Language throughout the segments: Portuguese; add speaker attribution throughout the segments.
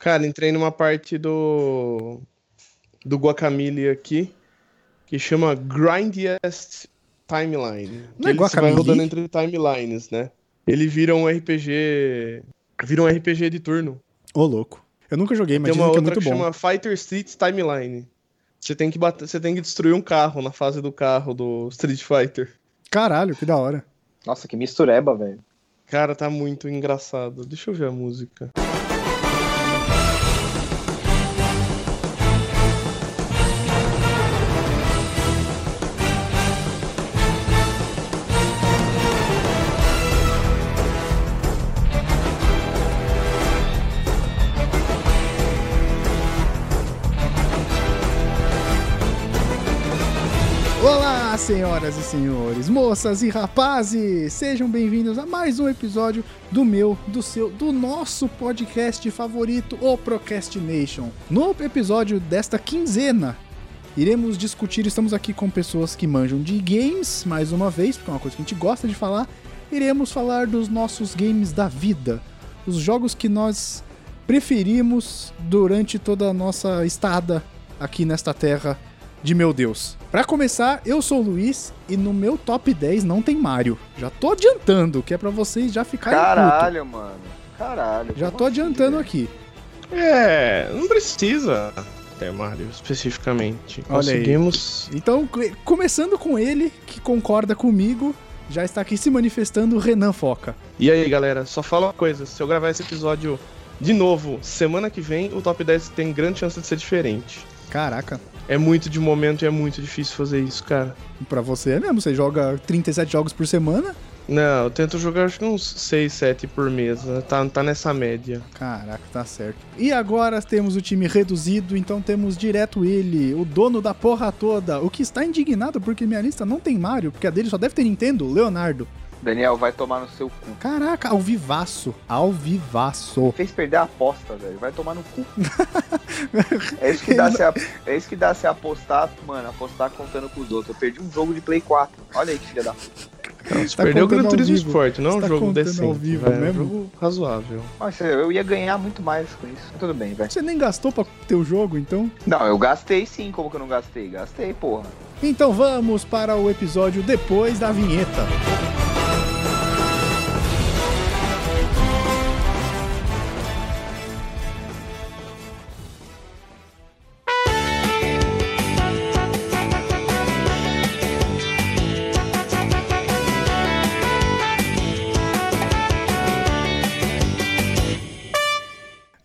Speaker 1: Cara, entrei numa parte do. do Guacamole aqui. Que chama Grindiest Timeline.
Speaker 2: Não
Speaker 1: Que ele
Speaker 2: é
Speaker 1: se vai
Speaker 2: Guacamole?
Speaker 1: rodando entre timelines, né? Ele vira um RPG. Vira um RPG de turno.
Speaker 2: Ô, louco. Eu nunca joguei, mas
Speaker 1: Tem uma
Speaker 2: dizem que é
Speaker 1: outra
Speaker 2: muito
Speaker 1: que chama
Speaker 2: bom.
Speaker 1: Fighter Street Timeline. Você tem, que bater, você tem que destruir um carro na fase do carro do Street Fighter.
Speaker 2: Caralho, que da hora.
Speaker 3: Nossa, que mistureba, velho.
Speaker 1: Cara, tá muito engraçado. Deixa eu ver a música.
Speaker 2: Olá, senhoras e senhores, moças e rapazes, sejam bem-vindos a mais um episódio do meu, do seu, do nosso podcast favorito, o Procrastination. No episódio desta quinzena, iremos discutir, estamos aqui com pessoas que manjam de games, mais uma vez, porque é uma coisa que a gente gosta de falar, iremos falar dos nossos games da vida, os jogos que nós preferimos durante toda a nossa estada aqui nesta terra de meu Deus. Pra começar, eu sou o Luiz e no meu top 10 não tem Mario. Já tô adiantando, que é pra vocês já ficarem puto.
Speaker 3: Caralho, mano. Caralho.
Speaker 2: Já
Speaker 3: como
Speaker 2: tô
Speaker 3: assim,
Speaker 2: adiantando
Speaker 3: velho?
Speaker 2: aqui.
Speaker 1: É, não precisa até Mario especificamente.
Speaker 2: Olha aí.
Speaker 1: Conseguimos.
Speaker 2: Então, c- começando com ele, que concorda comigo, já está aqui se manifestando o Renan Foca.
Speaker 1: E aí, galera, só fala uma coisa: se eu gravar esse episódio de novo semana que vem, o top 10 tem grande chance de ser diferente.
Speaker 2: Caraca,
Speaker 1: É muito de momento e é muito difícil fazer isso, cara.
Speaker 2: pra você é mesmo, você joga 37 jogos por semana?
Speaker 1: Não, eu tento jogar acho que uns 6, 7 por mês. né? Tá, tá nessa média.
Speaker 2: Caraca, tá certo. E agora temos o time reduzido, então temos direto ele, o dono da porra toda, o que está indignado porque minha lista não tem Mario, porque a dele só deve ter Nintendo, Leonardo.
Speaker 3: Daniel, vai tomar no seu cu.
Speaker 2: Caraca, ao vivaço, ao vivaço.
Speaker 3: Fez perder a aposta, velho. Vai tomar no cu. é, isso que dá se a... é isso que dá se apostar, mano. Apostar contando com os outros. Eu perdi um jogo de Play 4. Olha aí que filha da puta.
Speaker 1: Você
Speaker 2: Tá
Speaker 1: perdeu o
Speaker 2: contando
Speaker 1: Gran
Speaker 2: ao
Speaker 1: Turismo
Speaker 2: vivo.
Speaker 1: Sport, não é
Speaker 2: Você
Speaker 1: um
Speaker 2: tá
Speaker 1: jogo
Speaker 2: contando
Speaker 1: decente.
Speaker 2: ao vivo
Speaker 1: velho, é
Speaker 2: mesmo?
Speaker 1: um jogo razoável.
Speaker 3: Nossa, eu ia ganhar muito mais com isso. Tudo bem, velho.
Speaker 2: Você nem gastou pra ter o jogo, então?
Speaker 3: Não, eu gastei sim. Como que eu não gastei? Gastei, porra.
Speaker 2: Então vamos para o episódio depois da vinheta.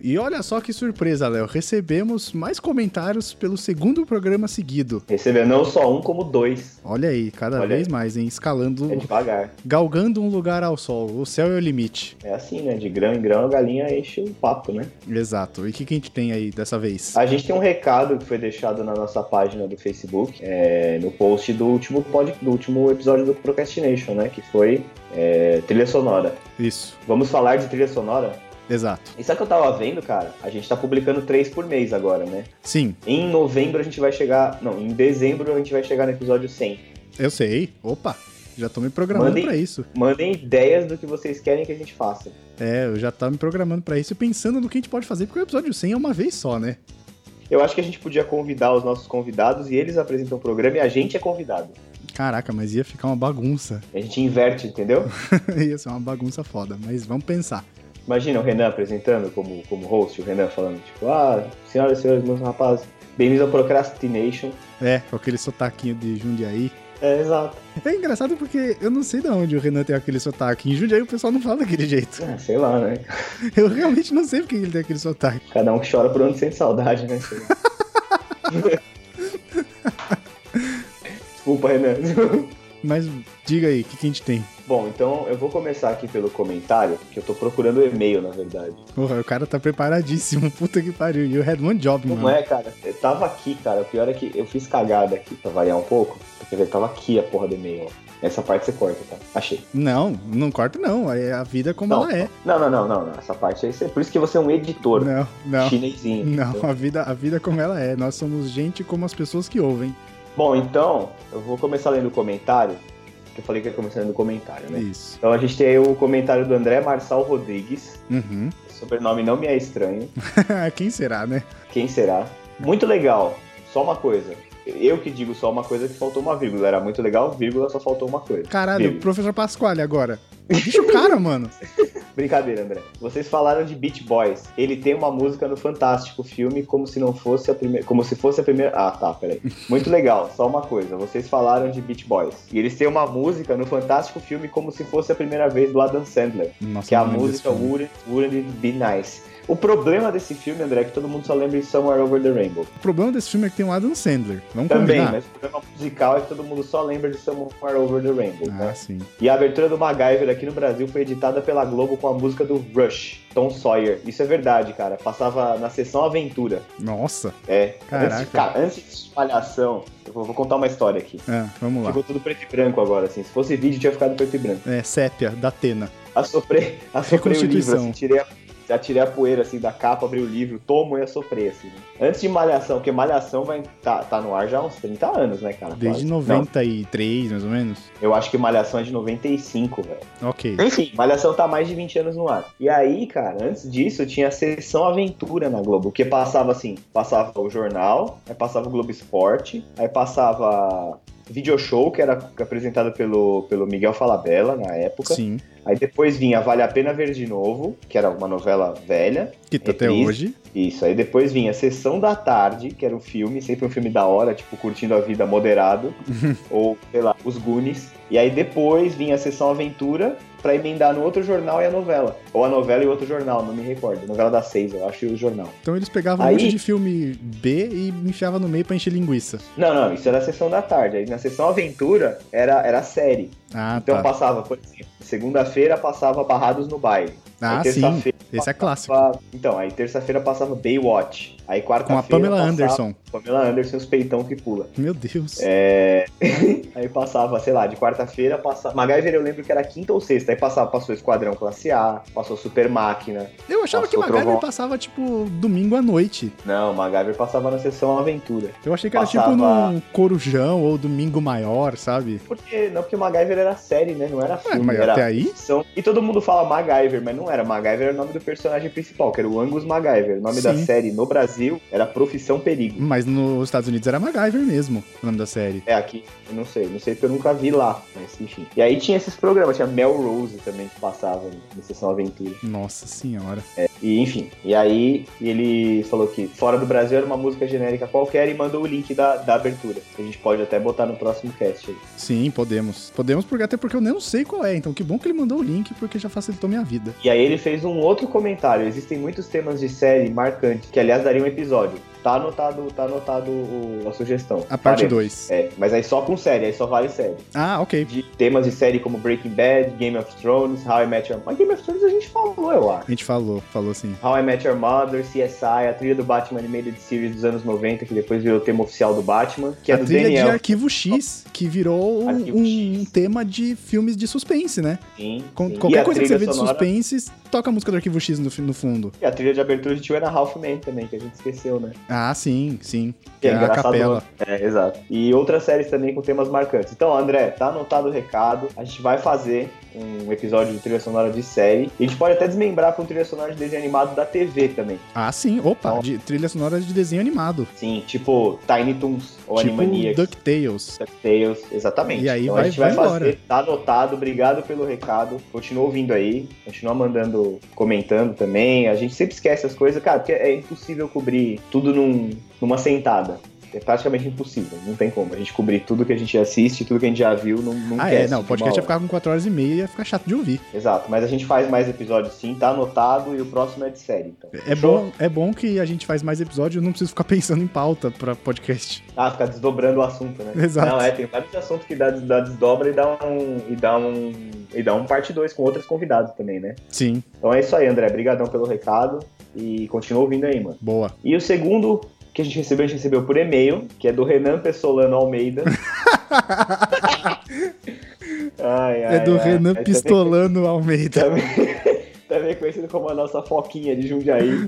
Speaker 2: E olha só que surpresa, Léo. Recebemos mais comentários pelo segundo programa seguido.
Speaker 4: Receber não só um, como dois.
Speaker 2: Olha aí, cada
Speaker 4: Olha
Speaker 2: vez
Speaker 4: aí.
Speaker 2: mais, hein? Escalando,
Speaker 4: É devagar.
Speaker 2: galgando um lugar ao sol. O céu é o limite.
Speaker 4: É assim, né? De grão em grão, a galinha enche o papo, né?
Speaker 2: Exato. E o que, que a gente tem aí dessa vez?
Speaker 4: A gente tem um recado que foi deixado na nossa página do Facebook, é, no post do último, pod, do último episódio do Procrastination, né? Que foi é, trilha sonora.
Speaker 2: Isso,
Speaker 4: Vamos falar de trilha sonora?
Speaker 2: exato.
Speaker 4: E sabe o que eu tava vendo, cara? A gente tá publicando três por mês agora, né?
Speaker 2: Sim,
Speaker 4: Em novembro a gente vai chegar... Não, em dezembro a gente vai chegar no episódio 100.
Speaker 2: eu sei. Opa, já tô me programando
Speaker 4: Mandem.
Speaker 2: pra isso.
Speaker 4: Mandem ideias do que vocês querem que a gente faça.
Speaker 2: É, eu já tava me programando pra isso e pensando no que a gente pode fazer, porque o episódio 100 é uma vez só, né?
Speaker 4: Eu acho que a gente podia convidar os nossos convidados e eles apresentam o programa e a gente é convidado.
Speaker 2: Caraca, mas ia ficar uma bagunça.
Speaker 4: A gente inverte, entendeu?
Speaker 2: ia ser uma bagunça foda, mas vamos pensar.
Speaker 4: Imagina o Renan apresentando como, como host, o Renan falando, tipo, ah, senhoras e senhores, meus rapazes, bem-vindos ao Procrastination.
Speaker 2: É, com aquele sotaquinho de Jundiaí.
Speaker 4: É, exato.
Speaker 2: É engraçado porque eu não sei de onde o Renan tem aquele sotaque. Em Jundiaí o pessoal não fala daquele jeito.
Speaker 4: Ah, sei lá, né?
Speaker 2: Eu realmente não sei porque ele tem aquele sotaque.
Speaker 4: Cada um chora por onde sente saudade, né? Sei lá. Desculpa, Renan.
Speaker 2: Mas diga aí, o que, que a gente tem?
Speaker 4: Bom, então eu vou começar aqui pelo comentário, que eu tô procurando o e-mail, na verdade.
Speaker 2: Porra, o cara tá preparadíssimo. Puta que pariu. E o Red One Job,
Speaker 4: Não
Speaker 2: mano.
Speaker 4: é, cara. Eu tava aqui, cara. O pior é que eu fiz cagada aqui, pra variar um pouco. Porque eu tava aqui a porra do e-mail, ó. Essa parte você corta, tá? Achei.
Speaker 2: Não, não corta não. É a vida como
Speaker 4: Não.
Speaker 2: ela é.
Speaker 4: Não, não, não, não. não. Essa parte aí, você... por isso que você é um editor
Speaker 2: Não, não.
Speaker 4: chinesinho.
Speaker 2: Não, a vida, a vida como ela é. Nós somos gente como as pessoas que ouvem.
Speaker 4: Bom, então, eu vou começar lendo o comentário. Que eu falei que ia começar lendo o comentário, né?
Speaker 2: É Isso.
Speaker 4: Então a gente tem aí o comentário do André Marçal Rodrigues.
Speaker 2: Uhum.
Speaker 4: sobrenome não me é estranho.
Speaker 2: Quem será, né?
Speaker 4: Quem será? Muito legal. Só uma coisa. Eu que digo só uma coisa que faltou uma vírgula. Era muito legal, vírgula, só faltou uma coisa.
Speaker 2: Caralho,
Speaker 4: Vírgula.
Speaker 2: professor Pasquale agora. Deixa o cara, mano.
Speaker 4: Brincadeira, André. Vocês falaram de Beach Boys. Ele tem uma música no Fantástico filme como se não fosse a primeira. Como se fosse a primeira. Ah, tá, peraí. Muito legal, só uma coisa. Vocês falaram de Beach Boys. E eles têm uma música no Fantástico filme como se fosse a primeira vez do Adam Sandler.
Speaker 2: Nossa,
Speaker 4: que é a
Speaker 2: não lembro desse
Speaker 4: música
Speaker 2: filme.
Speaker 4: Wouldn't, Wouldn't It Be Nice. O problema desse filme, André, é que todo mundo só lembra de Somewhere Over the Rainbow.
Speaker 2: O problema desse filme é que tem o Adam Sandler. Vamos
Speaker 4: Também, né?
Speaker 2: combinar?
Speaker 4: mas o problema musical é que todo mundo só lembra de Somewhere Over the Rainbow, né?
Speaker 2: Ah, sim.
Speaker 4: E a abertura do MacGyver aqui no Brasil foi editada pela Globo com a música do Rush, Tom Sawyer. Isso é verdade, cara. Passava na sessão Aventura.
Speaker 2: Nossa.
Speaker 4: É.
Speaker 2: Caraca.
Speaker 4: Antes, cara, antes de palhação, eu vou, vou contar uma história aqui.
Speaker 2: Ah, vamos lá.
Speaker 4: Ficou tudo preto e branco agora, assim. Se fosse vídeo, tinha ficado preto e branco.
Speaker 2: É, Sépia, da Atena.
Speaker 4: Assoprei, assoprei o livro,
Speaker 2: Reconstituição.
Speaker 4: assim, tirei a, atirei a poeira, assim, da capa, abri o livro, tomo e assoprei, assim. né? Antes de Malhação, porque Malhação vai, tá, tá no ar já há uns 30 anos, né, cara?
Speaker 2: Desde
Speaker 4: Quase.
Speaker 2: 93, mais ou menos.
Speaker 4: Não, eu acho que Malhação é de 95, velho.
Speaker 2: Ok.
Speaker 4: Enfim, Malhação tá há mais de 20 anos no ar. E aí, cara, antes disso tinha a sessão Aventura na Globo, que passava assim, passava o jornal, aí passava o Globo Esporte, aí passava Video Show, que era apresentado pelo, pelo Miguel Falabella na época.
Speaker 2: Sim.
Speaker 4: Aí depois vinha Vale a Pena Ver de Novo, que era uma novela velha.
Speaker 2: Que tá até
Speaker 4: Reprise.
Speaker 2: hoje.
Speaker 4: Isso, aí depois vinha Sessão da Tarde, que era um filme, sempre um filme da hora, tipo Curtindo a Vida Moderado, ou sei lá, Os Goonies. E aí depois vinha a Sessão Aventura, pra emendar no outro jornal e a novela. Ou a novela e outro jornal, não me recordo. Novela das seis, eu acho, e o jornal.
Speaker 2: Então eles pegavam
Speaker 4: Aí-
Speaker 2: um monte de filme B e enfiava no meio pra encher linguiça.
Speaker 4: Não, não, isso era a Sessão da Tarde. Aí na Sessão Aventura era, era a série.
Speaker 2: Ah,
Speaker 4: Então
Speaker 2: tá.
Speaker 4: passava, por exemplo, segunda-feira passava Barrados no Baile.
Speaker 2: Ah,
Speaker 4: Aí
Speaker 2: sim.
Speaker 4: terça-feira
Speaker 2: Esse é clássico.
Speaker 4: passava- Então, aí terça-feira passava Baywatch. Aí
Speaker 2: Com
Speaker 4: quarta-feira
Speaker 2: a Pamela
Speaker 4: passava
Speaker 2: Anderson.
Speaker 4: Pamela Anderson, os peitão que pula.
Speaker 2: Meu Deus.
Speaker 4: É... aí passava, sei lá, de quarta-feira passava. MacGyver eu lembro que era quinta ou sexta. Aí passava, passou Esquadrão Classe A, passou Super Máquina.
Speaker 2: Eu achava que
Speaker 4: Passou
Speaker 2: MacGyver
Speaker 4: trovão.
Speaker 2: passava, tipo, domingo à noite.
Speaker 4: Não, MacGyver passava na sessão Aventura.
Speaker 2: Eu achei que era, tipo,
Speaker 4: Passava-
Speaker 2: num Corujão ou Domingo Maior, sabe?
Speaker 4: Porque, não, porque o MacGyver era série, né? Não era
Speaker 2: Ué,
Speaker 4: filme,
Speaker 2: Ah, mas
Speaker 4: era
Speaker 2: até aí...
Speaker 4: ficção. E todo mundo fala MacGyver, mas não era. MacGyver era o nome do personagem principal, que era o Angus MacGyver. O nome da
Speaker 2: Sim.
Speaker 4: série no Brasil era Profissão Perigo.
Speaker 2: Mas nos Estados Unidos era MacGyver mesmo, o nome da série.
Speaker 4: É, aqui, eu não sei, não sei porque eu nunca vi lá, mas enfim. E aí tinha esses programas, tinha Melrose também que passava na Sessão Aventura.
Speaker 2: Nossa senhora.
Speaker 4: E enfim, e aí ele falou que Fora do Brasil era uma música genérica qualquer e mandou o link da, da abertura. A gente pode até botar no próximo cast aí.
Speaker 2: Sim, podemos. Podemos, porque até porque eu não sei qual é, então que bom que ele mandou o link, porque já facilitou minha vida.
Speaker 4: E aí ele fez um outro comentário. Existem muitos temas de série marcantes, que aliás daria um episódio. Tá anotado, tá anotado o- a sugestão.
Speaker 2: A parte
Speaker 4: Faremos.
Speaker 2: 2.
Speaker 4: É, mas aí só com série, aí só vale série.
Speaker 2: Ah, ok.
Speaker 4: De temas de série como Breaking Bad, Game of Thrones, How I Met Your Mother. Game of Thrones a gente falou, eu acho.
Speaker 2: A gente falou, falou assim. sim.
Speaker 4: How I Met Your Mother, CSI, a trilha do Batman Animated Series dos anos 90, que depois virou o tema oficial do Batman, que é
Speaker 2: a
Speaker 4: do
Speaker 2: trilha
Speaker 4: Daniel.
Speaker 2: de Arquivo X, que virou um,
Speaker 4: Arquivo
Speaker 2: um
Speaker 4: X.
Speaker 2: tema de filmes de suspense, né?
Speaker 4: Sim,
Speaker 2: Com-
Speaker 4: sim. E
Speaker 2: qualquer
Speaker 4: a
Speaker 2: coisa que você
Speaker 4: trilha
Speaker 2: vê de
Speaker 4: sonora-
Speaker 2: suspense, toca a música do Arquivo X no, fi- no fundo.
Speaker 4: E a trilha de abertura de Two and a Half Men também, que a gente esqueceu, né?
Speaker 2: Ah, sim, sim.
Speaker 4: Que
Speaker 2: Que
Speaker 4: é
Speaker 2: é a
Speaker 4: engraçado,
Speaker 2: capela.
Speaker 4: É, exato. E outras séries também com temas marcantes. Então, André, tá anotado o recado. A gente vai fazer um episódio de trilha sonora de série. E a gente pode até desmembrar com trilha sonora de desenho animado da TV também.
Speaker 2: Ah, sim. Opa,
Speaker 4: Ó.
Speaker 2: de trilha sonora de desenho animado.
Speaker 4: Sim, tipo Tiny Toons ou
Speaker 2: tipo
Speaker 4: Animaniacs.
Speaker 2: DuckTales.
Speaker 4: DuckTales, exatamente.
Speaker 2: E aí
Speaker 4: então
Speaker 2: vai-
Speaker 4: a gente vai,
Speaker 2: vai embora.
Speaker 4: fazer, tá anotado, obrigado pelo recado. Continua ouvindo aí, continua mandando, comentando também. A gente sempre esquece as coisas, cara, porque é impossível cobrir tudo num- numa sentada. É praticamente impossível, não tem como. A gente cobrir tudo que a gente assiste, tudo que a gente já viu num, num
Speaker 2: Ah, é,
Speaker 4: um cast
Speaker 2: não, o
Speaker 4: de
Speaker 2: podcast ia
Speaker 4: uma hora.
Speaker 2: ficar com 4 horas e meia e ia ficar chato de ouvir.
Speaker 4: Exato, mas a gente faz mais episódios sim, tá anotado e o próximo é de série, então.
Speaker 2: É
Speaker 4: Fechou?
Speaker 2: bom, é bom que a gente faz mais episódio, eu não preciso ficar pensando em pauta pra podcast.
Speaker 4: Ah, ficar desdobrando o assunto, né?
Speaker 2: Exato.
Speaker 4: Não, é, tem vários assuntos que dá, dá desdobra e dá um. e dá um. e dá um parte 2 com outros convidados também, né?
Speaker 2: Sim,
Speaker 4: Então é isso aí, André. Obrigadão pelo recado e continua ouvindo aí, mano.
Speaker 2: boa.
Speaker 4: E o segundo que a gente recebeu, a gente recebeu por e-mail, que é do Renan Pessolano Almeida. Ai, ai,
Speaker 2: é do
Speaker 4: ai.
Speaker 2: Renan
Speaker 4: Aí
Speaker 2: Pistolano Almeida.
Speaker 4: Também, também, também conhecido como a nossa foquinha de Jundiaí.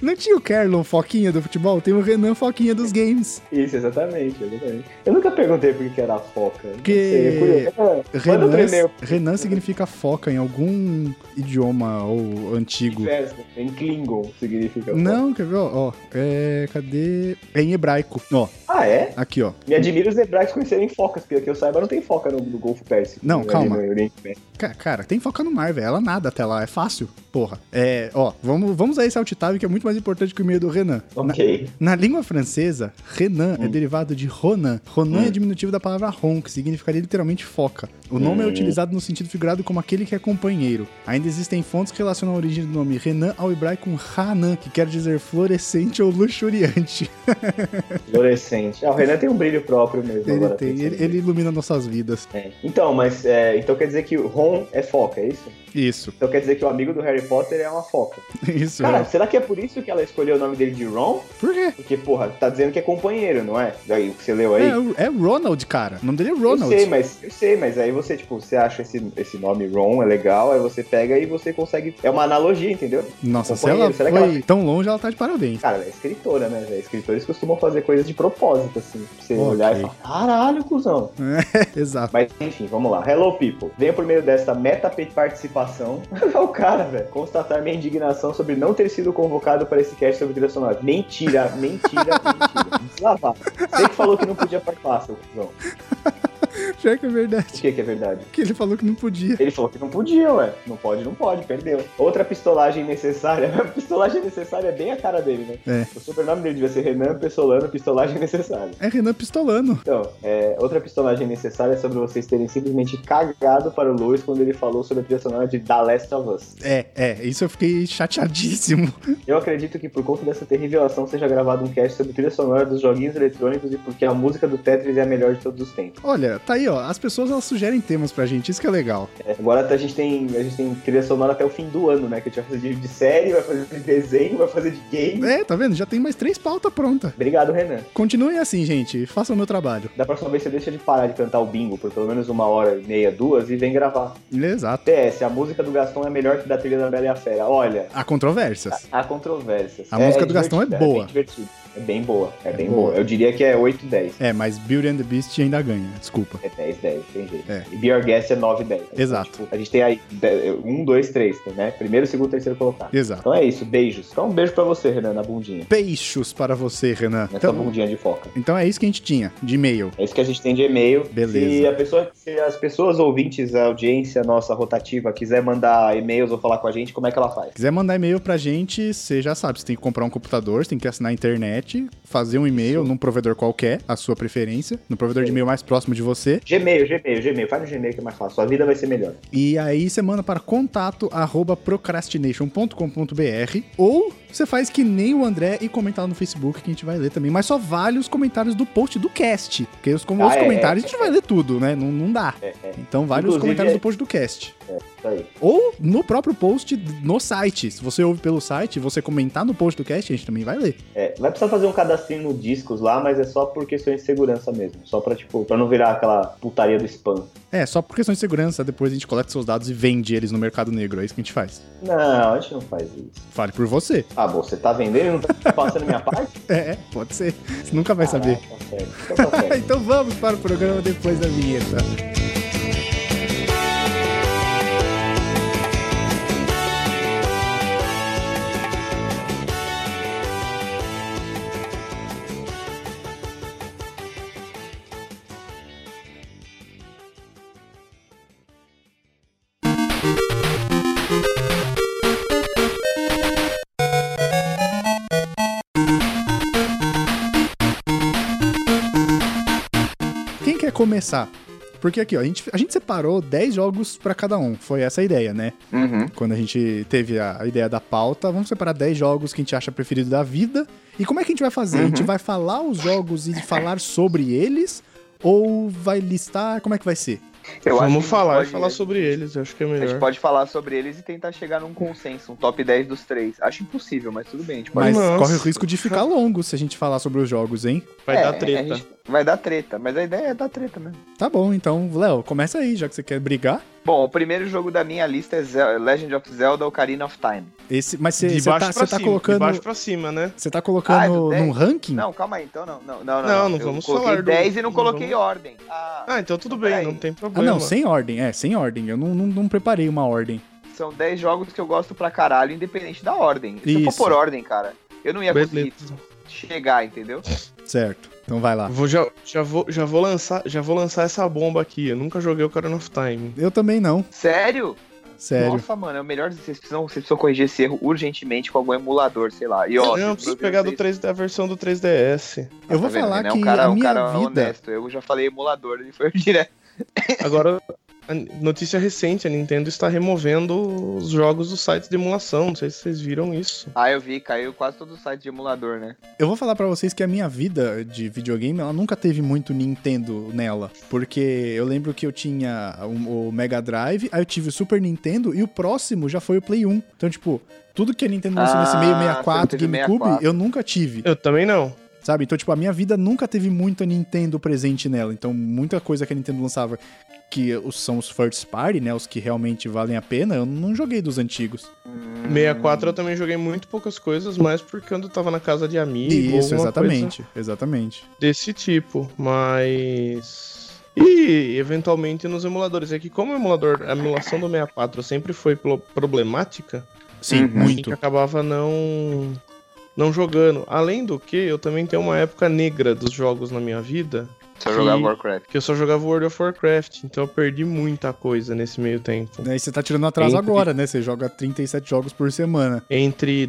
Speaker 2: Não tinha o Carlon Foquinha do futebol? Tem o Renan Foquinha dos games.
Speaker 4: Isso, exatamente, exatamente. Eu nunca perguntei por que que era a foca. Não
Speaker 2: Porque
Speaker 4: sei, é curioso. É, manda
Speaker 2: Renan,
Speaker 4: outro e-mail.
Speaker 2: Renan significa foca em algum idioma ou antigo.
Speaker 4: Inverso, Em Klingon significa foca.
Speaker 2: Não, quer ver? Ó, ó, é, cadê? É em hebraico. Ó,
Speaker 4: Ah, é?
Speaker 2: aqui, ó.
Speaker 4: Me admira os hebraicos conhecerem focas, porque que eu saiba não tem foca no, no Golfo Pérsico. né,
Speaker 2: Não,
Speaker 4: Ali
Speaker 2: calma.
Speaker 4: no Oriente Médio.
Speaker 2: Ca- Cara, tem foca no mar, velho. Ela nada até lá, é fácil. Porra. É, ó, vamos, vamos a esse altitável que é muito mais importante que o meio do Renan. Na-
Speaker 4: Ok.
Speaker 2: Na língua francesa, Renan é derivado de Ronan. Ronan é diminutivo da palavra Ron, que significaria literalmente foca. O nome é
Speaker 4: Hum.
Speaker 2: utilizado no sentido figurado como aquele que é companheiro. Ainda existem fontes que relacionam a origem do nome Renan ao hebraico Hanan, que quer dizer florescente ou luxuriante.
Speaker 4: Fluorescente. Ah, o Renan tem um brilho próprio mesmo.
Speaker 2: Ele
Speaker 4: agora,
Speaker 2: tem,
Speaker 4: pensando
Speaker 2: ele, ele ilumina nossas vidas.
Speaker 4: nisso. É. Então, mas é, então quer dizer que o Ron é foca, é isso?
Speaker 2: Isso,
Speaker 4: Então quer dizer que o amigo do Harry Potter é uma foca.
Speaker 2: isso.
Speaker 4: Cara,
Speaker 2: é.
Speaker 4: será que é por isso que ela escolheu o nome dele de Ron?
Speaker 2: Por quê?
Speaker 4: Porque, porra, tá dizendo que é companheiro, não é? Daí o que você leu aí?
Speaker 2: É, o- é Ronald, cara. O nome dele é Ronald.
Speaker 4: Eu sei, mas eu sei, mas aí você, tipo, você acha esse, esse nome Ron, é legal, aí você pega e você consegue. É uma analogia, entendeu?
Speaker 2: Nossa, se
Speaker 4: Companheiro,
Speaker 2: ela
Speaker 4: será
Speaker 2: foi
Speaker 4: que
Speaker 2: tão longe, ela tá de parabéns.
Speaker 4: Cara, ela é escritora, né? velho? Escritores costumam fazer coisas de propósito, assim. Pra você
Speaker 2: Ok.
Speaker 4: olhar e falar, caralho, cuzão.
Speaker 2: Exato.
Speaker 4: Mas enfim, vamos lá. Hello, people. Venho por meio desta meta-participação ao cara, velho, constatar minha indignação sobre não ter sido convocado para esse cast sobre trilha sonora. Mentira, mentira, mentira. Deslavar. Você que falou que não podia participar, seu cuzão.
Speaker 2: Já que é verdade
Speaker 4: O que que é verdade?
Speaker 2: que ele falou que não podia.
Speaker 4: Ele falou que não podia, ué. Não pode, não pode, perdeu. Outra pistolagem necessária. A pistolagem necessária é bem a cara dele, né?
Speaker 2: É.
Speaker 4: O sobrenome dele devia ser Renan Pistolano, pistolagem necessária.
Speaker 2: É Renan pistolando.
Speaker 4: Então, é, outra pistolagem necessária é sobre vocês terem simplesmente cagado para o Lewis quando ele falou sobre a trilha sonora de The Last of Us.
Speaker 2: É, é, isso eu fiquei chateadíssimo.
Speaker 4: Eu acredito que por conta dessa terrível ação seja gravado um cast sobre trilha sonora dos joguinhos eletrônicos e porque a música do Tetris é a melhor de todos os tempos.
Speaker 2: Olha, tá aí, ó. As pessoas elas sugerem temas pra gente, isso que é legal.
Speaker 4: É, agora a gente, tem, a gente tem trilha sonora até o fim do ano, né? Que a gente vai fazer de, de série, vai fazer de desenho, vai fazer de game.
Speaker 2: É, tá vendo? Já tem mais três pautas pronta.
Speaker 4: Obrigado, Renan.
Speaker 2: Continuem assim, gente. Façam o meu trabalho.
Speaker 4: Da próxima vez você deixa de parar de cantar o bingo por pelo menos uma hora e meia, duas, e vem gravar.
Speaker 2: Exato.
Speaker 4: TS, a música do Gastão é melhor que da trilha da Bela e a Fera. Olha,
Speaker 2: Há controvérsias.
Speaker 4: há controvérsias.
Speaker 2: A música do Gastão é
Speaker 4: divertida,
Speaker 2: boa.
Speaker 4: É bem divertida. É bem boa, é, bem
Speaker 2: boa.
Speaker 4: boa. Eu diria que é 8, 10.
Speaker 2: É, mas Beauty and the Beast ainda ganha, desculpa.
Speaker 4: É 10, 10, tem jeito.
Speaker 2: É.
Speaker 4: E Be Our Guest é 9, 10. Então,
Speaker 2: Exato.
Speaker 4: tipo, a gente tem aí 1, 2, 3, né? Primeiro, segundo, terceiro colocado.
Speaker 2: Exato.
Speaker 4: Então é isso, beijos. Então um beijo pra você, Renan, na bundinha.
Speaker 2: Peixos para você, Renan.
Speaker 4: Nessa
Speaker 2: Então,
Speaker 4: bundinha de foca.
Speaker 2: então é isso que a gente tinha de e-mail.
Speaker 4: É isso que a gente tem de e-mail.
Speaker 2: Beleza.
Speaker 4: Se, a pessoa, se as pessoas ouvintes, a audiência nossa rotativa, quiser mandar e-mails ou falar com a gente, como é que ela faz?
Speaker 2: quiser mandar e-mail pra gente, você já sabe, você tem que comprar um computador, você tem que assinar a internet, fazer um e-mail num provedor qualquer, a sua preferência, no provedor de e-mail mais próximo de você,
Speaker 4: Gmail, Gmail, Gmail. Faz no Gmail que é mais fácil. Sua vida vai ser melhor.
Speaker 2: e aí você manda para contato arroba procrastination.com.br ou você faz que nem o André e comenta lá no Facebook que a gente vai ler também, mas só vale os comentários do post do cast, porque os, com-
Speaker 4: Ah,
Speaker 2: os
Speaker 4: é,
Speaker 2: comentários
Speaker 4: é,
Speaker 2: a gente vai ler tudo, né? Não, não dá. Então vale os
Speaker 4: Inclusive,
Speaker 2: comentários
Speaker 4: é-
Speaker 2: do post do cast.
Speaker 4: Isso aí.
Speaker 2: Ou no próprio post no site. Se você ouve pelo site, você comentar no post do cast, a gente também vai ler.
Speaker 4: É, vai precisar fazer um cadastrinho no discos lá, mas é só por questões de segurança mesmo. Só pra, tipo, pra não virar aquela putaria do spam.
Speaker 2: É, só por questão de segurança, depois a gente coleta seus dados e vende eles no mercado negro. É isso que a gente faz.
Speaker 4: Não, a gente não faz isso.
Speaker 2: Fale por você.
Speaker 4: Ah, bom, você tá vendendo e não tá passando minha parte?
Speaker 2: É, pode ser. Você nunca vai saber.
Speaker 4: Caraca, sério. Então tá certo.
Speaker 2: Então vamos para o programa depois da vinheta. Quem quer começar? Porque aqui, ó, a gente, a gente separou 10 jogos pra cada um. Foi essa a ideia, né?
Speaker 3: Uhum.
Speaker 2: Quando a gente teve a, a ideia da pauta, vamos separar 10 jogos que a gente acha preferido da vida. E como é que a gente vai fazer? A
Speaker 1: Uhum.
Speaker 2: gente vai falar os jogos e falar sobre eles? Ou vai listar? Como é que vai ser?
Speaker 3: Eu acho que a
Speaker 1: Vamos
Speaker 3: gente
Speaker 1: falar
Speaker 3: pode-
Speaker 1: e falar sobre eles, eu acho que é
Speaker 3: A gente
Speaker 1: melhor.
Speaker 3: pode falar sobre eles e tentar chegar num consenso, um top 10 dos três. Acho impossível, mas tudo bem. a gente pode-
Speaker 2: Mas
Speaker 1: Nossa.
Speaker 2: corre o risco de ficar longo se a gente falar sobre os jogos, hein?
Speaker 1: Vai
Speaker 3: É,
Speaker 1: dar treta.
Speaker 3: A gente, Vai dar treta, mas a ideia é dar treta mesmo.
Speaker 2: Tá bom, então, Léo, começa aí, já que você quer brigar.
Speaker 3: Bom, o primeiro jogo da minha lista é Zel- Legend of Zelda Ocarina of Time.
Speaker 2: Esse, mas você
Speaker 1: de
Speaker 2: você
Speaker 1: baixo
Speaker 2: tá,
Speaker 1: pra
Speaker 2: você tá
Speaker 1: cima, de baixo
Speaker 2: colocando.
Speaker 1: pra cima, né?
Speaker 2: Você tá
Speaker 3: Ah, do
Speaker 2: colocando
Speaker 3: dez?
Speaker 2: num ranking?
Speaker 3: Não, calma aí, então não. Não, não, não.
Speaker 1: Não, não
Speaker 3: Eu
Speaker 1: vamos
Speaker 3: coloquei
Speaker 1: falar do-
Speaker 3: 10 e não
Speaker 1: não
Speaker 3: coloquei
Speaker 1: vamos-
Speaker 3: ordem. Ah,
Speaker 1: Ah, então tudo
Speaker 3: Então,
Speaker 1: bem,
Speaker 3: peraí.
Speaker 1: não tem
Speaker 2: Ah,
Speaker 1: problema.
Speaker 2: não, sem ordem, é, sem ordem. Eu não, não, não preparei uma ordem.
Speaker 3: são 10 jogos que eu gosto pra caralho, independente da ordem. Se eu
Speaker 2: Isso.
Speaker 3: for por ordem, cara, eu não ia conseguir
Speaker 1: Beleza.
Speaker 3: chegar, entendeu?
Speaker 2: Certo. Então vai lá.
Speaker 1: Vou, já, já, vou, já, vou lançar, já vou lançar essa bomba aqui. Eu nunca joguei o Ocarina of Time.
Speaker 2: Eu também não,
Speaker 3: Sério?
Speaker 2: sério.
Speaker 3: Nossa, mano, é o melhor. Vocês precisam, vocês precisam corrigir esse erro urgentemente com algum emulador, sei lá. E, ó,
Speaker 1: não, eu
Speaker 3: vocês
Speaker 1: preciso
Speaker 3: procuram
Speaker 1: pegar do
Speaker 3: isso.
Speaker 1: 3, da versão do 3DS.
Speaker 3: Ah,
Speaker 2: Eu vou
Speaker 3: tá vendo,
Speaker 2: falar
Speaker 3: Renan?
Speaker 2: que
Speaker 3: um cara,
Speaker 2: a
Speaker 3: um
Speaker 2: minha
Speaker 3: cara
Speaker 2: vida.
Speaker 3: honesto. Eu já falei emulador, ele foi direto.
Speaker 1: Agora, a notícia recente, a Nintendo está removendo os jogos dos sites de emulação. Não sei se vocês viram isso.
Speaker 3: Ah, eu vi, caiu quase todo o site de emulador, né?
Speaker 2: Eu vou falar pra vocês que a minha vida de videogame, ela nunca teve muito Nintendo nela, porque eu lembro que eu tinha o o Mega Drive, aí eu tive o Super Nintendo e o próximo já foi o Play 1. Então, tipo, tudo que a Nintendo lançou nesse
Speaker 3: Ah,
Speaker 2: meio
Speaker 3: você
Speaker 2: 64,
Speaker 3: teve
Speaker 2: GameCube,
Speaker 3: 64.
Speaker 2: eu nunca tive,
Speaker 1: Eu também não.
Speaker 2: sabe? Então, tipo, a minha vida nunca teve muito a Nintendo presente nela. Então, muita coisa que a Nintendo lançava que os- são os first party, né, os que realmente valem a pena, eu não joguei dos antigos.
Speaker 3: Hum,
Speaker 1: 64 eu também joguei muito poucas coisas, mas porque eu tava na casa de amigos.
Speaker 2: Isso,
Speaker 1: alguma coisa
Speaker 2: exatamente, exatamente.
Speaker 1: desse tipo, mas. E eventualmente nos emuladores. É que como o emulador, a emulação do 64 sempre foi pro- problemática,
Speaker 2: Sim,
Speaker 3: Uhum.
Speaker 1: a gente
Speaker 2: muito.
Speaker 1: acabava não não jogando. Além do que, eu também tenho uma época negra dos jogos na minha vida,
Speaker 3: Só jogar
Speaker 1: E-
Speaker 3: Warcraft.
Speaker 1: que eu só jogava World of Warcraft, então eu perdi muita coisa nesse meio tempo.
Speaker 2: Daí você tá tirando atraso
Speaker 1: Entre-
Speaker 2: agora, né? Você joga 37 jogos por semana.
Speaker 1: Entre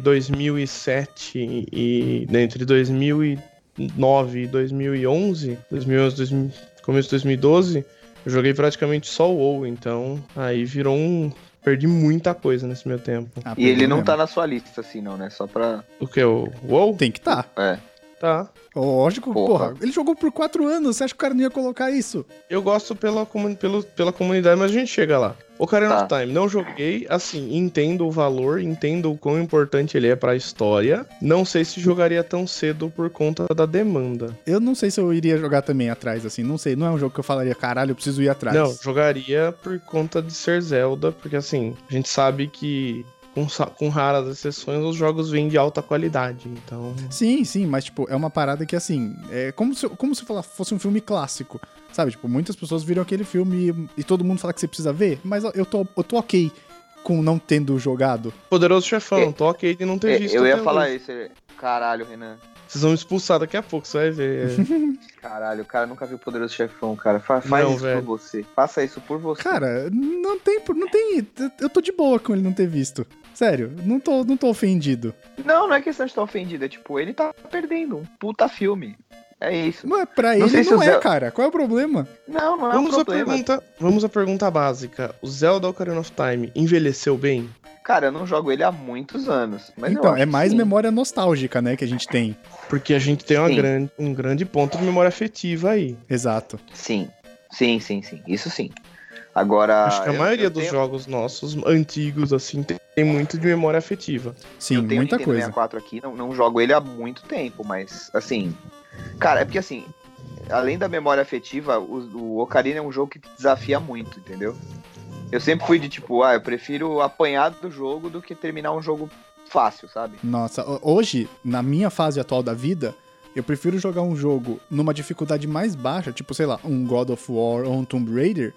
Speaker 1: 2007 e né, entre 2009 e 2011, 2011, 2000, começo de 2012, eu joguei praticamente só o WoW, então aí virou um perdi muita coisa nesse meu tempo.
Speaker 2: Ah,
Speaker 3: E ele
Speaker 2: perdeu
Speaker 3: não
Speaker 2: mesmo.
Speaker 3: tá na sua lista, assim, não, né? Só pra.
Speaker 1: O que o WoW?
Speaker 2: Tem que tá.
Speaker 3: É.
Speaker 1: Tá.
Speaker 2: Lógico, porra.
Speaker 3: Porra.
Speaker 2: Ele jogou por 4 anos. Você acha que o cara não ia colocar isso?
Speaker 1: Eu gosto pela, comu- pelo, pela comunidade, mas a gente chega lá. Ocarina
Speaker 3: Tá.
Speaker 1: of Time, não joguei, assim, entendo o valor, entendo o quão importante ele é pra história. Não sei se jogaria tão cedo por conta da demanda.
Speaker 2: Eu não sei se eu iria jogar também atrás, assim. Não sei. Não é um jogo que eu falaria, caralho, eu preciso ir atrás.
Speaker 1: Não, jogaria por conta de ser Zelda, porque assim, a gente sabe que com, sa- com raras exceções os jogos vêm de alta qualidade, então...
Speaker 2: Sim, sim, mas, tipo, é uma parada que, assim, é como se, como se fala- fosse um filme clássico, sabe? Tipo, muitas pessoas viram aquele filme e, e todo mundo fala que você precisa ver, mas eu tô, eu tô ok com não tendo jogado.
Speaker 1: Poderoso Chefão,
Speaker 3: É,
Speaker 1: toque aí de não ter
Speaker 3: É,
Speaker 1: visto
Speaker 3: eu ia
Speaker 1: até
Speaker 3: falar
Speaker 1: hoje.
Speaker 3: isso. ele- Caralho, Renan.
Speaker 1: Vocês vão me expulsar daqui a pouco, você vai ver. é.
Speaker 3: Caralho, o cara nunca viu o Poderoso Chefão, cara. Fa- faz
Speaker 1: Não,
Speaker 3: isso
Speaker 1: velho.
Speaker 3: por você. Faça isso por você.
Speaker 2: Cara, não tem, não tem, eu tô de boa com ele não ter visto. Sério, não tô, não tô ofendido.
Speaker 3: Não, não é questão de estar ofendido. É tipo, ele tá perdendo um puta filme. É isso.
Speaker 2: Não é pra
Speaker 3: Não sei
Speaker 2: ele,
Speaker 3: se
Speaker 2: não
Speaker 3: o
Speaker 2: é,
Speaker 3: Zé-
Speaker 2: cara. Qual é o problema?
Speaker 3: Não, não é um
Speaker 1: Vamos à,
Speaker 3: problema.
Speaker 1: pergunta, vamos à pergunta básica. O Zelda Ocarina of Time envelheceu bem?
Speaker 3: Cara, eu não jogo ele há muitos anos. Mas eu
Speaker 2: então,
Speaker 3: acho
Speaker 2: é
Speaker 3: que
Speaker 2: mais
Speaker 3: sim.
Speaker 2: memória nostálgica, né, que a gente tem.
Speaker 1: Porque a gente tem uma
Speaker 3: Sim.
Speaker 1: grande- um grande ponto de memória afetiva aí.
Speaker 2: Exato.
Speaker 3: Sim. Sim, sim, sim. Isso sim. Agora.
Speaker 1: Acho que a
Speaker 3: Ah, eu-
Speaker 1: maioria
Speaker 3: eu
Speaker 1: dos
Speaker 3: tenho-
Speaker 1: jogos nossos antigos, assim, tem, tem muito de memória afetiva.
Speaker 2: Sim,
Speaker 3: eu tenho
Speaker 2: muita
Speaker 3: Nintendo
Speaker 2: coisa.
Speaker 3: 64 aqui, não, não jogo ele há muito tempo, mas assim. Cara, é porque assim, além da memória afetiva, o, o Ocarina é um jogo que te desafia muito, entendeu? Eu sempre fui de tipo, ah, eu prefiro apanhar do jogo do que terminar um jogo fácil, sabe?
Speaker 2: Nossa, ho- hoje, na minha fase atual da vida, eu prefiro jogar um jogo numa dificuldade mais baixa, tipo, sei lá, um God of War ou um Tomb Raider,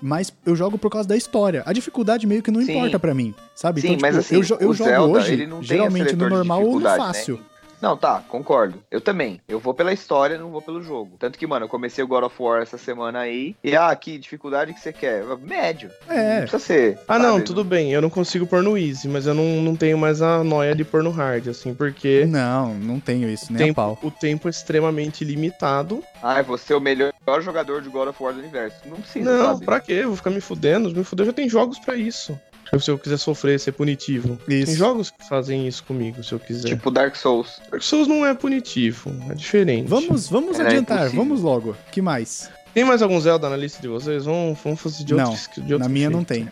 Speaker 2: mas eu jogo por causa da história. A dificuldade meio que não
Speaker 3: Sim.
Speaker 2: importa pra mim, sabe?
Speaker 3: Sim,
Speaker 2: tipo,
Speaker 3: mas assim,
Speaker 2: eu, jo- eu
Speaker 3: o
Speaker 2: jogo
Speaker 3: Zelda,
Speaker 2: hoje,
Speaker 3: ele não tem
Speaker 2: geralmente no
Speaker 3: seletor de
Speaker 2: normal ou no
Speaker 3: dificuldade, né?
Speaker 2: fácil.
Speaker 3: Não, tá, concordo. Eu também. Eu vou pela história, não vou pelo jogo. Tanto que, mano, eu comecei o God of War essa semana aí. E, ah, que dificuldade que você quer? Médio. Não
Speaker 2: É,
Speaker 3: precisa ser.
Speaker 1: Ah, não,
Speaker 3: sabe? né?
Speaker 1: tudo bem, eu não consigo pôr no easy, mas eu não, não tenho mais a noia de pôr no hard, assim, porque
Speaker 2: não, não tenho isso, nem a pau.
Speaker 1: tempo, o tempo é extremamente limitado.
Speaker 3: Ah, você é o melhor jogador de God of War do universo. Não precisa,
Speaker 1: não,
Speaker 3: sabe?
Speaker 1: pra quê? Eu Vou ficar me fudendo, me fudendo, já tem jogos pra isso. Se eu quiser sofrer, ser punitivo. Tem
Speaker 2: Isso.
Speaker 1: jogos que fazem isso comigo, se eu quiser.
Speaker 3: Tipo Dark Souls.
Speaker 1: Dark Souls não é punitivo, é diferente.
Speaker 2: Vamos, vamos
Speaker 3: Era
Speaker 2: adiantar,
Speaker 3: É, impossível.
Speaker 2: vamos logo. Que mais?
Speaker 1: Tem mais algum Zelda na lista de vocês? Vamos, vamos fazer de
Speaker 2: Não,
Speaker 1: outro, de outro
Speaker 2: Na minha
Speaker 1: jeito.
Speaker 2: não tem.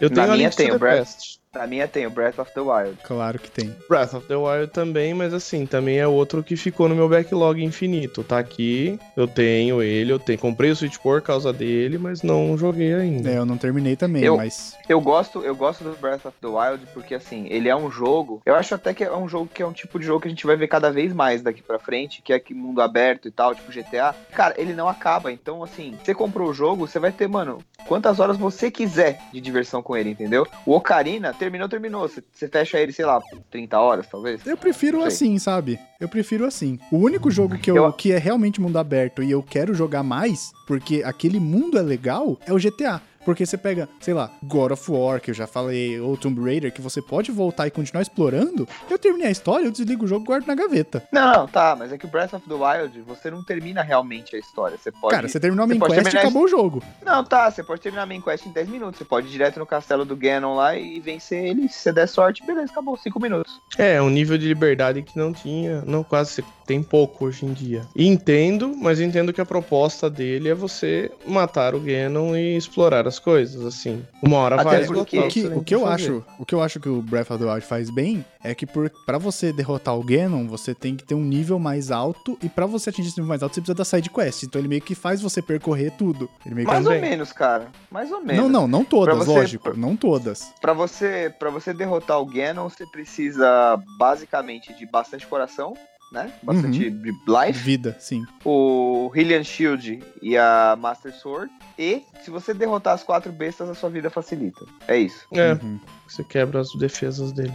Speaker 1: Eu
Speaker 3: Na
Speaker 1: tenho a
Speaker 3: minha
Speaker 1: Link to
Speaker 3: tem,
Speaker 1: the
Speaker 3: Brad.
Speaker 1: Past.
Speaker 3: Pra mim é tem o Breath of the Wild.
Speaker 2: Claro que tem.
Speaker 1: Breath of the Wild também, mas assim, também é outro que ficou no meu backlog infinito. Tá aqui, eu tenho ele, eu tenho. Comprei o Switch por causa dele, mas não joguei ainda.
Speaker 2: É, eu não terminei também,
Speaker 3: Eu-
Speaker 2: mas.
Speaker 3: Eu gosto, eu gosto do Breath of the Wild porque assim, ele é um jogo. Eu acho até que é um jogo que é um tipo de jogo que a gente vai ver cada vez mais daqui pra frente, que é que mundo aberto e tal, tipo GTA. Cara, ele não acaba, então assim, você comprou o jogo, você vai ter, mano, quantas horas você quiser de diversão com ele, entendeu? O Ocarina terminou, terminou. Você, você fecha ele, sei lá, por 30 horas talvez.
Speaker 2: Eu prefiro
Speaker 3: Sei.
Speaker 2: assim, sabe? Eu prefiro assim. O único jogo que, eu,
Speaker 3: Eu-
Speaker 2: que é realmente mundo aberto e eu quero jogar mais, porque aquele mundo é legal, é o GTA. Porque você pega, sei lá, God of War, que eu já falei, ou Tomb Raider, que você pode voltar e continuar explorando. Eu terminei a história, eu desligo o jogo e guardo na gaveta.
Speaker 3: Não, não, tá, mas é que o Breath of the Wild, você não termina realmente a história. Você pode.
Speaker 2: Cara, você terminou a
Speaker 3: você
Speaker 2: main
Speaker 3: pode
Speaker 2: quest e
Speaker 3: terminar a
Speaker 2: acabou o jogo.
Speaker 3: Não, tá, você pode terminar a main quest em 10 minutos. Você pode ir direto no castelo do Ganon lá e vencer ele. Se você der sorte, beleza, acabou, 5 minutos.
Speaker 1: É, é um nível de liberdade que não tinha, não quase tem pouco hoje em dia. E entendo, mas entendo que a proposta dele é você matar o Ganon e explorar as coisas, assim. Uma hora
Speaker 3: Até
Speaker 1: vai
Speaker 3: porque-
Speaker 1: esgotar.
Speaker 2: O
Speaker 1: você
Speaker 2: que,
Speaker 1: tem
Speaker 2: o que eu
Speaker 1: fazer.
Speaker 2: acho, o que eu acho que o Breath of the Wild faz bem é que por, pra você derrotar o Ganon, você tem que ter um nível mais alto e pra você atingir esse nível mais alto, você precisa da side quest. Então ele meio que faz você percorrer tudo. Ele meio que um-
Speaker 3: Mais ou
Speaker 1: Também.
Speaker 3: menos, cara. Mais ou menos.
Speaker 2: Não, não, não
Speaker 3: Pra
Speaker 2: todas,
Speaker 3: você-
Speaker 2: lógico, não todas.
Speaker 3: Pra você, pra você derrotar o Ganon, você precisa basicamente de bastante coração, né? Bastante
Speaker 2: Uhum.
Speaker 3: de life.
Speaker 2: Vida, sim.
Speaker 3: O Hylian Shield e a Master Sword. E se você derrotar as quatro bestas, a sua vida facilita. É isso.
Speaker 1: É,
Speaker 2: Uhum.
Speaker 1: você quebra as defesas dele.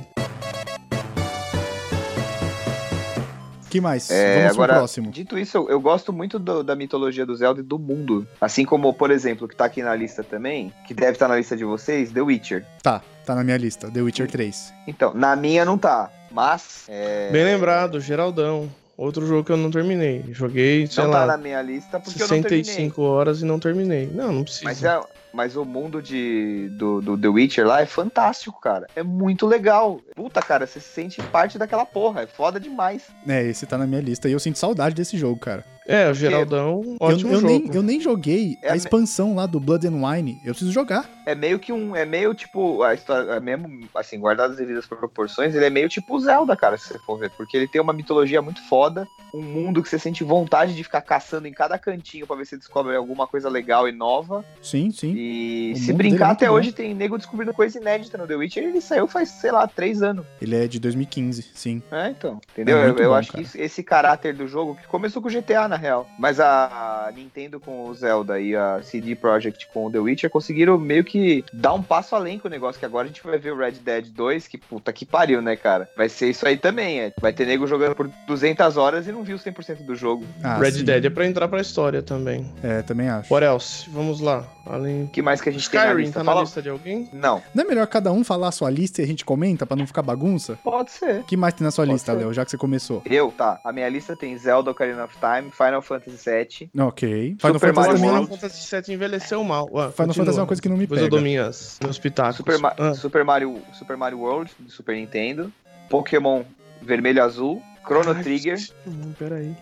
Speaker 2: Que mais?
Speaker 3: É,
Speaker 2: Vamos
Speaker 3: agora-
Speaker 2: pro próximo.
Speaker 3: Dito isso, eu, eu gosto muito do- da mitologia do Zelda e do mundo. Assim como, por exemplo, que tá aqui na lista também, que deve estar na lista de vocês, The Witcher.
Speaker 2: Tá, tá na minha lista, The Witcher 3.
Speaker 3: Então, na minha não tá, mas é,
Speaker 1: Bem lembrado, Geraldão. Outro jogo que eu não terminei. Joguei, sei
Speaker 3: não tá
Speaker 1: lá,
Speaker 3: na minha lista porque eu não terminei.
Speaker 1: 65 horas e não terminei. Não, não precisa.
Speaker 3: Mas, é- mas o mundo de, do, do The Witcher lá é fantástico, cara. É muito legal. Puta, cara, você se sente parte daquela porra. É foda demais.
Speaker 2: É, esse tá na minha lista e eu sinto saudade desse jogo, cara.
Speaker 1: É, o Geraldão,
Speaker 2: Eu,
Speaker 1: ótimo
Speaker 2: eu
Speaker 1: jogo.
Speaker 2: nem, eu nem joguei
Speaker 3: É
Speaker 2: a
Speaker 3: me-
Speaker 2: expansão lá do Blood and Wine. Eu preciso jogar.
Speaker 3: É meio que um. É meio tipo. A história. É mesmo, assim, guardado as devidas proporções, ele é meio tipo o Zelda, cara, se você for ver. Porque ele tem uma mitologia muito foda, um mundo que você sente vontade de ficar caçando em cada cantinho pra ver se descobre alguma coisa legal e nova.
Speaker 2: Sim, sim.
Speaker 3: E
Speaker 2: O
Speaker 3: se
Speaker 2: mundo dele é
Speaker 3: brincar,
Speaker 2: muito
Speaker 3: até
Speaker 2: bom.
Speaker 3: hoje tem nego descobrindo coisa inédita no The Witcher. Ele saiu faz, sei lá, três anos.
Speaker 2: Ele é de 2015, sim.
Speaker 3: É, então. Entendeu?
Speaker 2: É
Speaker 3: eu
Speaker 2: muito
Speaker 3: eu
Speaker 2: bom,
Speaker 3: acho
Speaker 2: cara.
Speaker 3: que isso- esse caráter do jogo, que começou com o GTA, na real. Mas a Nintendo com o Zelda e a CD Projekt com o The Witcher conseguiram meio que dar um passo além com o negócio, que agora a gente vai ver o Red Dead 2, que puta que pariu, né, cara? Vai ser isso aí também, é. Vai ter nego jogando por 200 horas e não viu 100% do jogo.
Speaker 2: Ah,
Speaker 1: Red
Speaker 2: sim.
Speaker 1: Dead é pra entrar pra história também.
Speaker 2: É, também acho.
Speaker 1: What else? Vamos lá. Além.
Speaker 3: O que mais que a gente tem na
Speaker 1: Skyrim
Speaker 3: lista?
Speaker 1: tá na
Speaker 3: Fala-
Speaker 1: lista de alguém?
Speaker 3: Não.
Speaker 2: Não é melhor cada um falar a sua lista e a gente comenta pra não ficar bagunça?
Speaker 3: Pode ser.
Speaker 2: O que mais tem na sua
Speaker 3: Pode
Speaker 2: lista,
Speaker 3: ser.
Speaker 2: Léo, já que você começou?
Speaker 3: Eu, tá. A minha lista tem Zelda Ocarina of Time, Final Fantasy VII.
Speaker 2: Ok. Final
Speaker 3: Super
Speaker 2: Fantasy
Speaker 3: Mario
Speaker 2: também.
Speaker 1: Final
Speaker 3: World.
Speaker 2: não-
Speaker 1: Fantasy VII envelheceu mal. Ah,
Speaker 2: Final Fantasy é uma coisa que não me
Speaker 1: Depois eu
Speaker 2: pega.
Speaker 1: dou minhas, meus pitacos.
Speaker 3: Super, Ma-
Speaker 1: Ah,
Speaker 3: Super Mario, Super Mario World do Super Nintendo, Pokémon Vermelho e Azul, Chrono
Speaker 1: ai,
Speaker 3: Trigger.
Speaker 1: Não, peraí.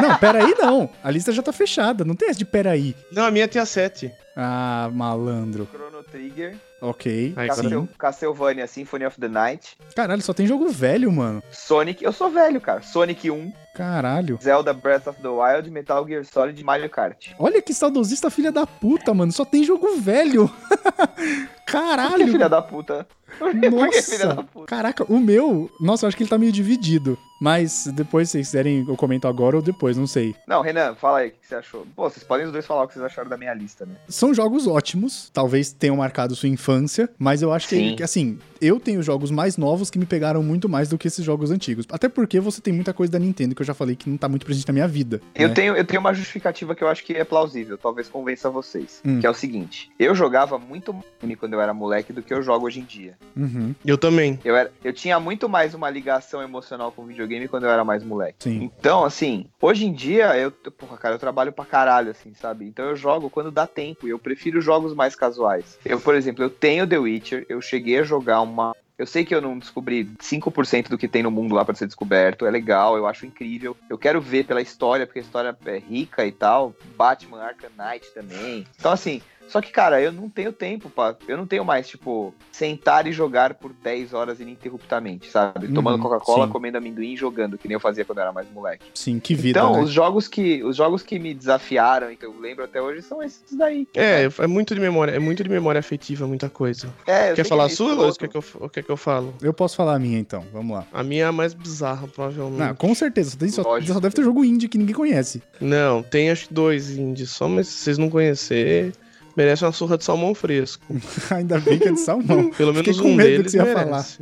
Speaker 2: Não, peraí não. A lista já tá fechada. Não tem essa de peraí.
Speaker 1: Não, a minha tem a 7.
Speaker 2: Ah, malandro.
Speaker 3: Chrono Trigger,
Speaker 2: Ok.
Speaker 1: Aí,
Speaker 2: É, sim.
Speaker 3: Castel- Castlevania Symphony of the Night,
Speaker 2: Caralho, só tem jogo velho, mano.
Speaker 3: Sonic, eu sou velho, cara. Sonic 1,
Speaker 2: Caralho.
Speaker 3: Zelda Breath of the Wild, Metal Gear Solid e Mario Kart.
Speaker 2: Olha que saudosista filha da puta, mano. Só tem jogo velho.
Speaker 3: Por que
Speaker 2: Caralho.
Speaker 3: filha da puta? Por que, por que filha
Speaker 2: Nossa.
Speaker 3: da puta?
Speaker 2: Caraca, o meu. Nossa, eu acho que ele tá meio dividido. Mas depois, se vocês quiserem, eu comento agora ou depois, não sei.
Speaker 3: Não, Renan, fala aí o que você achou. Pô, vocês podem os dois falar o que vocês acharam da minha lista, né?
Speaker 2: São jogos ótimos, talvez tenham marcado sua infância, mas eu acho que,
Speaker 3: Sim.
Speaker 2: que, assim, eu tenho jogos mais novos que me pegaram muito mais do que esses jogos antigos. Até porque você tem muita coisa da Nintendo que eu já falei que não tá muito presente na minha vida.
Speaker 3: Eu
Speaker 2: né?
Speaker 3: tenho, eu tenho uma justificativa que eu acho que é plausível, talvez convença vocês.
Speaker 2: Hum.
Speaker 3: Que é o seguinte: eu jogava muito Sonic quando eu era moleque do que eu jogo hoje em dia.
Speaker 2: Uhum,
Speaker 1: Eu também.
Speaker 3: Eu, era, eu tinha muito mais uma ligação emocional com videogame quando eu era mais moleque.
Speaker 2: sim.
Speaker 3: Então, assim, hoje em dia, eu, porra, cara, eu trabalho pra caralho, assim, sabe? Então eu jogo quando dá tempo e eu prefiro jogos mais casuais. Eu, por exemplo, eu tenho The Witcher, eu cheguei a jogar uma. Eu sei que eu não descobri 5% do que tem no mundo lá pra ser descoberto, é legal, eu acho incrível. Eu quero ver pela história, porque a história é rica e tal. Batman Arkham Knight também. Então, assim, Só que, cara, eu não tenho tempo, pra, eu não tenho mais, tipo, sentar e jogar por 10 horas ininterruptamente, sabe?
Speaker 2: Uhum,
Speaker 3: Tomando Coca-Cola,
Speaker 2: sim.
Speaker 3: comendo amendoim e jogando, que nem eu fazia quando eu era mais moleque.
Speaker 2: Sim, que vida.
Speaker 3: então,
Speaker 2: né?
Speaker 3: os jogos que os jogos que me desafiaram, então eu lembro até hoje, são esses daí.
Speaker 1: É, é muito de memória, é muito de memória afetiva, muita coisa.
Speaker 3: É, eu sei
Speaker 1: quer falar a
Speaker 3: que
Speaker 1: sua,
Speaker 3: isso,
Speaker 1: Lois?
Speaker 3: outro-
Speaker 1: Quer que eu, f- quer que eu falo?
Speaker 2: Eu posso falar a minha então, vamos lá.
Speaker 1: A minha é a mais bizarra, provavelmente.
Speaker 2: Não,
Speaker 1: Não,
Speaker 2: com certeza, só, tem- só-
Speaker 3: Hum, Lógico.
Speaker 2: só deve ter jogo indie que ninguém conhece.
Speaker 1: tem acho que dois indies só, mas se vocês não conhecer, merece uma surra de salmão fresco.
Speaker 2: Ainda bem que é de salmão.
Speaker 1: Pelo
Speaker 2: Fiquei
Speaker 1: menos
Speaker 2: com
Speaker 1: um
Speaker 2: medo do
Speaker 1: deles
Speaker 2: que você ia
Speaker 1: merece.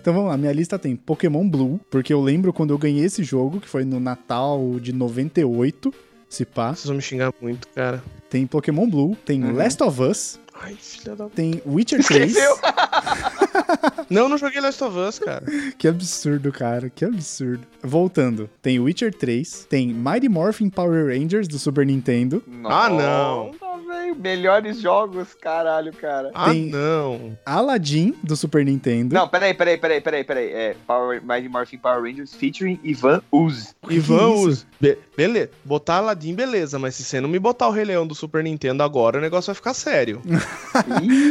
Speaker 2: Então vamos lá, minha lista tem Pokémon Blue, porque eu lembro quando eu ganhei esse jogo, que foi no Natal de 98, se pá.
Speaker 1: Vocês vão me xingar muito, cara.
Speaker 2: Tem Pokémon Blue, tem
Speaker 3: Uhum.
Speaker 2: Last of Us,
Speaker 1: Ai, filha da...
Speaker 2: tem Witcher 3.
Speaker 3: Esqueceu!
Speaker 2: Ah.
Speaker 1: Não, eu não joguei Last of Us, cara.
Speaker 2: Que absurdo, cara, que absurdo. Voltando, tem Witcher 3, tem Mighty Morphin Power Rangers do Super Nintendo,
Speaker 1: Ah, não.
Speaker 3: Nossa, velho, Tá Melhores jogos, caralho, cara.
Speaker 1: Ah,
Speaker 2: Tem-
Speaker 1: não.
Speaker 2: Aladdin do Super Nintendo.
Speaker 3: Não, peraí, peraí, peraí, peraí, peraí. É Power, Mighty Morphin Power Rangers featuring Ivan Uz.
Speaker 2: Que é
Speaker 1: Ivan
Speaker 2: isso?
Speaker 1: usa. Be beleza. Botar Aladdin, beleza. Mas se você não me botar o Rei Leão do Super Nintendo agora, o negócio vai ficar sério.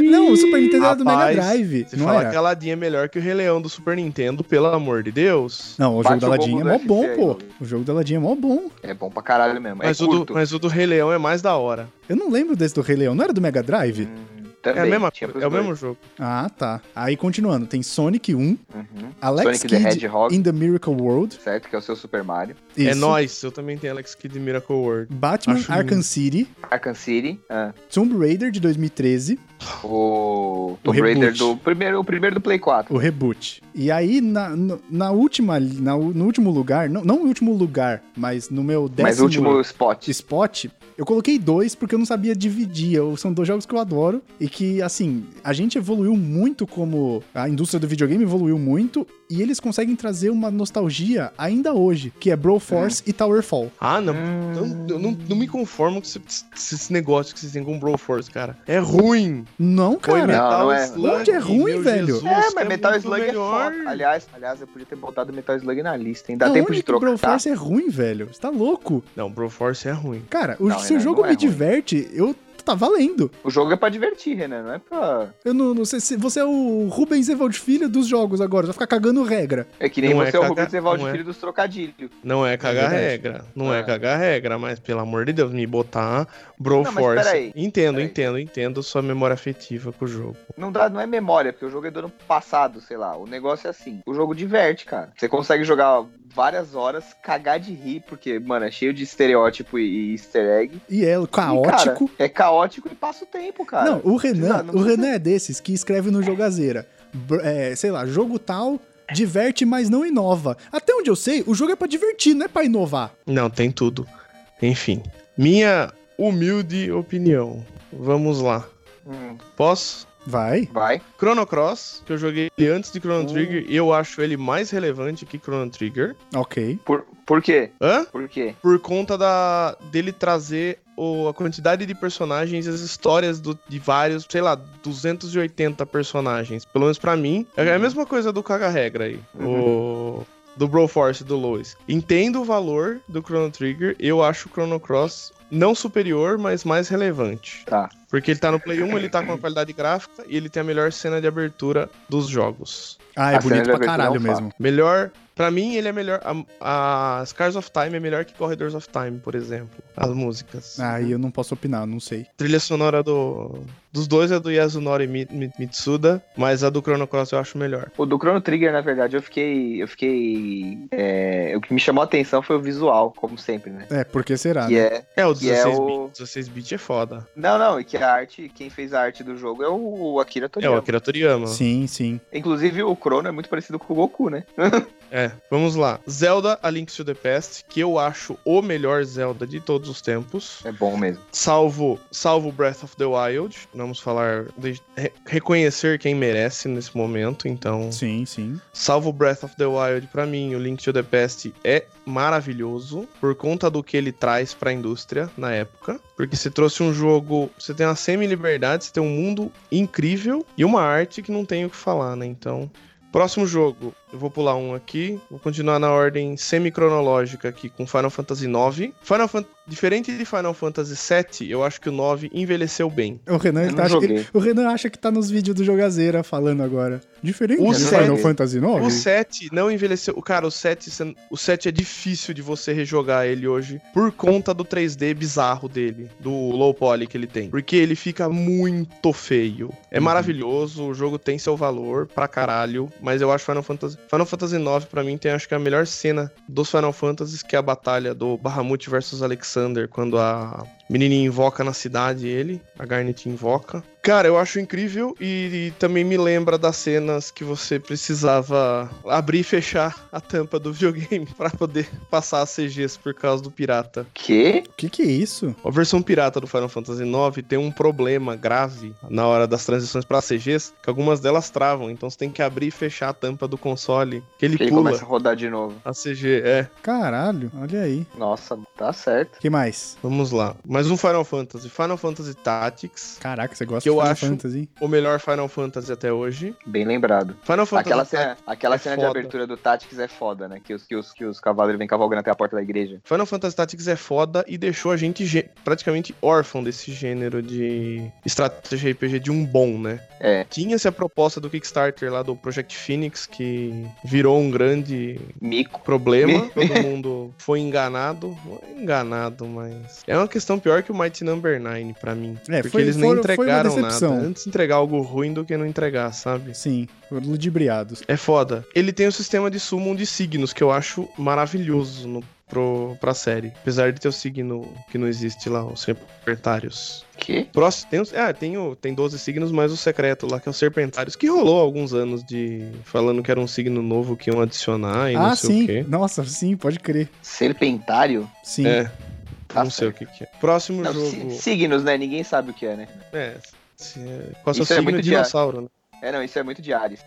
Speaker 2: Não, o Super Nintendo era do Mega
Speaker 1: rapaz,
Speaker 2: Drive,
Speaker 1: Você
Speaker 2: não
Speaker 1: falar
Speaker 2: era?
Speaker 1: que Aladdin é melhor que o Rei Leão do Super Nintendo, pelo amor de Deus.
Speaker 2: Não, o
Speaker 3: Bate
Speaker 2: jogo da
Speaker 3: o
Speaker 2: Aladdin é
Speaker 3: bombo do
Speaker 2: mó
Speaker 3: FC
Speaker 2: bom,
Speaker 3: aí,
Speaker 2: pô.
Speaker 3: Douglas.
Speaker 2: O jogo da Aladdin é mó bom.
Speaker 3: É bom pra caralho mesmo.
Speaker 1: Mas,
Speaker 3: é
Speaker 1: o
Speaker 3: curto.
Speaker 1: do, mas o do Rei Leão é mais da hora.
Speaker 2: Eu não lembro desse do Rei Leão, não era do Mega Drive?
Speaker 3: Hum,
Speaker 1: É,
Speaker 3: também,
Speaker 1: a mesma,
Speaker 3: tinha
Speaker 1: coisa,
Speaker 3: pros
Speaker 1: é o
Speaker 3: dois.
Speaker 1: mesmo jogo.
Speaker 2: Ah, tá. Aí continuando, tem Sonic 1,
Speaker 3: Uhum.
Speaker 2: Alex
Speaker 3: Sonic the
Speaker 2: Kidd
Speaker 3: Hedgehog,
Speaker 2: in the Miracle World,
Speaker 3: certo? Que é o seu Super Mario.
Speaker 2: isso.
Speaker 1: É nóis, eu também tenho Alex Kidd e Miracle World.
Speaker 2: Batman
Speaker 1: Acho
Speaker 2: Arkham
Speaker 1: lindo.
Speaker 2: City,
Speaker 3: Arkham City. ah,
Speaker 2: Tomb Raider de 2013,
Speaker 3: o
Speaker 2: O
Speaker 3: Tomb Raider
Speaker 2: reboot.
Speaker 3: do primeiro, o primeiro do Play 4.
Speaker 2: o reboot. E aí, na, no- na última, na, u- no último lugar, não, não no último lugar, mas no meu décimo
Speaker 3: Mas o último spot.
Speaker 2: spot, eu coloquei dois porque eu não sabia dividir. Eu- são dois jogos que eu adoro e que, assim, a gente evoluiu muito como a indústria do videogame evoluiu muito e eles conseguem trazer uma nostalgia ainda hoje, que é Bro Force e Towerfall.
Speaker 1: Ah, não.
Speaker 3: Hum.
Speaker 1: Eu não, eu não- não me conformo com esse, esse negócio que vocês têm com o Broforce, cara. É ruim.
Speaker 2: Não,
Speaker 1: Foi
Speaker 2: cara.
Speaker 3: mesmo. não é.
Speaker 2: Onde é ruim,
Speaker 1: meu
Speaker 2: velho?
Speaker 1: Jesus,
Speaker 3: É,
Speaker 1: que
Speaker 3: mas Metal
Speaker 1: muito
Speaker 3: Slug
Speaker 1: melhor.
Speaker 3: é foda. Aliás, aliás, eu podia ter botado Metal Slug na lista, hein? Dá
Speaker 2: Da
Speaker 3: tempo
Speaker 2: onde
Speaker 3: de
Speaker 2: que o
Speaker 3: trocar.
Speaker 2: Bro
Speaker 3: Tá?
Speaker 2: Force é ruim, velho? Você tá louco?
Speaker 1: Não, Broforce é ruim.
Speaker 2: Cara, o,
Speaker 3: Não,
Speaker 2: se o
Speaker 3: Renan,
Speaker 2: jogo
Speaker 3: não é
Speaker 2: me
Speaker 3: ruim.
Speaker 2: diverte, eu tá valendo.
Speaker 3: O jogo é pra divertir, Renan, não é pra.
Speaker 2: Eu não, não sei se você é o Rubens Evald Filho dos jogos agora, vai ficar cagando regra.
Speaker 3: É que nem
Speaker 1: Não é
Speaker 3: você é o
Speaker 1: cagar-
Speaker 3: Rubens Evaldo
Speaker 1: não é.
Speaker 3: Filho dos Trocadilhos.
Speaker 1: Não é cagar
Speaker 2: verdade.
Speaker 1: regra. Não é
Speaker 3: É.
Speaker 1: cagar regra, mas pelo amor de Deus, me botar
Speaker 3: Não, mas
Speaker 1: Broforce.
Speaker 3: peraí,
Speaker 1: entendo,
Speaker 3: peraí.
Speaker 1: entendo, entendo sua memória afetiva com o jogo.
Speaker 3: Não, dá, não é memória, porque o jogo é do ano passado, sei lá. O negócio é assim. O jogo diverte, cara. Você consegue jogar várias horas, cagar de rir, porque, mano, é cheio de estereótipo e, e easter egg.
Speaker 2: E é
Speaker 3: E,
Speaker 2: caótico.
Speaker 3: cara, é caótico e passa o tempo, cara.
Speaker 2: não, o Renan,
Speaker 3: precisa- não
Speaker 2: o
Speaker 3: precisa-
Speaker 2: Renan é desses que escreve no Jogazeira. Br- é, sei lá, jogo tal, diverte, mas não inova. Até onde eu sei, o jogo é pra divertir, não é pra inovar.
Speaker 1: Não, tem tudo. Enfim, minha humilde opinião. Vamos lá.
Speaker 3: Hum,
Speaker 1: Posso?
Speaker 2: Vai.
Speaker 3: vai.
Speaker 1: Chrono Cross, que eu joguei ele antes de Chrono Trigger, e eu acho ele mais relevante que Chrono Trigger.
Speaker 2: Ok.
Speaker 3: Por, por quê?
Speaker 1: Hã?
Speaker 3: Por quê?
Speaker 1: Por conta da dele trazer o, a quantidade de personagens, as histórias do- de vários, sei lá, 280 personagens. Pelo menos pra mim, é a mesma coisa do Caga Regra aí. O do Broforce do Lois. Entendo o valor do Chrono Trigger, eu acho o Chrono Cross não superior, mas mais relevante.
Speaker 3: Tá.
Speaker 1: Porque ele tá no Play 1, ele tá com uma qualidade gráfica e ele tem a melhor cena de abertura dos jogos.
Speaker 2: Ah, é
Speaker 3: A cena
Speaker 2: bonito
Speaker 3: de
Speaker 2: pra
Speaker 3: abertura
Speaker 2: caralho
Speaker 3: é um
Speaker 2: mesmo.
Speaker 1: Melhor. Pra mim, ele é melhor. A, a Scars of Time é melhor que Corridors of Time, por exemplo. As músicas.
Speaker 2: Aí eu não posso opinar, não sei.
Speaker 1: Trilha sonora do. Dos dois é do Yasunori Mi- Mi- Mitsuda, mas a do Chrono Cross eu acho melhor.
Speaker 3: O do Chrono Trigger, na verdade, eu fiquei. Eu fiquei. é, o que me chamou a atenção foi o visual, como sempre, né?
Speaker 2: É, porque será?
Speaker 3: Que
Speaker 2: né?
Speaker 3: é,
Speaker 1: É o
Speaker 3: Que é
Speaker 1: 16
Speaker 3: o-
Speaker 1: bit. 16 bit é foda.
Speaker 3: Não, não, e que a arte, quem fez a arte do jogo é o, o Akira
Speaker 1: É o
Speaker 3: Toriyama.
Speaker 1: Akira Toriyama.
Speaker 2: Sim, sim.
Speaker 3: Inclusive, o Crono é muito parecido com o Goku, né?
Speaker 1: É, vamos lá. Zelda A Link to the Past, que eu acho o melhor Zelda de todos os tempos.
Speaker 3: É bom mesmo.
Speaker 1: Salvo, salvo Breath of the Wild. Vamos falar. de- re- reconhecer quem merece nesse momento. Então,
Speaker 2: Sim, sim.
Speaker 1: salvo Breath of the Wild, pra mim, o Link to the Past é maravilhoso por conta do que ele traz pra indústria na época. Porque você trouxe um jogo. Você tem uma semi-liberdade, você tem um mundo incrível e uma arte que não tem o que falar, né? Então. Próximo jogo, Eu vou pular um aqui. Vou continuar na ordem semicronológica aqui com Final Fantasy IX. Final Fan- Diferente de Final Fantasy VII, eu acho que o 9 envelheceu bem.
Speaker 2: O Renan, ele
Speaker 3: Eu
Speaker 2: tá,
Speaker 3: não
Speaker 2: acha que,
Speaker 3: joguei.
Speaker 2: o Renan acha que tá nos vídeos do Jogazeira falando agora. Diferente
Speaker 1: O
Speaker 2: do
Speaker 1: sete-
Speaker 2: Final Fantasy
Speaker 1: O
Speaker 2: IX.
Speaker 1: 7 não envelheceu. Cara, o 7, cê- o 7 é difícil de você rejogar ele hoje por conta do 3D bizarro dele, do low poly que ele tem. Porque ele fica muito feio. É
Speaker 2: Uhum.
Speaker 1: maravilhoso, o jogo tem seu valor pra caralho, mas eu acho Final Fantasy Final Fantasy 9 pra mim tem acho que a melhor cena dos Final Fantasies, que é a batalha do Bahamut versus Alexander quando a menininha invoca na cidade ele, a Garnet invoca. Cara, eu acho incrível e, e também me lembra das cenas que você precisava abrir e fechar a tampa do videogame pra poder passar as CGs por causa do pirata.
Speaker 3: Que?
Speaker 2: O que que é isso?
Speaker 1: A versão pirata do Final Fantasy IX tem um problema grave na hora das transições pra CGs, que algumas delas travam, então você tem que abrir e fechar a tampa do console, que ele
Speaker 3: Ele
Speaker 1: pula
Speaker 3: começa a rodar de novo.
Speaker 1: a CG, é.
Speaker 2: Caralho, olha aí.
Speaker 3: Nossa, tá certo.
Speaker 2: que mais?
Speaker 1: Vamos lá. Mais um Final Fantasy. Final Fantasy Tactics,
Speaker 2: Caraca, você gosta
Speaker 1: Que eu
Speaker 2: de Final
Speaker 1: acho-
Speaker 2: Fantasy, hein?
Speaker 1: o melhor Final Fantasy até hoje.
Speaker 3: Bem lembrado.
Speaker 1: Final Fantasy
Speaker 3: Aquela cena, aquela
Speaker 1: é
Speaker 3: cena de
Speaker 1: foda.
Speaker 3: abertura do Tactics é foda, né? Que os, que os, que os cavaleiros vêm cavalgando até a porta da igreja.
Speaker 1: Final Fantasy Tactics é foda e deixou a gente gê- praticamente órfão desse gênero de estratégia RPG de um bom, né?
Speaker 3: É.
Speaker 1: Tinha-se a proposta do Kickstarter lá do Project Phoenix, que virou um grande
Speaker 3: Mico.
Speaker 1: problema, todo mundo foi enganado. Não é enganado, mas. É uma questão pior que o Mighty Number 9 pra mim.
Speaker 2: É,
Speaker 1: porque
Speaker 2: foi-
Speaker 1: eles nem
Speaker 2: foram- foi uma
Speaker 1: entregaram nada.
Speaker 2: decepção.
Speaker 1: Antes entregar algo ruim do que não entregar, sabe?
Speaker 2: Sim, ludibriados.
Speaker 1: É foda. Ele tem o sistema de summon de signos, que eu acho maravilhoso no, pro, pra série. Apesar de ter o signo que não existe lá, os serpentários.
Speaker 3: Que?
Speaker 1: Próximo, tem, os- ah, tem, o- tem 12 signos, mais o secreto lá, que é o serpentários, que rolou há alguns anos de. falando que era um signo novo que iam adicionar e
Speaker 2: ah,
Speaker 1: não sei o
Speaker 2: sim.
Speaker 1: quê.
Speaker 2: Nossa, sim, pode crer.
Speaker 3: Serpentário?
Speaker 2: Sim.
Speaker 1: É.
Speaker 3: Tá
Speaker 1: não sei o que, que é. Próximo
Speaker 3: Não,
Speaker 1: jogo.
Speaker 3: si- signos, né? Ninguém sabe o que é, né?
Speaker 1: É. se- é- Qual é o seu
Speaker 3: Isso é
Speaker 1: signo?
Speaker 3: muito de
Speaker 1: dinossauro, né?
Speaker 3: É, não, isso é muito de Ares.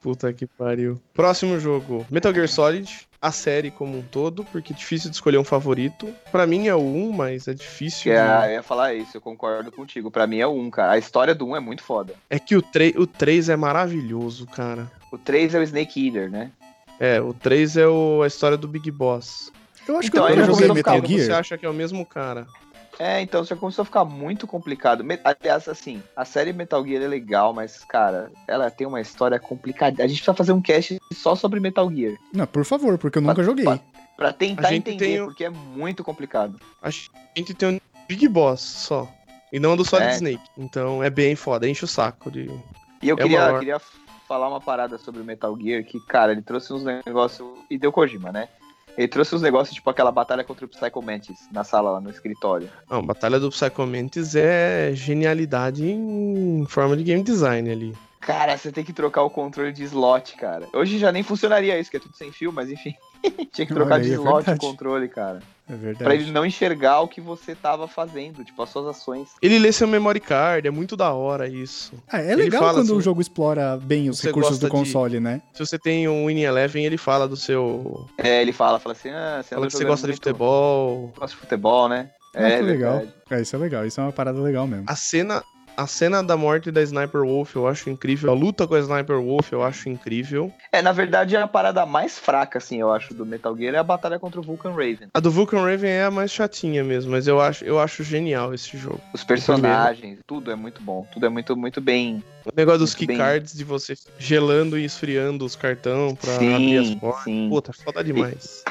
Speaker 1: Puta que pariu. Próximo jogo: Metal Gear Solid. A série como um todo, porque é difícil de escolher um favorito. Pra mim é o 1, mas é
Speaker 3: Que
Speaker 1: difícil.
Speaker 3: é-
Speaker 1: de-
Speaker 3: eu ia falar isso, eu concordo contigo. Pra mim é o 1, cara. A história do 1 é muito foda.
Speaker 1: É que o 3, o 3 é maravilhoso, cara.
Speaker 3: O 3 é o Snake Eater, né?
Speaker 1: É, o 3 é o- a história do Big Boss.
Speaker 2: Eu acho
Speaker 3: Então,
Speaker 2: que eu
Speaker 3: aí
Speaker 2: nunca
Speaker 3: já
Speaker 2: joguei
Speaker 3: começou a
Speaker 2: Metal
Speaker 3: ficar-
Speaker 1: Você
Speaker 2: Gear.
Speaker 1: acha que é o mesmo cara?
Speaker 3: É, então já começou a ficar muito complicado. Me- Aliás, assim, a série Metal Gear é legal, mas, cara, ela tem uma história complicada. A gente precisa fazer um cast só sobre Metal Gear.
Speaker 2: Não, por favor, porque eu nunca joguei. É
Speaker 3: pa- Pra
Speaker 1: A
Speaker 3: tentar
Speaker 1: gente
Speaker 3: entender,
Speaker 1: tem o-
Speaker 3: porque é muito complicado.
Speaker 1: A gente tem o Big Boss só. E não do Solid
Speaker 3: É.
Speaker 1: Snake. Então é bem foda, enche o saco de.
Speaker 3: E eu
Speaker 1: É
Speaker 3: queria,
Speaker 1: uma hora.
Speaker 3: queria falar uma parada sobre o Metal Gear, que, cara, ele trouxe uns negócios. E deu Kojima, né? Ele trouxe uns negócios, tipo aquela batalha contra o Psycho Mantis na sala lá no escritório.
Speaker 1: Não, Batalha do Psycho Mantis é genialidade em forma de game design ali.
Speaker 3: Cara, você tem que trocar o controle de slot, cara. Hoje já nem funcionaria isso, que é tudo sem fio, mas enfim. Tinha que trocar
Speaker 2: Olha
Speaker 3: de
Speaker 2: aí, é
Speaker 3: slot o
Speaker 2: verdade.
Speaker 3: controle, cara.
Speaker 2: É
Speaker 3: Pra
Speaker 2: verdade.
Speaker 3: ele não enxergar o que você tava fazendo, tipo, as suas ações.
Speaker 1: Ele lê seu memory card, é muito da hora isso.
Speaker 2: Ah, é
Speaker 1: ele
Speaker 2: legal
Speaker 1: fala
Speaker 2: quando o
Speaker 1: assim,
Speaker 2: jogo explora bem os
Speaker 1: você
Speaker 2: recursos
Speaker 1: gosta de-
Speaker 2: do console, né?
Speaker 1: Se você tem um Win Eleven, ele fala do seu.
Speaker 3: É, ele fala, fala assim, ah, você
Speaker 1: Fala
Speaker 3: anda
Speaker 1: que você
Speaker 3: jogando
Speaker 1: gosta de
Speaker 3: muito-
Speaker 1: futebol.
Speaker 3: Gosta de futebol, né?
Speaker 2: Ah, que legal.
Speaker 3: verdade.
Speaker 2: É, isso é legal, isso é uma parada legal mesmo.
Speaker 1: A cena. A cena da morte da Sniper Wolf eu acho incrível. A luta com a Sniper Wolf eu acho incrível.
Speaker 3: É, na verdade, a parada mais fraca, assim, eu acho, do Metal Gear é a batalha contra o Vulcan Raven.
Speaker 1: A do Vulcan Raven é a mais chatinha mesmo, mas eu acho, eu acho genial esse jogo.
Speaker 3: Os personagens, tudo é muito bom. Tudo é muito, muito bem.
Speaker 1: O negócio dos
Speaker 3: Muito bem.
Speaker 1: keycards de você gelando e esfriando os cartão pra abrir as
Speaker 3: sim,
Speaker 1: portas.
Speaker 3: sim.
Speaker 1: Puta, foda demais.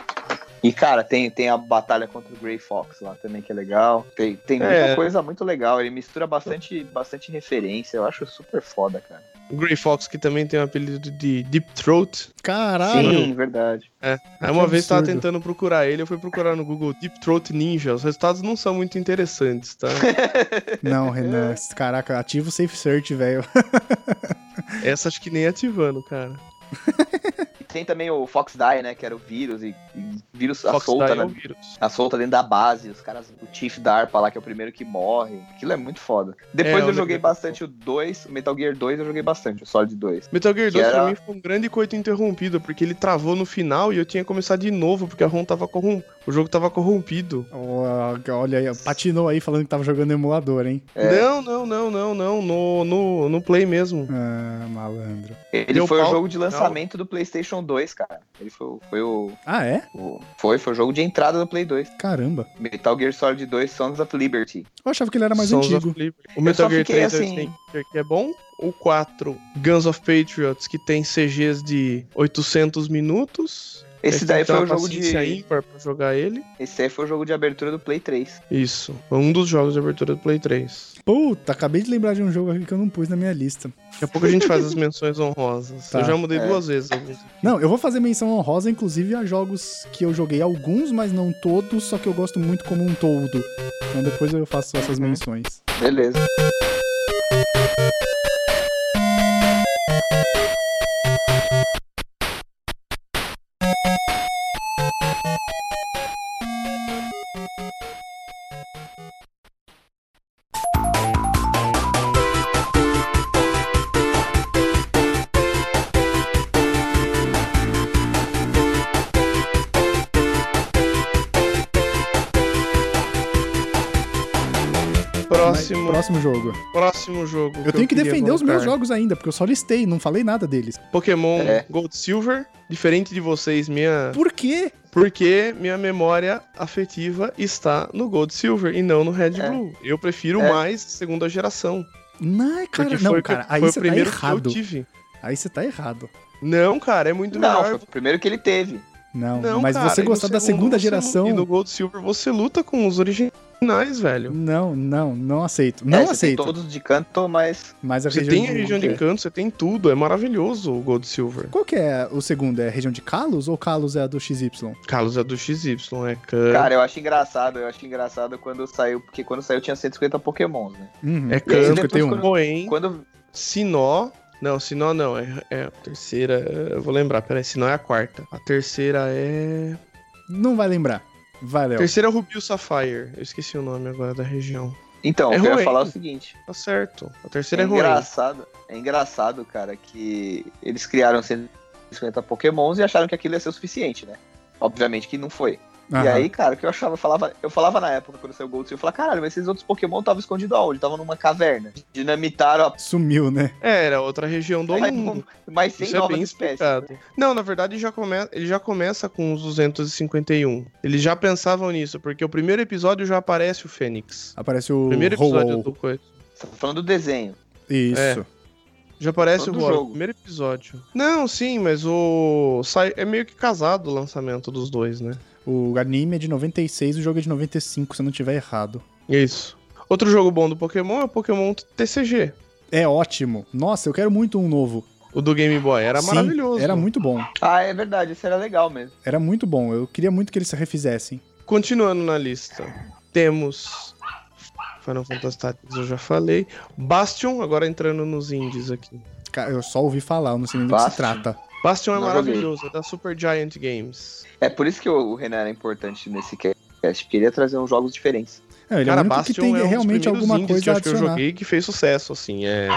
Speaker 3: E, cara, tem, tem a batalha contra o Grey Fox lá também, que é legal. Tem, tem
Speaker 1: É.
Speaker 3: muita coisa muito legal. Ele mistura bastante, bastante referência. Eu acho super foda, cara.
Speaker 1: O Grey Fox, que também tem o apelido de Deep Throat.
Speaker 2: Caralho!
Speaker 3: Sim, verdade.
Speaker 1: Aí É uma
Speaker 2: Que
Speaker 1: vez eu tava
Speaker 2: absurdo.
Speaker 1: tentando procurar ele, eu fui procurar no Google Deep Throat Ninja. Os resultados não são muito interessantes, tá?
Speaker 2: Não, Renan, caraca, ativa o Safe Search, velho.
Speaker 1: Essa acho que nem ativando, cara.
Speaker 3: E tem também o Fox Die, né? Que era o vírus e, e vírus a
Speaker 1: Fox
Speaker 3: solta,
Speaker 1: Die é
Speaker 3: né?
Speaker 1: um vírus.
Speaker 3: A solta dentro da base, os caras, o Chief da Arpa lá, que é o primeiro que morre. Aquilo é muito foda. Depois
Speaker 1: É,
Speaker 3: eu
Speaker 1: o
Speaker 3: joguei
Speaker 1: Metal Gear
Speaker 3: bastante o 2, o Metal Gear 2 eu joguei bastante, o Solid 2.
Speaker 1: Metal Gear
Speaker 3: Que
Speaker 1: 2 pra
Speaker 3: era-
Speaker 1: mim foi um grande coito interrompido, porque ele travou no final e eu tinha que começar de novo, porque a ROM tava corrom- O jogo tava corrompido.
Speaker 2: Ó, Olha aí, patinou aí falando que tava jogando emulador, hein?
Speaker 3: É.
Speaker 1: Não, não, não, não, não. No, no, no Play mesmo.
Speaker 2: Ah, malandro.
Speaker 3: Ele
Speaker 1: Deu
Speaker 3: foi
Speaker 1: pau?
Speaker 3: o jogo de
Speaker 1: Não.
Speaker 3: lançamento do PlayStation 2, cara. Ele foi, o- foi o,
Speaker 2: Ah, é?
Speaker 3: o- Foi, foi o jogo de entrada do Play 2.
Speaker 2: Caramba.
Speaker 3: Metal Gear Solid 2 Sons of Liberty.
Speaker 2: Eu achava que ele era mais
Speaker 1: Sons
Speaker 2: antigo.
Speaker 1: of Liberty. O Metal
Speaker 3: só
Speaker 1: Gear
Speaker 3: fiquei
Speaker 1: 3 assim...
Speaker 3: assim-
Speaker 1: que é bom. O 4, Guns of Patriots, que tem CGs de 800 minutos.
Speaker 3: Esse daí foi o jogo de.
Speaker 1: então tá aí pra, pra jogar ele.
Speaker 3: Esse aí foi o jogo de abertura do Play 3.
Speaker 1: Isso. Foi um dos jogos de abertura do Play 3.
Speaker 2: Puta, acabei de lembrar de um jogo aqui que eu não pus na minha lista.
Speaker 1: Daqui a pouco a gente faz as menções honrosas.
Speaker 2: Tá.
Speaker 1: Eu já mudei
Speaker 3: É.
Speaker 1: duas vezes. alguns.
Speaker 2: Não, eu vou fazer menção honrosa, inclusive, a jogos que eu joguei alguns, mas não todos, só que eu gosto muito como um todo. Então depois eu faço essas
Speaker 1: Uhum.
Speaker 2: menções.
Speaker 3: Beleza.
Speaker 1: Próximo,
Speaker 2: Próximo jogo.
Speaker 1: próximo jogo.
Speaker 2: Eu tenho que
Speaker 1: queria
Speaker 2: defender os meus
Speaker 1: colocar.
Speaker 2: jogos ainda, porque eu só listei, não falei nada deles.
Speaker 1: Pokémon
Speaker 3: É.
Speaker 1: Gold Silver. Diferente de vocês, minha.
Speaker 2: Por quê?
Speaker 1: Porque minha memória afetiva está no Gold Silver e não no Red
Speaker 3: É.
Speaker 1: Blue. Eu prefiro
Speaker 3: É.
Speaker 1: mais segunda geração.
Speaker 2: Não, cara,
Speaker 1: Porque
Speaker 2: não,
Speaker 1: foi, o que-
Speaker 2: cara, aí
Speaker 1: foi o
Speaker 2: você tá
Speaker 1: primeiro que eu
Speaker 2: errado.
Speaker 1: tive.
Speaker 2: Aí você tá errado.
Speaker 1: Não, cara, é muito
Speaker 3: Não, foi
Speaker 1: melhor.
Speaker 3: o primeiro que ele teve.
Speaker 2: Não,
Speaker 1: Não,
Speaker 2: mas
Speaker 1: cara,
Speaker 2: você
Speaker 1: e no
Speaker 2: gostar da
Speaker 1: segundo
Speaker 2: segunda
Speaker 1: você lu-
Speaker 2: geração.
Speaker 1: E no Gold Silver você luta com os originais, velho.
Speaker 2: Não, não, não aceito.
Speaker 3: É,
Speaker 2: Não
Speaker 3: você
Speaker 2: aceito.
Speaker 3: Tem todos de canto, mas.
Speaker 2: Mas a
Speaker 1: Você
Speaker 2: região
Speaker 1: tem a
Speaker 2: de...
Speaker 1: região de canto, você tem tudo. É maravilhoso o Gold Silver.
Speaker 2: Qual que é o segundo? É a região de Kalos ou Kalos é a do XY?
Speaker 1: Carlos é do XY, é
Speaker 3: Cara, eu acho engraçado. Eu acho engraçado quando saiu. Porque quando saiu tinha 150 Pokémons, né?
Speaker 2: Uhum.
Speaker 1: É
Speaker 3: depois
Speaker 1: canto, tem um
Speaker 3: quando-
Speaker 1: Boen,
Speaker 3: Quando.
Speaker 1: Sinó. Não, Sinó não. É, é a terceira. Eu vou lembrar, peraí. Sinó é a quarta. A terceira é.
Speaker 2: Não vai lembrar. Vai,
Speaker 1: A
Speaker 2: Léo.
Speaker 1: terceira é Rubil Sapphire. Eu esqueci o nome agora da região.
Speaker 3: Então,
Speaker 1: É
Speaker 3: o que eu
Speaker 1: ruim.
Speaker 3: ia falar é o seguinte.
Speaker 1: Tá certo. A terceira
Speaker 3: É
Speaker 1: é, ruim.
Speaker 3: engraçado, é engraçado, cara, que eles criaram 150 pokémons e acharam que aquilo ia ser o suficiente, né? Obviamente que não foi. E
Speaker 2: Aham.
Speaker 3: aí, cara, o que eu achava, eu falava, eu falava na época quando saiu o Gold Silver, eu falava, caralho, mas esses outros Pokémon estavam escondidos aonde? Estavam numa caverna. Dinamitaram a
Speaker 2: Sumiu, né?
Speaker 1: É, era outra região do
Speaker 3: porra,
Speaker 1: mundo.
Speaker 3: mas sem
Speaker 1: Isso é
Speaker 3: novas
Speaker 1: bem
Speaker 3: espécies.
Speaker 1: explicado. Não, na verdade já come... ele já começa com os 251. Eles já pensavam nisso, porque o primeiro episódio já aparece o Fênix.
Speaker 2: Aparece o
Speaker 1: O primeiro episódio
Speaker 2: Ho-Oh.
Speaker 1: do coisa.
Speaker 3: Você tá falando do desenho.
Speaker 2: Isso.
Speaker 1: Já aparece o
Speaker 3: Todo
Speaker 1: Roar,
Speaker 3: jogo.
Speaker 1: primeiro episódio. Não, sim, mas o. sai- É meio que casado o lançamento dos dois, né?
Speaker 2: O anime é de 96, o jogo é de 95, se eu não tiver errado.
Speaker 1: É Isso. Outro jogo bom do Pokémon é o Pokémon TCG.
Speaker 2: É ótimo. Nossa, eu quero muito um novo.
Speaker 1: O do Game Boy. Era
Speaker 2: Sim,
Speaker 1: maravilhoso.
Speaker 2: Era muito bom.
Speaker 3: Ah, é verdade, isso era legal mesmo.
Speaker 2: Era muito bom. Eu queria muito que eles se refizessem.
Speaker 1: Continuando na lista, temos. Final Fantasy Tactics, eu já falei. Bastion, agora entrando nos indies aqui.
Speaker 2: Cara, eu só ouvi falar, eu não sei nem do que se
Speaker 3: Fácil.
Speaker 2: trata.
Speaker 1: Bastion é
Speaker 3: Não joguei.
Speaker 1: maravilhoso, é da Super Giant Games.
Speaker 3: É por isso que o Renan era importante nesse cast, porque ele ia trazer uns jogos diferentes.
Speaker 2: É, ele é o único que tem
Speaker 1: um dos
Speaker 2: realmente
Speaker 1: primeiros
Speaker 2: alguma
Speaker 1: indies
Speaker 2: coisa
Speaker 1: que eu
Speaker 2: a
Speaker 1: acho que eu
Speaker 2: adicionar.
Speaker 1: joguei que fez sucesso, assim. É...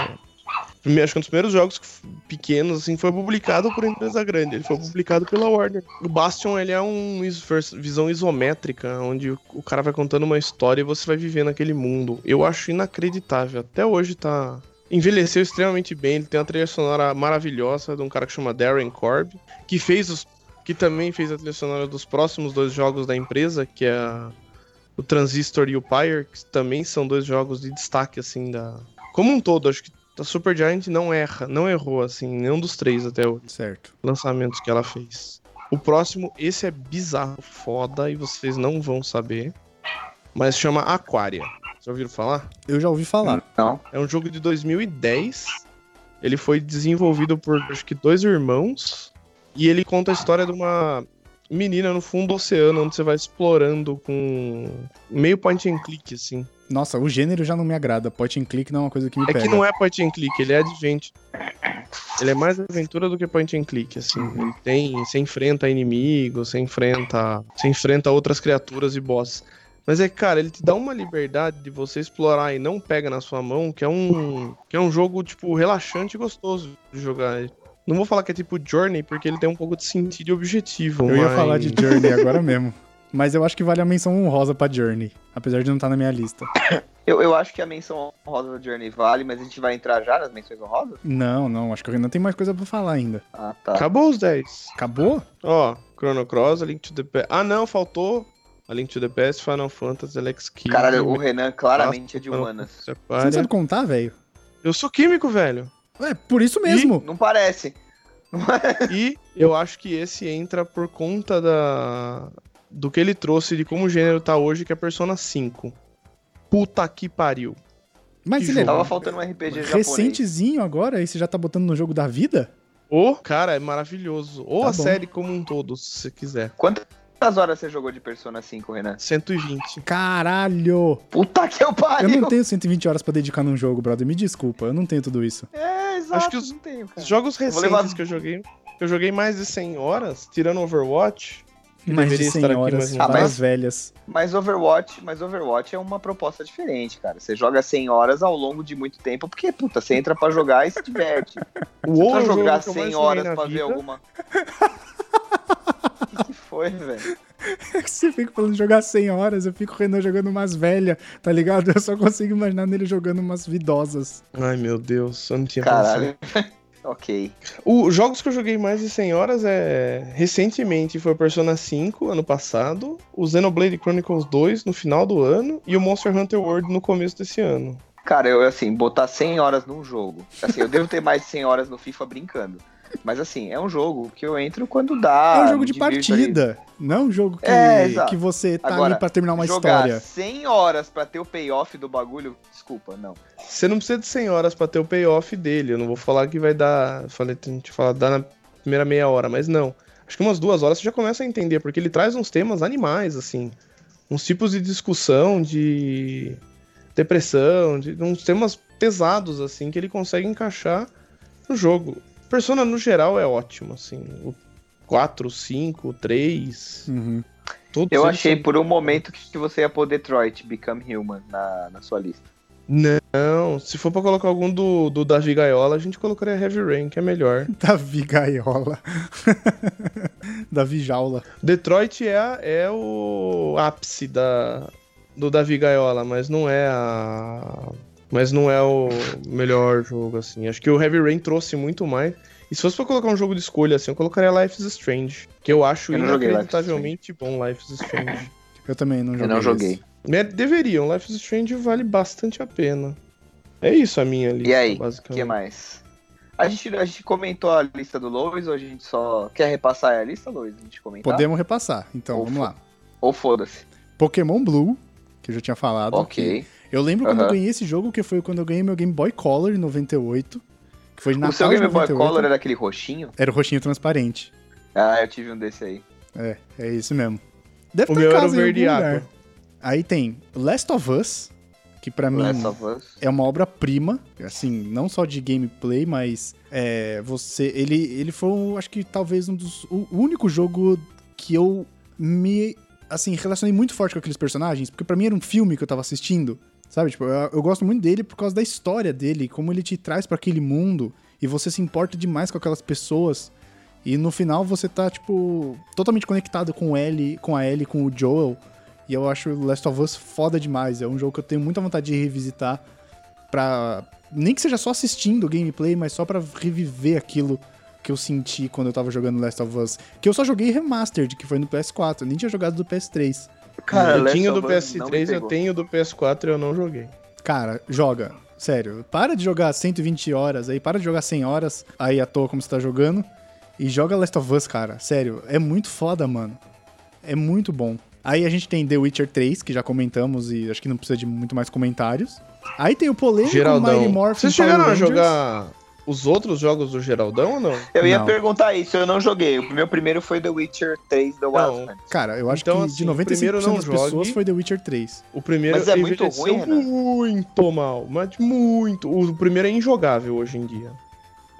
Speaker 1: Primeiro, acho que um dos primeiros jogos que f- pequenos, assim, foi publicado por empresa grande. Ele foi publicado pela Warner. O Bastion, ele é um is- vers- visão isométrica, onde o- o cara vai contando uma história e você vai vivendo aquele mundo. Eu acho inacreditável. Até hoje tá... Envelheceu extremamente bem, ele tem uma trilha sonora maravilhosa de um cara que chama Darren Corb, que fez os... que também fez a trilha sonora dos próximos dois jogos da empresa, que é a o Transistor e o Pyre, que também são dois jogos de destaque, assim, da. Como um todo, acho que a Supergiant não erra, não errou, assim, nenhum dos três até os
Speaker 2: Certo.
Speaker 1: lançamentos que ela fez. O próximo, esse é bizarro, foda, e vocês não vão saber, mas chama Aquaria. Vocês já ouviram falar?
Speaker 2: Eu já ouvi falar.
Speaker 3: Não?
Speaker 1: É um jogo de 2010. Ele foi desenvolvido por acho que dois irmãos. E ele conta a história de uma menina no fundo do oceano, onde você vai explorando com meio point and click, assim.
Speaker 2: Nossa, o gênero já não me agrada. Point and click não é uma coisa que me
Speaker 1: É
Speaker 2: pega.
Speaker 1: que não é point and click, ele é advent. Ele é mais aventura do que point and click, assim. Ele Tem, você enfrenta inimigos, você enfrenta, você enfrenta outras criaturas e bosses. Mas é, que, cara, ele te dá uma liberdade de você explorar e não pega na sua mão, que é um, que é um jogo tipo relaxante e gostoso de jogar. Não vou falar que é tipo Journey, porque ele tem um pouco de sentido e objetivo.
Speaker 2: Eu ia
Speaker 1: mas-
Speaker 2: falar de Journey agora mesmo. Mas eu acho que vale a menção honrosa pra Journey, apesar de não estar na minha lista.
Speaker 3: Eu, eu acho que a menção honrosa da Journey vale, mas a gente vai entrar já nas menções honrosas?
Speaker 2: Não, não, acho que eu ainda tenho mais coisa pra falar ainda.
Speaker 3: Ah, tá.
Speaker 1: Acabou os 10.
Speaker 2: Acabou?
Speaker 1: Ó, Chrono Cross, A Link to the Past. Ah, não, faltou. A Link to the Past, Final Fantasy, Alex Kidd.
Speaker 3: Caralho, o Renan claramente é de
Speaker 1: Final
Speaker 3: humanas.
Speaker 1: Fantasy
Speaker 2: Você não
Speaker 1: Aquaria.
Speaker 2: sabe contar, velho?
Speaker 1: Eu sou químico, velho.
Speaker 2: É, por isso mesmo.
Speaker 3: Não parece.
Speaker 1: E eu acho que esse entra por conta da do que ele trouxe de como o gênero tá hoje, que é Persona 5. Puta que pariu.
Speaker 2: Mas
Speaker 1: que
Speaker 2: ele é
Speaker 1: jogo.
Speaker 3: Tava faltando um RPG japonês.
Speaker 2: recentezinho agora, e você já tá botando no jogo da vida?
Speaker 1: Ô, cara, é maravilhoso. Ou
Speaker 2: Tá
Speaker 1: a
Speaker 2: bom.
Speaker 1: série como um todo, se você quiser.
Speaker 3: Quantas horas você jogou de Persona 5, Renan?
Speaker 1: 120.
Speaker 2: Caralho!
Speaker 3: Puta que Ah, eu
Speaker 2: Eu
Speaker 3: pariu! É,
Speaker 2: não tenho 120 horas pra dedicar num jogo, brother. Me desculpa, eu não tenho tudo isso.
Speaker 3: É, exato,
Speaker 1: Acho que os-
Speaker 3: não tenho, cara.
Speaker 1: Os jogos
Speaker 3: Vou
Speaker 1: recentes
Speaker 3: levar-
Speaker 1: que eu joguei, que eu joguei mais de 100 horas, tirando Overwatch. que
Speaker 2: Mais de
Speaker 1: deveria
Speaker 2: 100
Speaker 1: estar aqui,
Speaker 2: horas,
Speaker 1: mas não
Speaker 3: tá.
Speaker 2: várias
Speaker 3: Ah, mas-
Speaker 2: velhas.
Speaker 3: Mas Overwatch, mas Overwatch é uma proposta diferente, cara. Você joga 100 horas ao longo de muito tempo, porque, puta, você entra pra jogar e se diverte.
Speaker 1: O
Speaker 3: Você pra
Speaker 1: é um jogo
Speaker 3: jogar
Speaker 1: que eu mais
Speaker 3: 100
Speaker 1: joguei
Speaker 3: horas
Speaker 1: na
Speaker 3: pra ver
Speaker 1: vida.
Speaker 3: alguma... O que, que foi, velho?
Speaker 2: Você fica falando de jogar 100 horas, eu fico o Renan jogando umas velhas, tá ligado? Eu só consigo imaginar nele jogando umas vidosas.
Speaker 1: Ai, meu Deus, eu não tinha pensado.
Speaker 3: Caralho. ok.
Speaker 1: Os jogos que eu joguei mais de 100 horas é recentemente foi o Persona 5 ano passado, o Xenoblade Chronicles 2 no final do ano e o Monster Hunter World no começo desse ano.
Speaker 3: Cara, eu, assim, botar 100 horas num jogo. Assim, eu devo ter mais de 100 horas no FIFA brincando. Mas, assim, é um jogo que eu entro quando dá.
Speaker 2: é um jogo
Speaker 3: Ah, me
Speaker 2: de
Speaker 3: divirto ali.
Speaker 2: partida, não é um jogo que,
Speaker 3: É, exato.
Speaker 2: que você tá
Speaker 3: Agora,
Speaker 2: ali pra terminar uma
Speaker 3: Jogar
Speaker 2: história.
Speaker 3: 100 horas pra ter o payoff do bagulho, desculpa, não.
Speaker 1: Você não precisa de 100 horas pra ter o payoff dele. Eu não vou falar que vai dar, falei, te falar dar na primeira meia hora, mas não. Acho que umas duas horas você já começa a entender porque ele traz uns temas animais assim, uns tipos de discussão de depressão, de uns temas pesados assim que ele consegue encaixar no jogo. Persona no geral é ótimo assim. O 4, 5, 3,
Speaker 2: Uhum.
Speaker 1: todos
Speaker 3: Eu
Speaker 1: eles
Speaker 3: achei
Speaker 1: são-
Speaker 3: por um momento que você ia pôr Detroit Become Human na, na sua lista.
Speaker 1: Não, se for pra colocar algum do, do Davi Gaiola, a gente colocaria Heavy Rain, que é melhor.
Speaker 2: Davi Gaiola. Davi Jaula.
Speaker 1: Detroit é, a- é o ápice da, do Davi Gaiola, mas não é a. Mas não é o melhor jogo, assim. Acho que o Heavy Rain trouxe muito mais. E se fosse pra colocar um jogo de escolha, assim, eu colocaria Life is Strange. Que eu acho
Speaker 3: Eu não joguei Life is
Speaker 1: inacreditavelmente bom Life is Strange.
Speaker 2: Eu também não joguei.
Speaker 3: Eu não
Speaker 2: esse.
Speaker 3: joguei.
Speaker 1: Né, Deveriam, Life is Strange vale bastante a pena. É isso a minha lista,
Speaker 3: aí, O
Speaker 2: Então,
Speaker 1: basicamente.
Speaker 3: que mais?
Speaker 2: é.
Speaker 3: A gente, a gente comentou a lista do Lois, ou a gente só quer repassar a lista, Lois? A gente comentar?
Speaker 2: Podemos repassar. Então,
Speaker 3: Ou
Speaker 2: vamos lá.
Speaker 3: Ou foda-se.
Speaker 2: Pokémon Blue, que eu já tinha falado. que
Speaker 3: Ok.
Speaker 2: Eu lembro quando eu
Speaker 3: Aham.
Speaker 2: ganhei esse jogo, que foi quando eu ganhei meu Game Boy Color em 98. Que foi de Natal
Speaker 3: o seu
Speaker 2: de
Speaker 3: Game Boy
Speaker 2: 98.
Speaker 3: Color era aquele roxinho?
Speaker 2: Era o roxinho transparente.
Speaker 3: Ah, eu tive um desse aí.
Speaker 2: É, é isso mesmo. Deve
Speaker 1: O
Speaker 2: estar
Speaker 1: meu
Speaker 2: em
Speaker 1: era o
Speaker 2: casa em
Speaker 1: verde
Speaker 2: algum
Speaker 1: água.
Speaker 2: lugar. Aí tem Last of Us, que pra mim
Speaker 3: Last of Us.
Speaker 2: é uma obra-prima, assim, não só de gameplay, mas é, você, ele, ele foi, um, acho que talvez um dos, o único jogo que eu me, assim, relacionei muito forte com aqueles personagens, porque pra mim era um filme que eu tava assistindo, sabe? Tipo, eu, eu gosto muito dele por causa da história dele, como ele te traz pra aquele mundo e você se importa demais com aquelas pessoas. E no final você tá, tipo, totalmente conectado com o Ellie, com a Ellie, com o Joel. E eu acho Last of Us foda demais. É um jogo que eu tenho muita vontade de revisitar pra. Nem que seja só assistindo o gameplay, mas só pra reviver aquilo que eu senti quando eu tava jogando Last of Us. Que eu só joguei Remastered, que foi no PS4. Eu nem tinha jogado do PS3.
Speaker 1: eu
Speaker 3: Last
Speaker 1: tinha
Speaker 3: of
Speaker 1: do
Speaker 3: Us não me
Speaker 1: PS3, eu
Speaker 3: pegou.
Speaker 1: tenho do PS4 e eu não joguei.
Speaker 2: Cara, joga. Sério. Para de jogar 120 horas aí, para de jogar 100 horas aí à toa como você tá jogando. E joga Last of Us, cara. Sério. É muito foda, mano. É muito bom. Aí a gente tem The Witcher 3, que já comentamos e acho que não precisa de muito mais comentários. Aí tem o polêmico Mighty
Speaker 1: Geraldão.
Speaker 2: Morphin
Speaker 1: Vocês chegaram
Speaker 2: Power
Speaker 1: a
Speaker 2: Rangers.
Speaker 1: jogar os outros jogos do Geraldão ou não?
Speaker 3: Eu ia
Speaker 2: Não.
Speaker 3: perguntar isso, eu não joguei. O meu primeiro foi The Witcher 3 The
Speaker 1: Não.
Speaker 3: Wildlands.
Speaker 2: Cara, eu acho
Speaker 1: Então,
Speaker 2: que
Speaker 1: assim,
Speaker 2: de
Speaker 1: o
Speaker 2: 95%
Speaker 1: primeiro não
Speaker 2: das pessoas
Speaker 1: jogue.
Speaker 2: foi The Witcher 3.
Speaker 1: O primeiro
Speaker 3: Mas é muito
Speaker 1: envelheceu
Speaker 3: ruim, Renan.
Speaker 1: muito mal, mas muito. O primeiro é injogável hoje em dia.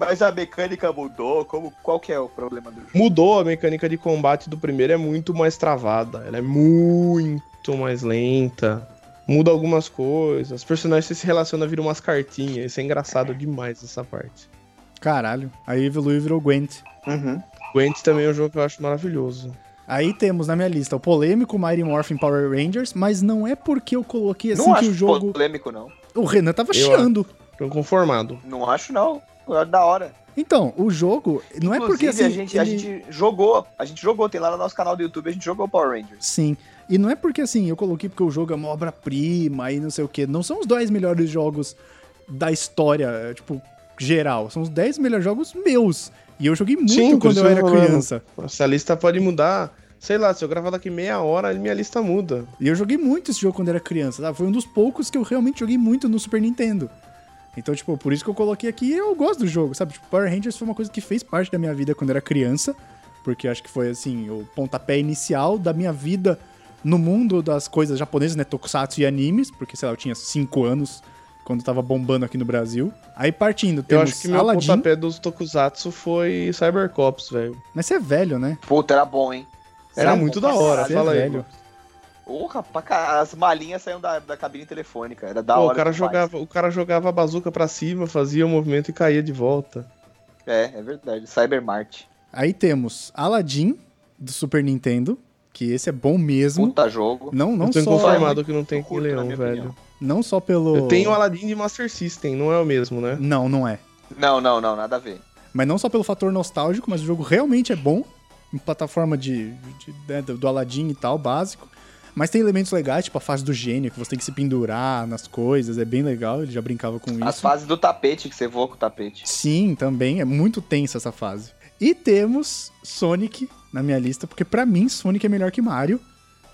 Speaker 3: Mas a mecânica mudou, como, qual que é o problema do jogo?
Speaker 1: Mudou a mecânica de combate do primeiro, é muito mais travada, ela é muito mais lenta. Muda algumas coisas, os personagens se relacionam, viram umas cartinhas, isso é engraçado demais essa parte.
Speaker 2: Caralho. Aí evoluiu e virou Gwent.
Speaker 3: Uhum.
Speaker 1: Gwent também é um jogo que eu acho maravilhoso.
Speaker 2: Aí temos na minha lista o polêmico Mighty Morphin Power Rangers, mas não é porque eu coloquei assim
Speaker 3: não
Speaker 2: que
Speaker 3: acho
Speaker 2: o jogo.
Speaker 3: polêmico, não.
Speaker 2: O Renan tava
Speaker 1: Eu-
Speaker 2: chiando.
Speaker 1: Tô conformado.
Speaker 3: Não acho, não. Eu acho da hora.
Speaker 2: Então, o jogo, não é porque assim.
Speaker 3: a gente, a
Speaker 2: ele-
Speaker 3: gente jogou. A gente jogou, tem lá no nosso canal do YouTube, a gente jogou Power Rangers.
Speaker 2: Sim. E não é porque assim, eu coloquei porque o jogo é uma obra-prima e não sei o quê. Não são os 10 melhores jogos da história, tipo, geral. São os 10 melhores jogos meus. E eu joguei muito
Speaker 1: Sim, por
Speaker 2: quando
Speaker 1: isso eu
Speaker 2: eu era
Speaker 1: tô falando.
Speaker 2: criança.
Speaker 1: Essa lista pode mudar. Sei lá, se eu gravar daqui meia hora, minha lista muda.
Speaker 2: E eu joguei muito esse jogo quando era criança, tá? Foi um dos poucos que eu realmente joguei muito no Super Nintendo. Então, tipo, por isso que eu coloquei aqui e eu gosto do jogo, sabe? Tipo, Power Rangers foi uma coisa que fez parte da minha vida quando era criança, porque acho que foi, assim, o pontapé inicial da minha vida no mundo das coisas japonesas, né? Tokusatsu e animes, porque, sei lá, eu tinha 5 anos quando tava bombando aqui no Brasil. Aí partindo,
Speaker 1: Eu
Speaker 2: temos
Speaker 1: acho que meu
Speaker 2: Aladdin,
Speaker 1: pontapé dos Tokusatsu foi Cybercops, velho.
Speaker 2: mas você é velho, né?
Speaker 3: Puta, era bom, hein?
Speaker 1: Era
Speaker 3: Cyber
Speaker 1: muito da
Speaker 3: Cops,
Speaker 1: hora,
Speaker 2: você
Speaker 3: caralho.
Speaker 2: é
Speaker 1: fala aí.
Speaker 2: velho.
Speaker 3: Porra, pra ca- as malinhas saíam da, da cabine telefônica. Era da
Speaker 1: Pô,
Speaker 3: hora.
Speaker 1: o cara
Speaker 3: demais.
Speaker 1: jogava, o cara jogava a bazuca pra cima, fazia o movimento e caía de volta.
Speaker 3: É, é verdade. Cybermart.
Speaker 2: Aí temos Aladdin, do Super Nintendo, que esse é bom mesmo.
Speaker 3: Puta jogo.
Speaker 2: Não, não
Speaker 1: eu tô
Speaker 2: só,
Speaker 1: inconformado que não tem
Speaker 3: Eu
Speaker 1: Rei
Speaker 3: curto, na
Speaker 1: Leão,
Speaker 3: minha
Speaker 1: velho.
Speaker 3: opinião.
Speaker 2: não só pelo.
Speaker 1: Eu tenho o Aladdin de Master System, não é o mesmo, né?
Speaker 2: Não, não é.
Speaker 3: Não, não, não, nada a ver.
Speaker 2: Mas não só pelo fator nostálgico, mas o jogo realmente é bom. Em plataforma de, de- né, do do Aladdin e tal, básico. Mas tem elementos legais, tipo a fase do gênio, que você tem que se pendurar nas coisas, é bem legal, ele já brincava com
Speaker 3: As
Speaker 2: isso.
Speaker 3: fases do tapete que você voa com o tapete.
Speaker 2: Sim, também, é muito tensa essa fase. E temos Sonic na minha lista, porque pra mim Sonic é melhor que Mario.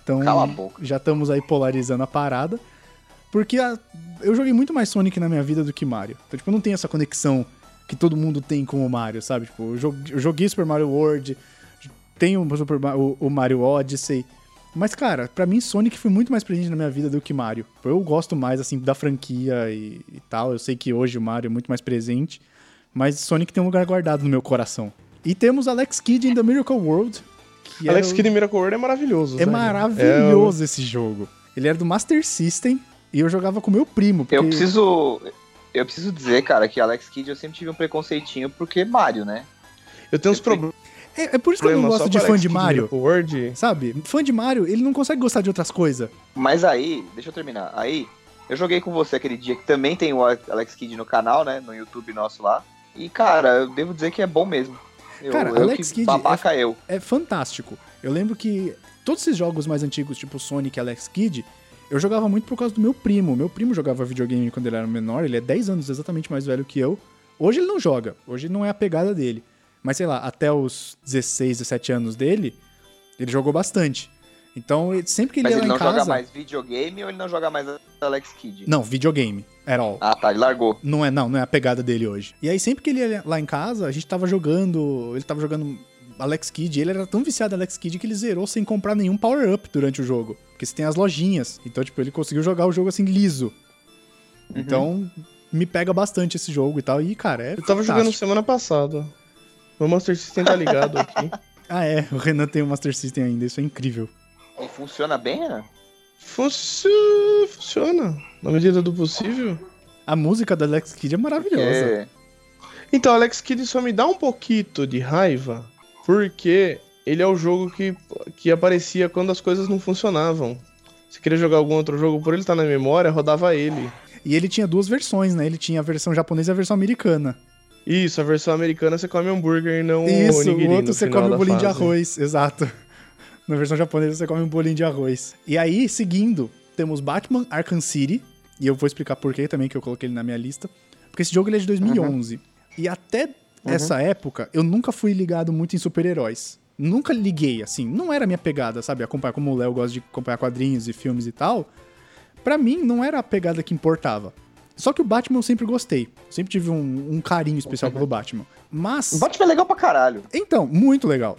Speaker 2: Então,
Speaker 3: Cala a boca.
Speaker 2: já estamos aí polarizando a parada. Porque a- eu joguei muito mais Sonic na minha vida do que Mario. Então, tipo, eu não tenho essa conexão que todo mundo tem com o Mario, sabe? Tipo, eu jo- eu joguei Super Mario World, tenho o Super Ma- o, o Mario Odyssey. Mas, cara, pra mim Sonic foi muito mais presente na minha vida do que Mario. Eu gosto mais, assim, da franquia e, e tal. Eu sei que hoje o Mario é muito mais presente. Mas Sonic tem um lugar guardado no meu coração. E temos Alex Kidd in The Miracle World. Que
Speaker 1: Alex
Speaker 2: era o-
Speaker 1: Kidd Miracle World é maravilhoso.
Speaker 2: é
Speaker 1: velho.
Speaker 2: maravilhoso esse jogo. Ele era do Master System e eu jogava com meu primo. Porque
Speaker 3: Eu preciso. Eu preciso dizer, cara, que Alex Kidd eu sempre tive um preconceitinho porque Mario, né?
Speaker 1: É, Eu tenho uns
Speaker 3: Eu tenho
Speaker 1: problemas.
Speaker 2: é, é por isso que eu não
Speaker 1: só
Speaker 2: gosto de
Speaker 1: com
Speaker 2: fã
Speaker 1: Alex
Speaker 2: de
Speaker 1: Kidd
Speaker 2: Mario.
Speaker 1: Miracle World.
Speaker 2: Sabe? Fã de Mario, ele não consegue gostar de outras coisas.
Speaker 3: Mas aí, deixa eu terminar. Aí, eu joguei com você aquele dia que também tem o Alex Kidd no canal, né? No YouTube nosso lá. E, cara, eu devo dizer que é bom mesmo. Eu,
Speaker 2: Cara,
Speaker 3: eu
Speaker 2: Alex
Speaker 3: que
Speaker 2: Kidd
Speaker 3: Babaca eu.
Speaker 2: É fantástico. Eu lembro que todos esses jogos mais antigos, tipo Sonic e Alex Kidd, eu jogava muito por causa do meu primo. Meu primo jogava videogame quando ele era menor, ele é 10 anos exatamente mais velho que eu. Hoje ele não joga, hoje não é a pegada dele. Mas sei lá, até os 16, 17 anos dele, ele jogou bastante. Então, ele- sempre que ele
Speaker 3: Mas
Speaker 2: ia lá
Speaker 3: ele não
Speaker 2: em casa.
Speaker 3: joga mais videogame ou ele não joga mais Alex Kidd?
Speaker 2: Não, videogame. At all.
Speaker 3: Ah, tá, ele largou.
Speaker 2: Não é, não, não é a pegada dele hoje. E aí, sempre que ele ia lá em casa, a gente tava jogando. Ele tava jogando Alex Kidd. e Ele era tão viciado em Alex Kidd que ele zerou sem comprar nenhum power-up durante o jogo. Porque você tem as lojinhas. Então, tipo, ele conseguiu jogar o jogo assim liso.
Speaker 1: Uhum.
Speaker 2: Então, me pega bastante esse jogo e tal. E, cara, é.
Speaker 1: Eu tava jogando
Speaker 2: fantástico.
Speaker 1: semana passada. Meu Master System tá ligado aqui.
Speaker 2: Ah, é. O Renan tem o Master System ainda. Isso é incrível.
Speaker 3: E funciona bem, né? Renan?
Speaker 1: Funci- Funciona, na medida do possível.
Speaker 2: A música da Alex Kidd é maravilhosa.
Speaker 3: Porque
Speaker 1: Então, Alex Kidd só me dá um pouquinho de raiva, porque ele é o jogo que, que aparecia quando as coisas não funcionavam. Se queria jogar algum outro jogo, por ele estar na memória, rodava ele.
Speaker 2: E ele tinha duas versões, né? Ele tinha a versão japonesa e a versão americana.
Speaker 1: Isso, a versão americana você come hambúrguer e não
Speaker 2: Isso,
Speaker 1: um onigiri
Speaker 2: o outro
Speaker 1: no
Speaker 2: você
Speaker 1: final
Speaker 2: come
Speaker 1: da
Speaker 2: um bolinho de
Speaker 1: fase.
Speaker 2: arroz, exato. Na versão japonesa você come um bolinho de arroz. E aí, seguindo, temos Batman Arkham City, e eu vou explicar por que também que eu coloquei ele na minha lista, porque esse jogo ele é de 2011. E até
Speaker 1: Uhum.
Speaker 2: essa época, eu nunca fui ligado muito em super-heróis. Nunca liguei, assim, não era a minha pegada, sabe? Acompanhar como o Léo gosta de acompanhar quadrinhos e filmes e tal. Pra mim, não era a pegada que importava. Só que o Batman eu sempre gostei. Sempre tive um, um carinho especial pelo Batman.
Speaker 3: O
Speaker 2: Mas.
Speaker 3: Batman é legal pra caralho.
Speaker 2: Então, muito legal.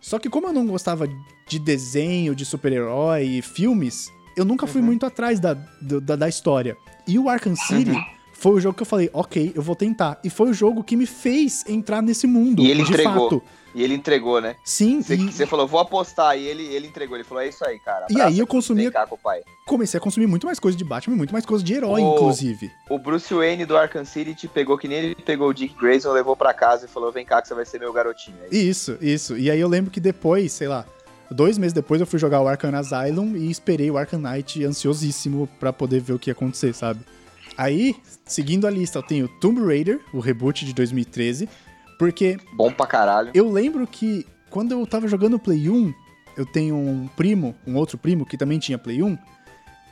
Speaker 2: Só que como eu não gostava de desenho, de super-herói e filmes, eu nunca
Speaker 3: Uhum.
Speaker 2: fui muito atrás da, do- da, da história. E o Arkham City foi o jogo que eu falei, ok, eu vou tentar. E foi o jogo que me fez entrar nesse mundo.
Speaker 3: E ele
Speaker 2: de
Speaker 3: entregou.
Speaker 2: fato.
Speaker 3: E ele entregou, né?
Speaker 2: Sim,
Speaker 3: Você,
Speaker 2: e
Speaker 3: você falou, vou apostar. E ele, ele entregou. Ele falou, é isso aí, cara.
Speaker 2: E
Speaker 3: abraça
Speaker 2: aí eu
Speaker 3: aqui,
Speaker 2: consumia-
Speaker 3: Vem cá com o pai.
Speaker 2: comecei a consumir muito mais coisa de Batman, muito mais coisa de herói,
Speaker 3: Ô.
Speaker 2: inclusive.
Speaker 3: O Bruce Wayne do Arkham City te pegou que nem ele pegou o Dick Grayson, levou pra casa e falou, vem cá que você vai ser meu garotinho. É isso.
Speaker 2: Isso, isso. E aí eu lembro que depois, sei lá, Dois meses depois eu fui jogar o Arkham Asylum e esperei o Arkham Knight ansiosíssimo pra poder ver o que ia acontecer, sabe? Aí, seguindo a lista, eu tenho Tomb Raider, o reboot de 2013, porque
Speaker 3: Bom pra caralho.
Speaker 2: eu lembro que quando eu tava jogando Play 1, eu tenho um primo, um outro primo que também tinha Play 1,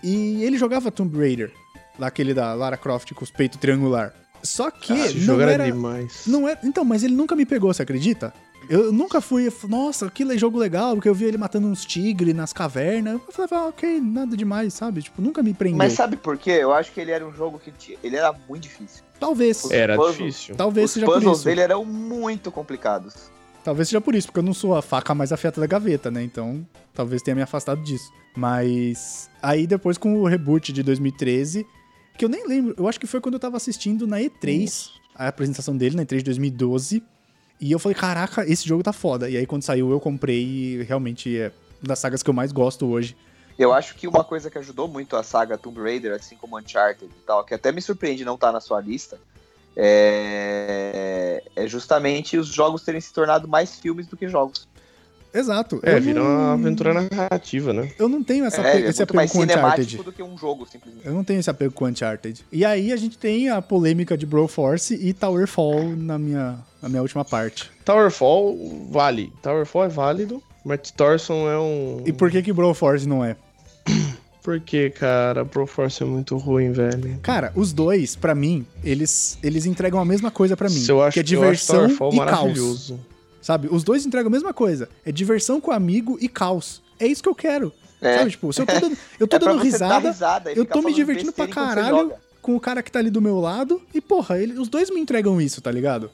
Speaker 2: e ele jogava Tomb Raider, daquele da Lara Croft com os peitos triangular. Só que
Speaker 1: Ah, Esse
Speaker 2: não
Speaker 1: jogo era
Speaker 2: era,
Speaker 1: demais.
Speaker 2: não era, então, mas ele nunca me pegou, você acredita? Eu nunca fui, eu falei, nossa, que le- jogo legal, porque eu vi ele matando uns tigres nas cavernas. Eu falei, ah, ok, nada demais, sabe? Tipo, nunca me prendeu.
Speaker 3: Mas sabe por quê? Eu acho que ele era um jogo que tinha- ele era muito difícil.
Speaker 2: Talvez,
Speaker 1: Era
Speaker 3: puzzles.
Speaker 1: difícil.
Speaker 2: talvez
Speaker 3: É, Os
Speaker 2: seja por
Speaker 3: puzzles
Speaker 2: isso.
Speaker 3: dele eram muito complicados.
Speaker 2: Talvez seja por isso, porque eu não sou a faca mais afiada da gaveta, né? Então, talvez tenha me afastado disso. Mas aí depois com o reboot de 2013, que eu nem lembro, eu acho que foi quando eu tava assistindo na E3, a apresentação dele na E3 de 2012, e eu falei, caraca, esse jogo tá foda. E aí quando saiu eu comprei e realmente é uma das sagas que eu mais gosto hoje.
Speaker 3: Eu acho que uma coisa que ajudou muito a saga Tomb Raider, assim como Uncharted e tal, que até me surpreende não estar na sua lista, é, é justamente os jogos terem se tornado mais filmes do que jogos.
Speaker 2: Exato.
Speaker 1: É,
Speaker 2: eu
Speaker 1: virou
Speaker 2: não-
Speaker 1: uma aventura narrativa, né?
Speaker 2: Eu não tenho essa,
Speaker 3: é,
Speaker 2: pe-
Speaker 3: é
Speaker 2: esse
Speaker 3: muito
Speaker 2: apego
Speaker 3: mais
Speaker 2: com Uncharted.
Speaker 3: cinemático do que um jogo, simplesmente.
Speaker 2: Eu não tenho esse apego com Uncharted. E aí a gente tem a polêmica de Broforce e Towerfall na minha, na minha última parte.
Speaker 1: Towerfall vale. Towerfall é válido. Matt Thorson é um.
Speaker 2: E por que que Broforce não é?
Speaker 1: Por que, cara? Proforce é muito ruim, velho.
Speaker 2: Cara, os dois, pra mim, eles, eles entregam a mesma coisa pra mim.
Speaker 1: Se eu acho
Speaker 2: que é
Speaker 1: eu acho
Speaker 2: diversão
Speaker 1: Towerfall
Speaker 2: e caos.
Speaker 1: maravilhoso.
Speaker 2: Sabe? Os dois entregam a mesma coisa. É diversão com amigo e caos. É isso que eu quero.
Speaker 3: É.
Speaker 2: Sabe? Tipo, se eu tô dando, eu tô
Speaker 3: É pra
Speaker 2: dando
Speaker 3: você dar
Speaker 2: risada,
Speaker 3: risada e
Speaker 2: eu
Speaker 3: ficar
Speaker 2: tô me
Speaker 3: falando
Speaker 2: divertindo pra
Speaker 3: besteira enquanto você
Speaker 2: caralho.
Speaker 3: joga.
Speaker 2: com o cara que tá ali do meu lado. E, porra, ele- os dois me entregam isso, tá ligado?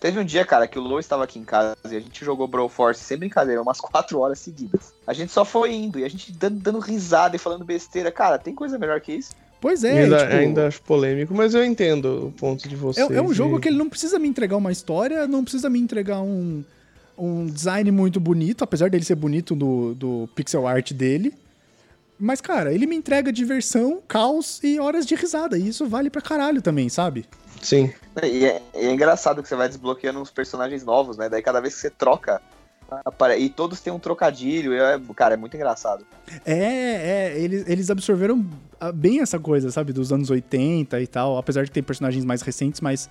Speaker 3: Teve um dia, cara, que o Lou estava aqui em casa e a gente jogou Broforce sem brincadeira, umas 4 horas seguidas. A gente só foi indo e a gente dando, dando risada e falando besteira. Cara, tem coisa melhor que isso?
Speaker 2: Pois é,
Speaker 1: ainda,
Speaker 2: tipo,
Speaker 1: ainda acho polêmico, mas eu entendo o ponto de
Speaker 2: É,
Speaker 1: vocês.
Speaker 2: é um jogo
Speaker 1: e-
Speaker 2: que ele não precisa me entregar uma história, não precisa me entregar um, um design muito bonito, apesar dele ser bonito do, do pixel art dele. Mas, cara, ele me entrega diversão, caos e horas de risada. E isso vale pra caralho também, sabe?
Speaker 1: Sim.
Speaker 3: E é, e é engraçado que você vai desbloqueando uns personagens novos, né? Daí cada vez que você troca. apare- E todos têm um trocadilho. e é- cara, é muito engraçado.
Speaker 2: É, é, eles, eles absorveram ah, bem essa coisa, sabe? Dos anos 80 e tal. Apesar de ter personagens mais recentes, mas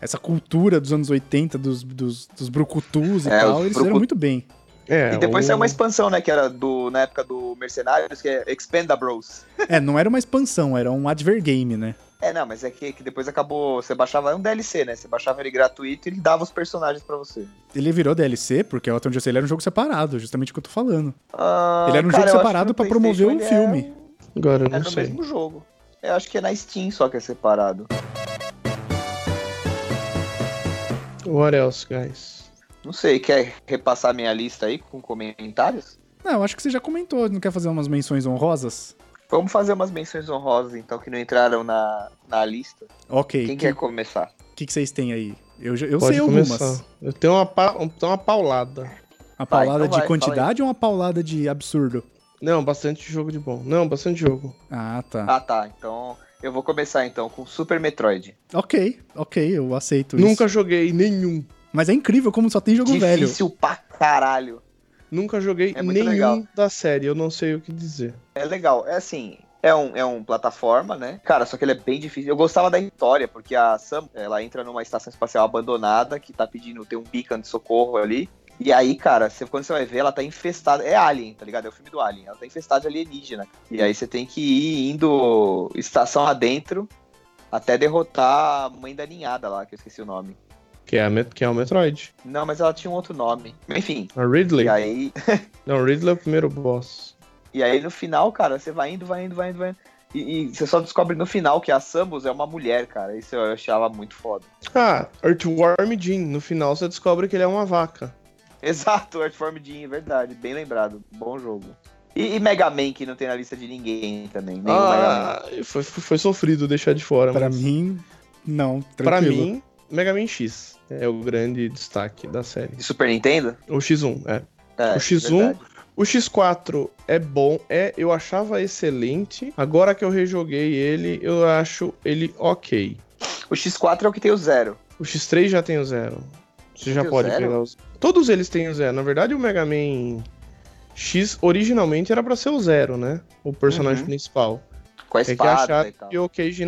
Speaker 2: essa cultura dos anos 80, dos, dos, dos brucutus e
Speaker 3: É,
Speaker 2: tal,
Speaker 3: os
Speaker 2: eles fizeram
Speaker 3: brucu-
Speaker 2: muito bem.
Speaker 1: É,
Speaker 3: e
Speaker 1: o-
Speaker 3: depois saiu uma expansão, né? Que era do, na época do Mercenários, que é Expanda Bros.
Speaker 2: É, não era uma expansão, era um advergame, né?
Speaker 3: É, não, mas é que, que depois acabou. Você baixava. É um DLC, né? Você baixava ele gratuito e ele dava os personagens pra você.
Speaker 2: Ele virou DLC, porque até onde eu sei, ele era um jogo separado, justamente o que eu tô falando.
Speaker 3: Ah,
Speaker 2: Ele era um
Speaker 3: cara,
Speaker 2: jogo
Speaker 3: eu acho que
Speaker 2: separado
Speaker 3: no
Speaker 2: pra promover um
Speaker 3: PlayStation ele
Speaker 2: filme.
Speaker 1: Agora eu
Speaker 3: É, é
Speaker 1: não
Speaker 3: no
Speaker 1: sei.
Speaker 3: mesmo jogo. Eu acho que é na Steam só que é separado.
Speaker 1: What else, guys?
Speaker 3: Não sei, quer repassar minha lista aí com comentários?
Speaker 2: Não, acho que você já comentou, não quer fazer umas menções honrosas?
Speaker 3: Vamos fazer umas menções honrosas, então, que não entraram na, na lista.
Speaker 2: Ok,
Speaker 3: Quem
Speaker 2: o que,
Speaker 3: quer começar?
Speaker 2: que, que vocês têm aí? Eu, já- eu
Speaker 1: Pode
Speaker 2: sei
Speaker 1: começar.
Speaker 2: algumas.
Speaker 1: Eu tenho uma, pa... um- tenho uma paulada.
Speaker 2: Uma
Speaker 3: Vai,
Speaker 2: paulada
Speaker 3: então vai,
Speaker 2: de quantidade ou uma paulada de absurdo?
Speaker 1: Não, bastante jogo de bom. Não, bastante jogo.
Speaker 2: Ah, tá.
Speaker 3: Ah, tá. Então, eu vou começar, então, com Super Metroid.
Speaker 2: Ok, ok, eu aceito
Speaker 1: Nunca
Speaker 2: isso.
Speaker 1: joguei nenhum.
Speaker 2: Mas é incrível como só tem jogo velho.
Speaker 3: Difícil pra caralho.
Speaker 1: Nunca joguei
Speaker 3: É muito
Speaker 1: nenhum
Speaker 3: legal.
Speaker 1: da série. Eu não sei o que dizer.
Speaker 3: É legal. É assim, é um, é um plataforma, né? Cara, só que ele é bem difícil. Eu gostava da história, porque a Sam, ela entra numa estação espacial abandonada, que tá pedindo, tem um beacon de socorro ali. E aí, cara, você, quando você vai ver, ela tá infestada. É Alien, tá ligado? É o filme do Alien. Ela tá infestada de alienígena. E aí você tem que ir indo estação adentro até derrotar a mãe da ninhada lá, que eu esqueci o nome.
Speaker 1: Que é, a Met- que é o Metroid.
Speaker 3: Não, mas ela tinha um outro nome. Enfim.
Speaker 1: A Ridley.
Speaker 3: E aí,
Speaker 1: Não, Ridley é o primeiro boss.
Speaker 3: E aí no final, cara, você vai indo, vai indo, vai indo, vai indo. E, e você só descobre no final que a Samus é uma mulher, cara. Isso eu achava muito foda.
Speaker 1: Ah, Earthworm Jim. No final você descobre que ele é uma vaca.
Speaker 3: Exato, Earthworm Jim, é verdade. Bem lembrado. Bom jogo. E, e Mega Man, que não tem na lista de ninguém também. Nenhum Mega Man.
Speaker 1: Ah, foi, foi sofrido deixar de fora.
Speaker 2: Pra
Speaker 1: mas-
Speaker 2: mim, não, tranquilo.
Speaker 1: Pra mim, Mega Man X é o grande destaque da série.
Speaker 3: De Super Nintendo?
Speaker 1: O X1, é.
Speaker 3: É,
Speaker 1: O X1?
Speaker 3: verdade.
Speaker 1: O X4 é bom, é, eu achava excelente. Agora que eu rejoguei ele, eu acho ele ok.
Speaker 3: O X4 é o que tem o zero.
Speaker 1: O X3 já tem o zero. Você já
Speaker 3: Tem o
Speaker 1: pode
Speaker 3: zero?
Speaker 1: pegar os. Todos eles têm o zero. Na verdade, o Mega Man X originalmente era pra ser o Zero, né? O personagem
Speaker 3: Uhum.
Speaker 1: principal.
Speaker 3: Com a
Speaker 1: Tem que
Speaker 3: espada
Speaker 1: achar
Speaker 3: e tal.
Speaker 1: que o Keiji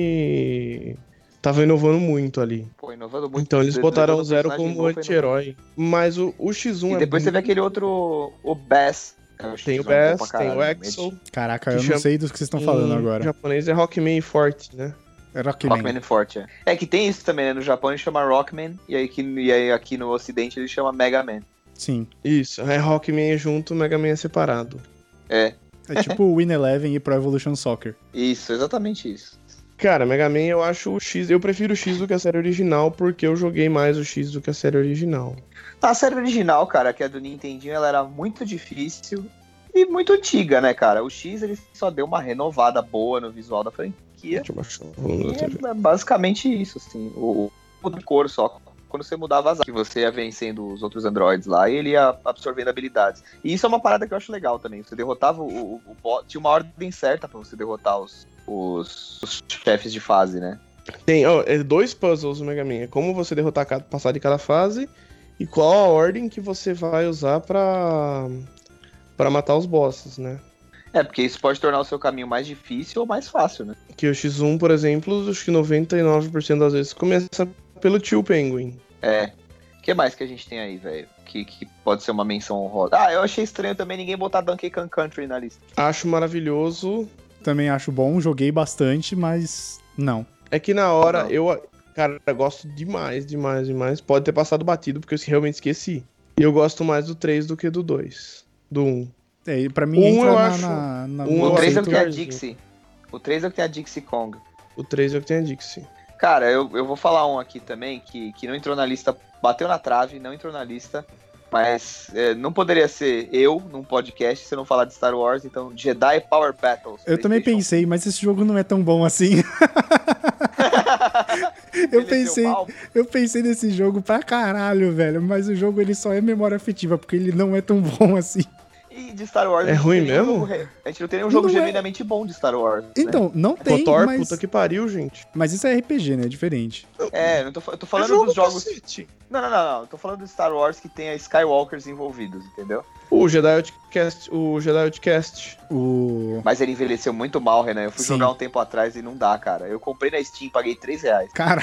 Speaker 1: Nafune tava inovando muito ali.
Speaker 3: Pô, inovando muito.
Speaker 1: então eles
Speaker 3: Desenvolvendo
Speaker 1: botaram o
Speaker 3: um
Speaker 1: Zero
Speaker 3: personagem
Speaker 1: como
Speaker 3: novo, foi inovando.
Speaker 1: anti-herói. Mas o, o X1
Speaker 3: E
Speaker 1: é
Speaker 3: depois teve
Speaker 1: muito-
Speaker 3: aquele outro, o Bass. Eu acho
Speaker 1: Tem o
Speaker 3: que eles vão
Speaker 1: Bass,
Speaker 3: é pra
Speaker 1: tem o
Speaker 3: caralho,
Speaker 1: Axel.
Speaker 2: Caraca,
Speaker 1: Que
Speaker 2: eu não
Speaker 1: chama-
Speaker 2: sei do que vocês estão falando
Speaker 1: Em
Speaker 2: agora.
Speaker 1: japonês é Rockman e Forte, né?
Speaker 2: É Rockman.
Speaker 3: Rockman e Forte. é. É que tem isso também, né? No Japão ele chama Rockman, e aí, que, e aí aqui no Ocidente ele chama Mega Man.
Speaker 2: Sim.
Speaker 1: Isso, é Rockman é junto, Mega Man é separado.
Speaker 2: É tipo o Win Eleven e Pro Evolution Soccer.
Speaker 3: Isso, exatamente isso.
Speaker 1: Cara, Mega Man eu acho o X. Eu prefiro o X do que a série original, porque eu joguei mais o X do que a série original.
Speaker 3: Tá, A série original, cara, que é do Nintendinho, ela era muito difícil e muito antiga, né, cara? O X ele só deu uma renovada boa no visual da franquia.
Speaker 1: Deixa eu baixar o volume da TV.
Speaker 3: E é basicamente isso, assim. O, o de cor só. Quando você mudava as que você ia vencendo os outros androides lá e ele ia absorvendo habilidades. E isso é uma parada que eu acho legal também. Você derrotava o, o, o boss. Tinha uma ordem certa pra você derrotar os, os, os chefes de fase, né?
Speaker 1: Tem, ó, é dois puzzles no Mega Man. É como você derrotar cada, passar de cada fase e qual a ordem que você vai usar pra, pra matar os bosses, né?
Speaker 3: É, porque isso pode tornar o seu caminho mais difícil ou mais fácil, né?
Speaker 1: Que o X1, por exemplo, acho que 99% das vezes começa pelo tio Penguin.
Speaker 3: É. O que mais que a gente tem aí, velho? Que, que pode ser uma menção honrosa. Ah, eu achei estranho também ninguém botar Donkey Kong Country na lista.
Speaker 1: Acho maravilhoso
Speaker 2: Também acho bom, joguei bastante, mas não.
Speaker 1: É que na hora
Speaker 3: Não.
Speaker 1: eu, cara, eu gosto demais, demais, demais. Pode ter passado batido, porque eu realmente esqueci. E eu gosto mais do 3 do que do 2. Do 1.
Speaker 2: É, pra mim
Speaker 1: Um
Speaker 2: entra
Speaker 1: eu
Speaker 2: na,
Speaker 1: acho-
Speaker 2: na, na-
Speaker 1: um
Speaker 2: no
Speaker 1: eu
Speaker 3: O 3 é o
Speaker 1: aceito
Speaker 3: que tem a
Speaker 1: mais um.
Speaker 3: Dixie. O 3 é o que tem a Dixie Kong.
Speaker 1: O 3 é o que tem a Dixie.
Speaker 3: Cara, eu, eu vou falar um aqui também que, que não entrou na lista, bateu na trave, não entrou na lista, mas é, não poderia ser eu num podcast se eu não falar de Star Wars, então Jedi Power Battles.
Speaker 2: Eu também
Speaker 3: PlayStation.
Speaker 2: pensei, mas esse jogo não é tão bom assim. eu
Speaker 3: Envelheceu
Speaker 2: pensei,
Speaker 3: mal?
Speaker 2: eu pensei nesse jogo pra caralho, velho, mas o jogo ele só é memória afetiva, porque ele não é tão bom assim.
Speaker 3: E de Star Wars.
Speaker 1: É
Speaker 3: a gente não
Speaker 1: ruim
Speaker 3: tem nenhum
Speaker 1: mesmo?
Speaker 3: jogo re- A gente não tem nenhum jogo
Speaker 2: Não é.
Speaker 3: genuinamente bom de Star Wars. né?
Speaker 2: Então, não tem,
Speaker 1: Cotor,
Speaker 2: mas,
Speaker 1: puta que pariu, gente.
Speaker 2: mas isso é RPG, né? É diferente.
Speaker 3: É, eu tô, fa- eu tô falando
Speaker 1: É jogo,
Speaker 3: dos jogos.
Speaker 1: cacete.
Speaker 3: Não, não, não, não. Eu tô falando de Star Wars que tem a Skywalkers envolvidos, entendeu?
Speaker 1: O Jedi Outcast. O Jedi Outcast.
Speaker 2: O
Speaker 3: Mas ele envelheceu muito mal, Renan. Eu fui
Speaker 2: Sim.
Speaker 3: jogar um tempo atrás e não dá, cara. Eu comprei na Steam, paguei 3 reais.
Speaker 2: cara,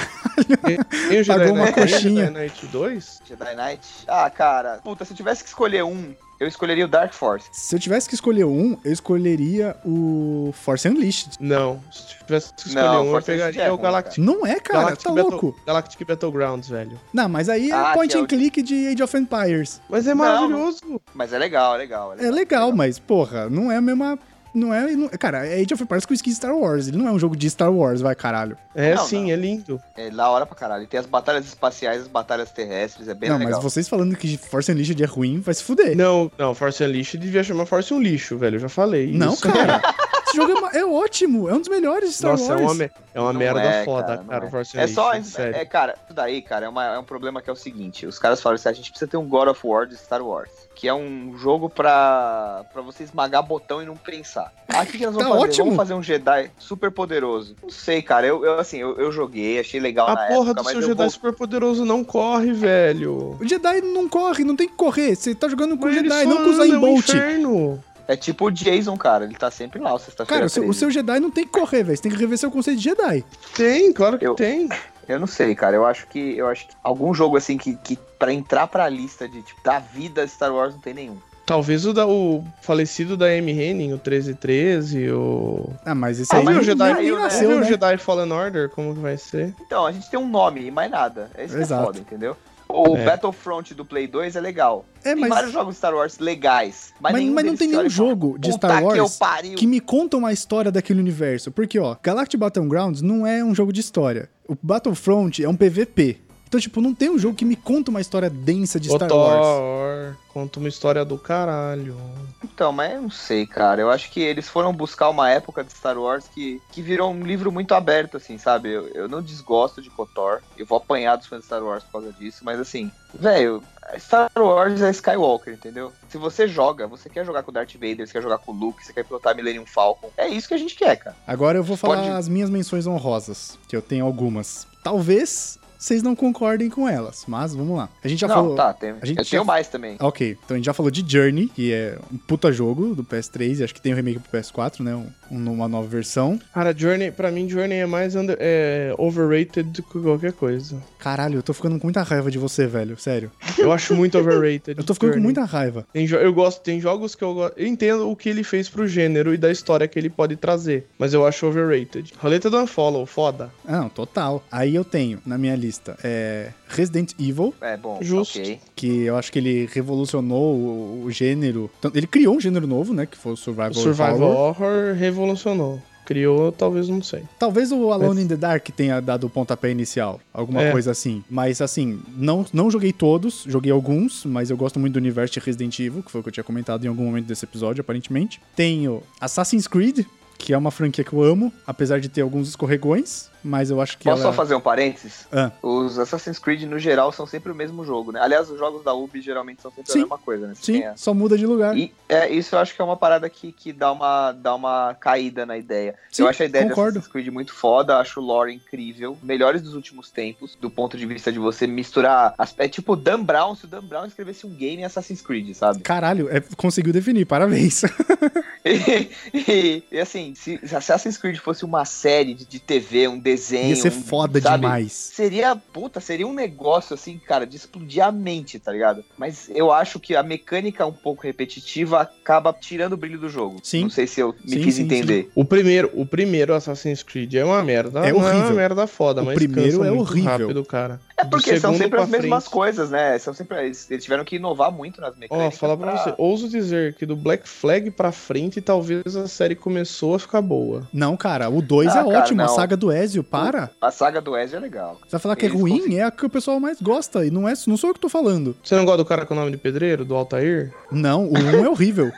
Speaker 1: Tem o Jedi
Speaker 2: Pagou uma
Speaker 1: Knight- tem o
Speaker 2: coxinha.
Speaker 1: Jedi Knight 2?
Speaker 3: Jedi Knight? Ah, cara. Puta, se eu tivesse que escolher um, eu escolheria o Dark Force.
Speaker 2: se eu tivesse que escolher um, eu escolheria o Force Unleashed.
Speaker 1: Não. Se tivesse que escolher
Speaker 3: Não,
Speaker 1: um, eu
Speaker 3: Force
Speaker 1: pegaria
Speaker 3: Unleashed é
Speaker 1: o
Speaker 3: ruim,
Speaker 1: Galactic.
Speaker 2: Não é, cara,
Speaker 1: Galactic
Speaker 2: tá
Speaker 1: Battle-
Speaker 2: louco.
Speaker 1: Galactic Battlegrounds, velho.
Speaker 2: Não, mas aí é
Speaker 3: Ah,
Speaker 2: point
Speaker 3: que é
Speaker 2: and
Speaker 3: o-
Speaker 2: click de Age of Empires.
Speaker 1: Mas é
Speaker 3: Não.
Speaker 1: maravilhoso.
Speaker 3: Mas é legal, é legal.
Speaker 2: É legal, mas, porra, não é a mesma. Não é. não- cara, é Age of Empires com skin Star Wars. Ele não é um jogo de Star Wars, vai, caralho.
Speaker 1: É
Speaker 3: Não,
Speaker 1: sim,
Speaker 3: não.
Speaker 1: é lindo.
Speaker 3: É da hora pra caralho. Tem as batalhas espaciais, as batalhas terrestres, é bem
Speaker 2: não,
Speaker 3: legal.
Speaker 2: mas vocês falando que Force Unleashed é ruim, vai se fuder.
Speaker 1: Não, não, Force Unleashed devia chamar Force um lixo, velho. Eu já falei.
Speaker 2: Não,
Speaker 1: isso.
Speaker 2: cara. Esse jogo é, ma- é ótimo, é um dos melhores de Star
Speaker 1: Nossa,
Speaker 2: Wars.
Speaker 1: é uma, me- é uma
Speaker 3: Não
Speaker 1: merda
Speaker 3: é,
Speaker 1: foda,
Speaker 3: cara,
Speaker 1: cara,
Speaker 3: não
Speaker 1: o Force
Speaker 3: É só.
Speaker 1: Unleashed, sério.
Speaker 3: É, cara, isso daí, cara, é, uma- é um problema que é o seguinte: os caras falaram assim, a gente precisa ter um God of War de Star Wars, que é um jogo pra, pra você esmagar botão e não pensar. Ah, o que, que elas vão
Speaker 2: Tá
Speaker 3: fazer?
Speaker 2: ótimo.
Speaker 3: Vamos fazer um Jedi super poderoso. Não sei, cara, eu, eu, assim, eu, eu joguei, achei legal na
Speaker 1: A porra
Speaker 3: época,
Speaker 1: do seu
Speaker 3: mas eu
Speaker 1: Jedi
Speaker 3: vou-
Speaker 1: superpoderoso não corre, velho.
Speaker 2: O Jedi não corre, não tem que correr. Você tá jogando com o
Speaker 1: Mas ele
Speaker 2: Jedi,
Speaker 1: só
Speaker 2: não com o Zayn
Speaker 1: anda, é um
Speaker 2: Bolt.
Speaker 1: inferno.
Speaker 3: É tipo o Jason, cara, ele tá sempre lá, sexta-feira.
Speaker 2: Cara, o seu, o
Speaker 3: 13.
Speaker 2: seu Jedi não tem que correr, velho. Você tem que rever seu conceito de Jedi.
Speaker 1: Tem, claro que
Speaker 3: Eu-
Speaker 1: tem.
Speaker 3: Eu não sei, cara. Eu acho que eu acho que algum jogo assim que, que para entrar pra lista de tipo da vida Star Wars não tem nenhum.
Speaker 1: Talvez o, da, o falecido da M. Henning, o 1313, o...
Speaker 2: Ah, mas esse
Speaker 1: Você
Speaker 3: Ah,
Speaker 2: aí
Speaker 1: viu o
Speaker 2: nem-
Speaker 3: mas não
Speaker 1: Jedi,
Speaker 2: nem
Speaker 3: saiu, né?
Speaker 1: você
Speaker 2: nasceu,
Speaker 1: viu o
Speaker 2: né?
Speaker 1: Jedi Fallen Order, como que vai ser?
Speaker 3: Então, a gente tem um nome e mais nada. É isso que é
Speaker 2: Exato.
Speaker 3: foda, entendeu? O
Speaker 1: É.
Speaker 3: Battlefront do Play 2 é legal.
Speaker 2: É,
Speaker 3: tem
Speaker 2: mas,
Speaker 3: vários jogos Star Wars legais, mas,
Speaker 2: mas,
Speaker 3: nenhum
Speaker 2: mas não
Speaker 3: deles
Speaker 2: tem
Speaker 3: você olha
Speaker 2: nenhum
Speaker 3: e fala,
Speaker 2: jogo de
Speaker 3: "Puta
Speaker 2: Star
Speaker 3: que eu
Speaker 2: Wars
Speaker 3: pariu.
Speaker 2: que me contam a história daquele universo. Porque, ó, Galactic Battlegrounds não é um jogo de história. O Battlefront é um PVP. Então, tipo, não tem um jogo que me conta uma história densa de
Speaker 1: O
Speaker 2: Star Wars.
Speaker 1: Thor, conta uma história do caralho.
Speaker 3: Então, mas eu não sei, cara. Eu acho que eles foram buscar uma época de Star Wars que, que virou um livro muito aberto, assim, sabe? Eu, eu não desgosto de KOTOR. Eu vou apanhar dos fãs de Star Wars por causa disso, mas assim, velho, Star Wars é Skywalker, entendeu? Se você joga, você quer jogar com o Darth Vader, você quer jogar com o Luke, você quer pilotar Millennium Falcon. É isso que a gente quer, cara.
Speaker 2: Agora eu vou falar
Speaker 3: Pode-
Speaker 2: as minhas menções honrosas, que eu tenho algumas. Talvez vocês não concordem com elas, mas vamos lá. A gente já
Speaker 3: não,
Speaker 2: falou.
Speaker 3: tá, tem.
Speaker 2: a gente
Speaker 3: eu
Speaker 2: já-
Speaker 3: tenho mais também.
Speaker 2: Ok, então a gente já falou de Journey, que é um puta jogo do PS3, e acho que tem o remake pro PS4, né? Um, uma nova versão.
Speaker 1: Cara, Journey, pra mim, Journey é mais under- é, overrated do que qualquer coisa.
Speaker 2: Caralho, eu tô ficando com muita raiva de você, velho. Sério.
Speaker 1: Eu acho muito overrated.
Speaker 2: Eu tô ficando com
Speaker 1: Journey.
Speaker 2: muita raiva.
Speaker 1: Tem jo- eu gosto, tem jogos que eu gosto. Eu entendo o que ele fez pro gênero e da história que ele pode trazer, mas eu acho overrated. Roleta do Unfollow, foda.
Speaker 2: Ah, não, total. Aí eu tenho na minha lista é Resident Evil,
Speaker 3: É bom,
Speaker 1: Justo.
Speaker 3: ok.
Speaker 2: que eu acho que ele revolucionou o, o gênero. Tanto- Ele criou um gênero novo, né? Que foi o Survival,
Speaker 1: O Survival
Speaker 2: Horror.
Speaker 1: Horror revolucionou. Criou, talvez, não sei.
Speaker 2: Talvez o Alone
Speaker 1: Mas-
Speaker 2: in the Dark tenha dado o pontapé inicial, alguma
Speaker 1: É.
Speaker 2: coisa assim. Mas assim, não, não joguei todos, joguei alguns, mas eu gosto muito do universo de Resident Evil, que foi o que eu tinha comentado em algum momento desse episódio, aparentemente. Tenho Assassin's Creed, que é uma franquia que eu amo, apesar de ter alguns escorregões, mas eu acho que
Speaker 3: Posso
Speaker 2: ela...
Speaker 3: só fazer um parênteses?
Speaker 2: Ah.
Speaker 3: Os Assassin's Creed, no geral, são sempre o mesmo jogo, né? Aliás, os jogos da Ubi geralmente são sempre
Speaker 2: Sim.
Speaker 3: a mesma coisa, né? Você
Speaker 2: Sim,
Speaker 3: tem a-
Speaker 2: só muda de lugar.
Speaker 3: E é, isso eu acho que é uma parada que, que dá, uma, dá uma caída na ideia.
Speaker 2: Sim,
Speaker 3: eu acho a ideia
Speaker 2: concordo.
Speaker 3: de Assassin's Creed muito foda, acho o lore incrível. Melhores dos últimos tempos, do ponto de vista de você misturar. as- É tipo o Dan Brown, se o Dan Brown escrevesse um game em Assassin's Creed, sabe?
Speaker 2: Caralho, é- conseguiu definir, parabéns.
Speaker 3: E, e- e, assim, se se Assassin's Creed fosse uma série de, de TV, um desenho.
Speaker 2: Ia ser
Speaker 3: um-
Speaker 2: foda
Speaker 3: sabe?
Speaker 2: demais.
Speaker 3: Seria, puta, seria um negócio assim, cara, de explodir a mente, tá ligado? Mas eu acho que a mecânica um pouco repetitiva acaba tirando o brilho do jogo.
Speaker 2: Sim.
Speaker 3: Não sei se eu me
Speaker 2: Sim,
Speaker 3: fiz
Speaker 2: sim,
Speaker 3: entender.
Speaker 1: O primeiro, o primeiro Assassin's Creed é uma merda.
Speaker 2: É
Speaker 1: Não é uma
Speaker 2: horrível.
Speaker 1: merda foda,
Speaker 2: O
Speaker 1: mas
Speaker 2: primeiro
Speaker 1: cansa
Speaker 2: é
Speaker 1: muito
Speaker 2: horrível.
Speaker 1: rápido, cara.
Speaker 3: É
Speaker 1: Do
Speaker 3: porque são
Speaker 1: segundo
Speaker 3: sempre as
Speaker 1: pra
Speaker 3: mesmas
Speaker 1: frente.
Speaker 3: coisas, né? São sempre eles, eles tiveram que inovar muito nas
Speaker 1: Ó,
Speaker 3: mecânicas.
Speaker 1: falar pra você, ouso dizer que do Black Flag pra frente, talvez a série começou a ficar boa.
Speaker 2: Não, cara, o 2
Speaker 3: Ah,
Speaker 2: é
Speaker 3: cara,
Speaker 2: ótimo, a
Speaker 3: não.
Speaker 2: saga do Ezio, para.
Speaker 3: A saga do Ezio é legal.
Speaker 2: Você vai falar que é
Speaker 3: Eles
Speaker 2: ruim?
Speaker 3: conseguem-
Speaker 2: É a que o pessoal mais gosta, e não, é, não sou eu que tô falando.
Speaker 1: Você não gosta do cara com o nome de pedreiro, do Altair?
Speaker 2: Não, o 1 é horrível.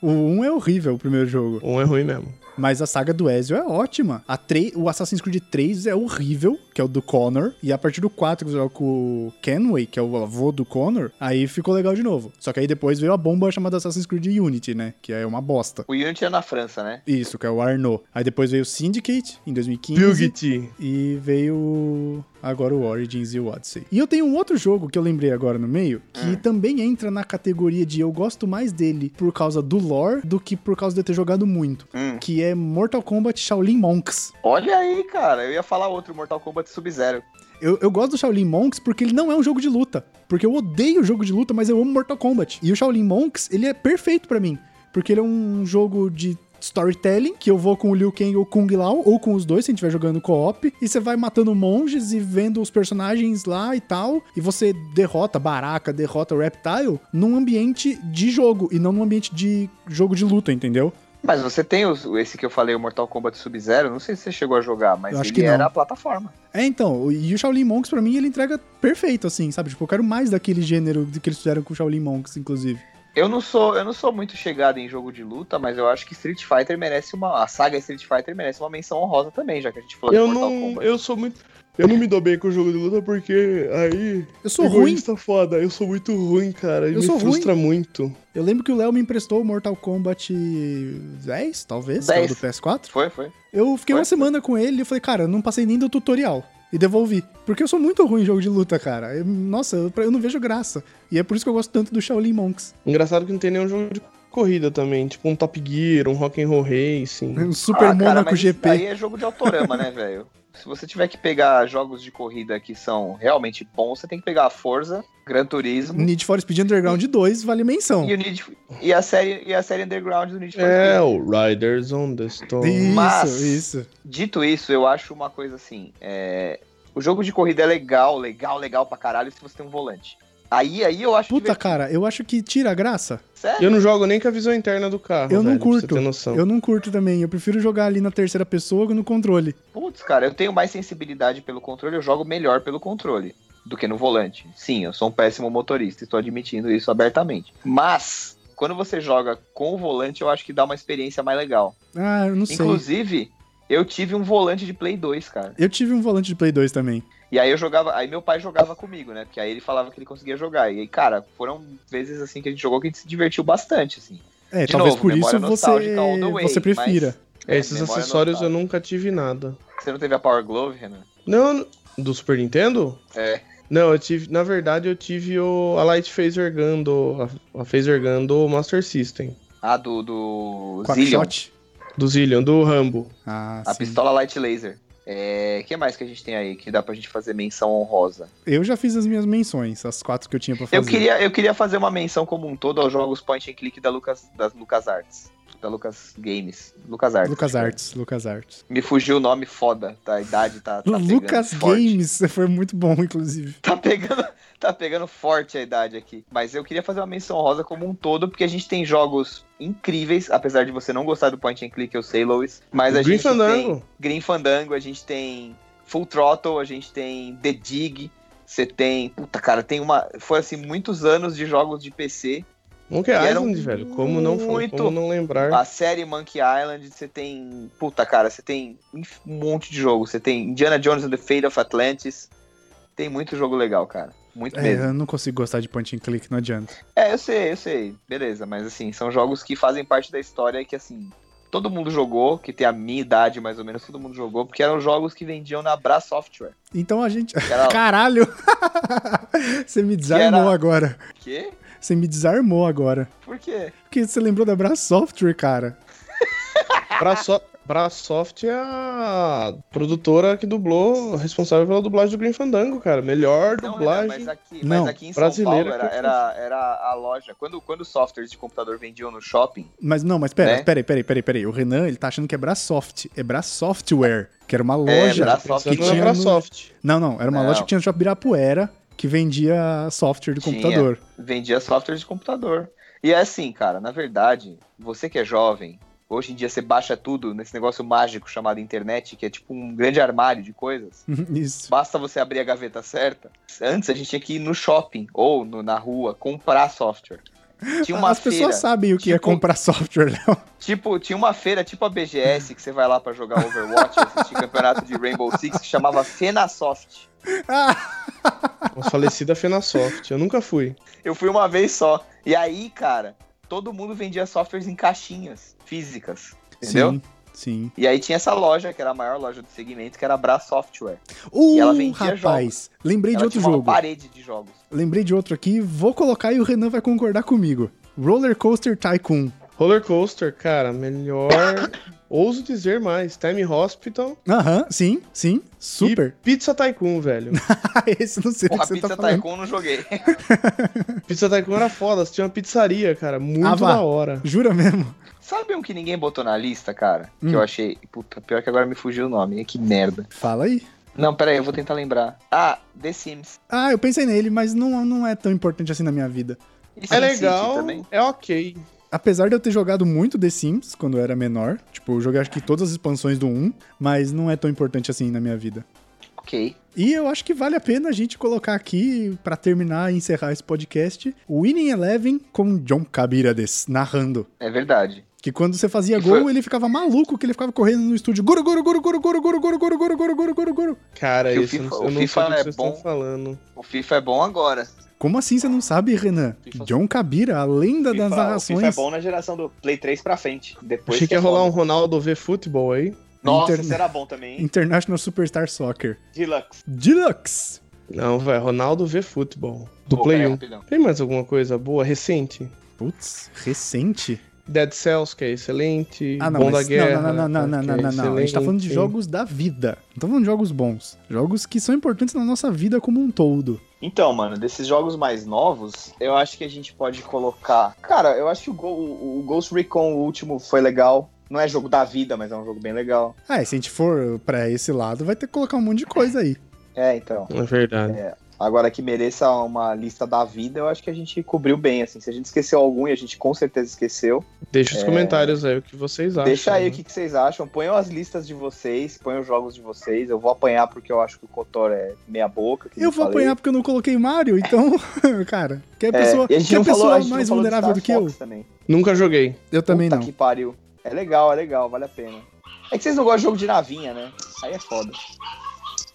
Speaker 2: O 1 é horrível, o primeiro jogo.
Speaker 1: Um é ruim mesmo.
Speaker 2: Mas a saga do Ezio é ótima. A tre- o Assassin's Creed 3 é horrível, que é o do Connor. E a partir do 4, que você joga com o Kenway, que é o avô do Connor, aí ficou legal de novo. Só que aí depois veio a bomba chamada Assassin's Creed Unity, né? Que é uma bosta.
Speaker 3: O Unity é na França, né?
Speaker 2: Isso, que é o Arnaud. Aí depois veio o Syndicate, em 2015.
Speaker 1: Pilgit.
Speaker 2: E veio agora o Origins e o Odyssey. E eu tenho um outro jogo que eu lembrei agora no meio, que também entra na categoria de eu gosto mais dele por causa do lore do que por causa de eu ter jogado muito.
Speaker 3: Hum.
Speaker 2: Que é Mortal Kombat Shaolin Monks.
Speaker 3: Olha aí, cara. Eu ia falar outro Mortal Kombat Sub-Zero.
Speaker 2: Eu, eu gosto do Shaolin Monks porque ele não é um jogo de luta. Porque eu odeio jogo de luta, mas eu amo Mortal Kombat. E o Shaolin Monks, ele é perfeito pra mim. Porque ele é um jogo de storytelling, que eu vou com o Liu Kang ou Kung Lao, ou com os dois, se a gente estiver jogando co-op, e você vai matando monges e vendo os personagens lá e tal, e você derrota Baraka, derrota Reptile, num ambiente de jogo, e não num ambiente de jogo de luta, entendeu?
Speaker 3: Mas você tem os- esse que eu falei, o Mortal Kombat Sub-Zero, não sei se você chegou a jogar, mas
Speaker 2: Eu acho
Speaker 3: ele
Speaker 2: que não.
Speaker 3: era a plataforma.
Speaker 2: É, então, o- e o Shaolin Monks, pra mim, ele entrega perfeito, assim, sabe? Tipo, eu quero mais daquele gênero que eles fizeram com o Shaolin Monks, inclusive.
Speaker 3: Eu não sou, eu não sou muito chegado em jogo de luta, mas eu acho que Street Fighter merece uma, a saga Street Fighter merece uma menção honrosa também, já que a gente falou
Speaker 1: Eu
Speaker 3: de Mortal
Speaker 1: não.
Speaker 3: Kombat.
Speaker 1: Eu sou muito. Eu não me dou bem com o jogo de luta porque aí.
Speaker 2: Eu
Speaker 3: Uhum.
Speaker 2: sou ruim.
Speaker 1: egoísta foda. Eu sou muito ruim, cara.
Speaker 2: Eu
Speaker 1: me
Speaker 2: sou
Speaker 1: frustra muito.
Speaker 2: Eu lembro que o Léo me emprestou o Mortal Kombat 10, talvez, que é o
Speaker 3: 10.
Speaker 2: do PS4.
Speaker 3: Foi, foi.
Speaker 2: Eu fiquei
Speaker 3: Foi.
Speaker 2: uma semana com ele e falei, cara, eu não passei nem do tutorial. E devolvi. Porque eu sou muito ruim em jogo de luta, cara. Eu- nossa, eu, eu não vejo graça. E é por isso que eu gosto tanto do Shaolin Monks.
Speaker 1: Engraçado que não tem nenhum jogo de corrida também. Tipo um Top Gear, um Rock'n'Roll Racing.
Speaker 2: Um Super
Speaker 3: Ah, cara,
Speaker 2: Monaco
Speaker 3: mas isso
Speaker 2: GP.
Speaker 3: Aí é jogo de autorama, né, velho? Se você tiver que pegar jogos de corrida que são realmente bons, você tem que pegar a Forza, Gran Turismo
Speaker 2: Need for Speed Underground 2 vale menção.
Speaker 3: e, o Need, e a série e a série Underground do Need for
Speaker 1: É,
Speaker 3: Speed.
Speaker 1: o Riders on the Storm.
Speaker 2: Isso,
Speaker 3: Mas-
Speaker 2: isso.
Speaker 3: Dito isso, eu acho uma coisa assim. é, O jogo de corrida é legal, legal, legal pra caralho se você tem um volante. Aí, aí eu acho
Speaker 2: Puta,
Speaker 3: divertido.
Speaker 2: cara, eu acho que tira a graça.
Speaker 3: Sério?
Speaker 1: Eu não jogo nem com a visão interna do carro.
Speaker 2: Eu não
Speaker 1: velho, pra
Speaker 2: curto.
Speaker 1: Você ter noção.
Speaker 2: Eu não curto também. Eu prefiro jogar ali na terceira pessoa no controle.
Speaker 3: Putz, cara, eu tenho mais sensibilidade pelo controle, eu jogo melhor pelo controle do que no volante. Sim, eu sou um péssimo motorista, estou admitindo isso abertamente. Mas, quando você joga com o volante, eu acho que dá uma experiência mais legal.
Speaker 2: Ah, eu não sei.
Speaker 3: Inclusive, eu tive um volante de Play 2, cara.
Speaker 2: Eu tive um volante de Play 2 também.
Speaker 3: E aí eu jogava, aí meu pai jogava comigo, né? Porque aí ele falava que ele conseguia jogar. E aí, cara, foram vezes assim que a gente jogou que a gente se divertiu bastante, assim.
Speaker 2: É,
Speaker 3: De
Speaker 2: talvez
Speaker 3: novo,
Speaker 2: por isso
Speaker 3: memória
Speaker 2: você,
Speaker 3: nostálgica all the way,
Speaker 2: você prefira.
Speaker 3: mas-
Speaker 1: É, Esses
Speaker 3: memória
Speaker 1: acessórios eu
Speaker 3: nostálgica.
Speaker 1: nunca tive nada.
Speaker 3: Você não teve a Power Glove, Renan?
Speaker 1: Não, Do Super Nintendo?
Speaker 3: É.
Speaker 1: Não, eu tive. Na verdade, eu tive o, a Light Phaser Gun do. A, a Phaser Gun do Master System.
Speaker 3: Ah, do. do
Speaker 2: é
Speaker 3: Zillion.
Speaker 2: Quackshot?
Speaker 1: Do Zillion, do Rambo.
Speaker 2: Ah,
Speaker 3: A
Speaker 2: sim.
Speaker 3: pistola Light Laser. É. O que mais que a gente tem aí que dá pra gente fazer menção honrosa?
Speaker 2: Eu já fiz as minhas menções, as quatro que eu tinha pra fazer.
Speaker 3: Eu queria, eu queria fazer uma menção como um todo aos jogos point and click da Lucas, das Lucas Arts. Da Lucas Games. Lucas Arts.
Speaker 2: Lucas Arts, Lucas Arts.
Speaker 3: Me fugiu o nome foda, tá? A idade tá. tá pegando
Speaker 2: Lucas
Speaker 3: forte.
Speaker 2: Games foi muito bom, inclusive.
Speaker 3: Tá pegando, tá pegando forte a idade aqui. Mas eu queria fazer uma menção rosa como um todo, porque a gente tem jogos incríveis, apesar de você não gostar do point and click, eu sei, Lois. Mas a
Speaker 1: Green
Speaker 3: gente tem
Speaker 1: Fandango.
Speaker 3: Green Fandango, a gente tem Full Throttle, a gente tem The Dig, você tem. Puta, cara, tem uma. Foi assim, muitos anos de jogos de PC.
Speaker 1: Monkey
Speaker 3: Era
Speaker 1: Um é
Speaker 3: um
Speaker 1: Island, velho. Como não,
Speaker 3: muito-
Speaker 1: como não lembrar?
Speaker 3: A série Monkey Island, você tem. Puta, cara, você tem inf- um monte de jogo. Você tem Indiana Jones and the Fate of Atlantis. Tem muito jogo legal, cara. Muito
Speaker 2: É,
Speaker 3: mesmo.
Speaker 2: eu não consigo gostar de point and click, não adianta.
Speaker 3: É, eu sei, eu sei. Beleza, mas assim, são jogos que fazem parte da história e que, assim, todo mundo jogou, que tem a minha idade mais ou menos, todo mundo jogou, porque eram jogos que vendiam na Bra Software.
Speaker 2: Então a gente.
Speaker 3: Que era.
Speaker 2: Caralho! você me desarmou
Speaker 3: era-
Speaker 2: agora.
Speaker 3: Quê?
Speaker 2: Você me desarmou agora.
Speaker 3: Por quê?
Speaker 2: Porque você lembrou da Bra Software, cara.
Speaker 1: Pra, so... pra Soft é a produtora que dublou, responsável pela dublagem do Green Fandango, cara. Melhor
Speaker 3: Não, Renan,
Speaker 1: dublagem.
Speaker 3: mas é, aqui,
Speaker 2: Não,
Speaker 3: mas aqui em São Paulo
Speaker 1: brasileira
Speaker 3: era,
Speaker 1: que eu
Speaker 3: era, era a loja. Quando, quando os softwares de computador vendiam no shopping,
Speaker 2: Mas não, mas pera,
Speaker 3: Né?
Speaker 2: peraí, peraí, peraí, peraí. O Renan, ele tá achando que é Bra Soft. É Bra Software, que era uma
Speaker 3: é,
Speaker 2: loja.
Speaker 3: Bra
Speaker 1: Pensando
Speaker 3: Software
Speaker 2: que
Speaker 1: na
Speaker 2: tinha um-
Speaker 1: Pra
Speaker 2: no-
Speaker 1: Soft.
Speaker 2: Não, não, era uma
Speaker 3: Não.
Speaker 2: loja que tinha no Shopping Ibirapuera que vendia software de
Speaker 3: Tinha.
Speaker 2: computador.
Speaker 3: vendia software de computador. E é assim, cara, na verdade, você que é jovem, hoje em dia você baixa tudo nesse negócio mágico chamado internet, que é tipo um grande armário de coisas.
Speaker 2: Uhum, Isso.
Speaker 3: Basta você abrir a gaveta certa. Antes a gente tinha que ir no shopping ou no- na rua comprar software. Tinha uma
Speaker 2: As
Speaker 3: feira,
Speaker 2: pessoas sabem o que é
Speaker 3: Tipo-
Speaker 2: comprar software, Léo.
Speaker 3: tipo, tinha uma feira tipo a BGS que você vai lá pra jogar Overwatch, assistir campeonato de Rainbow Six que chamava Fenasoft.
Speaker 2: Ah,
Speaker 1: A falecida Fenasoft. Eu nunca fui.
Speaker 3: Eu fui uma vez só. E aí, cara, todo mundo vendia softwares em caixinhas físicas, entendeu?
Speaker 2: sim, sim.
Speaker 3: E aí tinha essa loja, que era a maior loja do segmento, que era a Bra Software.
Speaker 2: Uh,
Speaker 3: ela vendia
Speaker 2: rapaz, lembrei
Speaker 3: Ela
Speaker 2: de outro
Speaker 3: tinha
Speaker 2: jogo.
Speaker 3: uma parede de jogos.
Speaker 2: Lembrei de outro aqui, vou colocar e o Renan vai concordar comigo. Roller Coaster Tycoon.
Speaker 1: Roller Coaster, cara, melhor. Ouso dizer mais. Time Hospital
Speaker 2: Aham, sim, sim, super. Ah,
Speaker 1: e Pizza Tycoon, velho.
Speaker 2: Esse eu não sei o
Speaker 3: Porra,
Speaker 2: que você
Speaker 3: Pizza
Speaker 2: tá falando.
Speaker 3: Tycoon eu não joguei.
Speaker 1: Pizza Tycoon era foda. Tinha uma pizzaria, cara. Muito
Speaker 2: Ah, vá.
Speaker 1: da hora.
Speaker 2: Jura mesmo?
Speaker 3: Sabe um que ninguém botou na lista, cara?
Speaker 2: Hum.
Speaker 3: Que eu achei... Puta, pior que agora me fugiu o nome. Que merda.
Speaker 2: Fala aí.
Speaker 3: Não, pera aí, eu vou tentar lembrar. Ah, The Sims.
Speaker 2: Ah, eu pensei nele, mas não, não é tão importante assim na minha vida.
Speaker 3: E
Speaker 1: É
Speaker 3: Sim City
Speaker 1: legal,
Speaker 3: também.
Speaker 1: é ok.
Speaker 2: Apesar de eu ter jogado muito The Sims quando eu era menor, tipo, eu joguei acho que todas as expansões do 1, mas não é tão importante assim na minha vida.
Speaker 3: Ok.
Speaker 2: E eu acho que vale a pena a gente colocar aqui, pra terminar e encerrar esse podcast, o Winning Eleven com John Cabirades narrando.
Speaker 3: É verdade.
Speaker 2: Que quando você fazia
Speaker 3: E
Speaker 2: gol,
Speaker 3: foi-
Speaker 2: ele ficava maluco, que ele ficava correndo no estúdio. Guru, guru, guru, guru, guru, guru, guru, guru, guru, guru, guru, guru, guru.
Speaker 1: Cara,
Speaker 3: Que o
Speaker 1: isso eu não-
Speaker 3: FIFA- o
Speaker 1: eu não
Speaker 3: FIFA
Speaker 1: sei do
Speaker 3: é
Speaker 1: que vocês estão
Speaker 3: bom.
Speaker 1: falando.
Speaker 3: O FIFA é bom agora.
Speaker 2: Como assim você não sabe, Renan?
Speaker 3: FIFA-
Speaker 2: John Cabira, a lenda das
Speaker 4: FIFA- o FIFA é
Speaker 2: narrações.
Speaker 4: bom na geração do Play 3 pra frente. Depois
Speaker 1: Achei que
Speaker 4: é
Speaker 1: ia rolar um
Speaker 4: foda.
Speaker 1: Ronaldo V Futebol aí.
Speaker 4: Nossa,
Speaker 2: Inter-
Speaker 4: isso era bom também, hein?
Speaker 2: International Superstar Soccer.
Speaker 4: Deluxe.
Speaker 2: Deluxe!
Speaker 1: Não, velho, Ronaldo V Futebol. Do
Speaker 3: Pô,
Speaker 1: Play
Speaker 3: pera aí,
Speaker 1: 1.
Speaker 3: rapidão.
Speaker 1: Tem mais alguma coisa boa, recente?
Speaker 2: Putz, recente.
Speaker 1: Dead Cells, que é excelente.
Speaker 2: Ah, não,
Speaker 1: Bom da
Speaker 2: mas
Speaker 1: Guerra.
Speaker 2: não, não, não, não, não,
Speaker 1: que
Speaker 2: não,
Speaker 1: é
Speaker 2: não, não. A gente tá falando de
Speaker 1: excelente.
Speaker 2: jogos da vida. Não tá falando de jogos bons. Jogos que são importantes na nossa vida como um todo.
Speaker 4: Então, mano, desses jogos mais novos, eu acho que a gente pode colocar. Cara, eu acho que o, Go- o- o Ghost Recon, o último, foi legal. Não é jogo da vida, mas é um jogo bem legal.
Speaker 2: Ah, e se a gente for pra esse lado, vai ter que colocar um monte de coisa aí.
Speaker 4: É, então.
Speaker 1: É verdade.
Speaker 4: Agora que mereça uma lista da vida, eu acho que a gente cobriu bem, assim. Se a gente esqueceu algum e a gente com certeza esqueceu,
Speaker 1: Deixa os
Speaker 3: É.
Speaker 1: comentários aí o que vocês acham.
Speaker 4: deixa aí
Speaker 1: né?
Speaker 4: o que, que vocês acham. Ponham as listas de vocês, ponham os jogos de vocês. Eu vou apanhar porque eu acho que o Kotor é meia boca. que
Speaker 2: Eu
Speaker 4: nem
Speaker 2: vou
Speaker 4: falei.
Speaker 2: apanhar porque eu não coloquei Mario, então, cara, quer
Speaker 4: É,
Speaker 2: pessoa,
Speaker 4: e a gente
Speaker 2: quer
Speaker 4: não
Speaker 2: pessoa
Speaker 4: falou, a gente não
Speaker 2: mais
Speaker 4: falou de
Speaker 2: vulnerável
Speaker 4: Star
Speaker 2: do que
Speaker 4: Fox
Speaker 2: eu?
Speaker 4: Também.
Speaker 1: Nunca joguei.
Speaker 2: Eu também
Speaker 4: Puta
Speaker 2: não.
Speaker 4: que pariu. É legal, é legal, vale a pena. É que vocês não gostam de jogo de navinha, né? Aí é foda.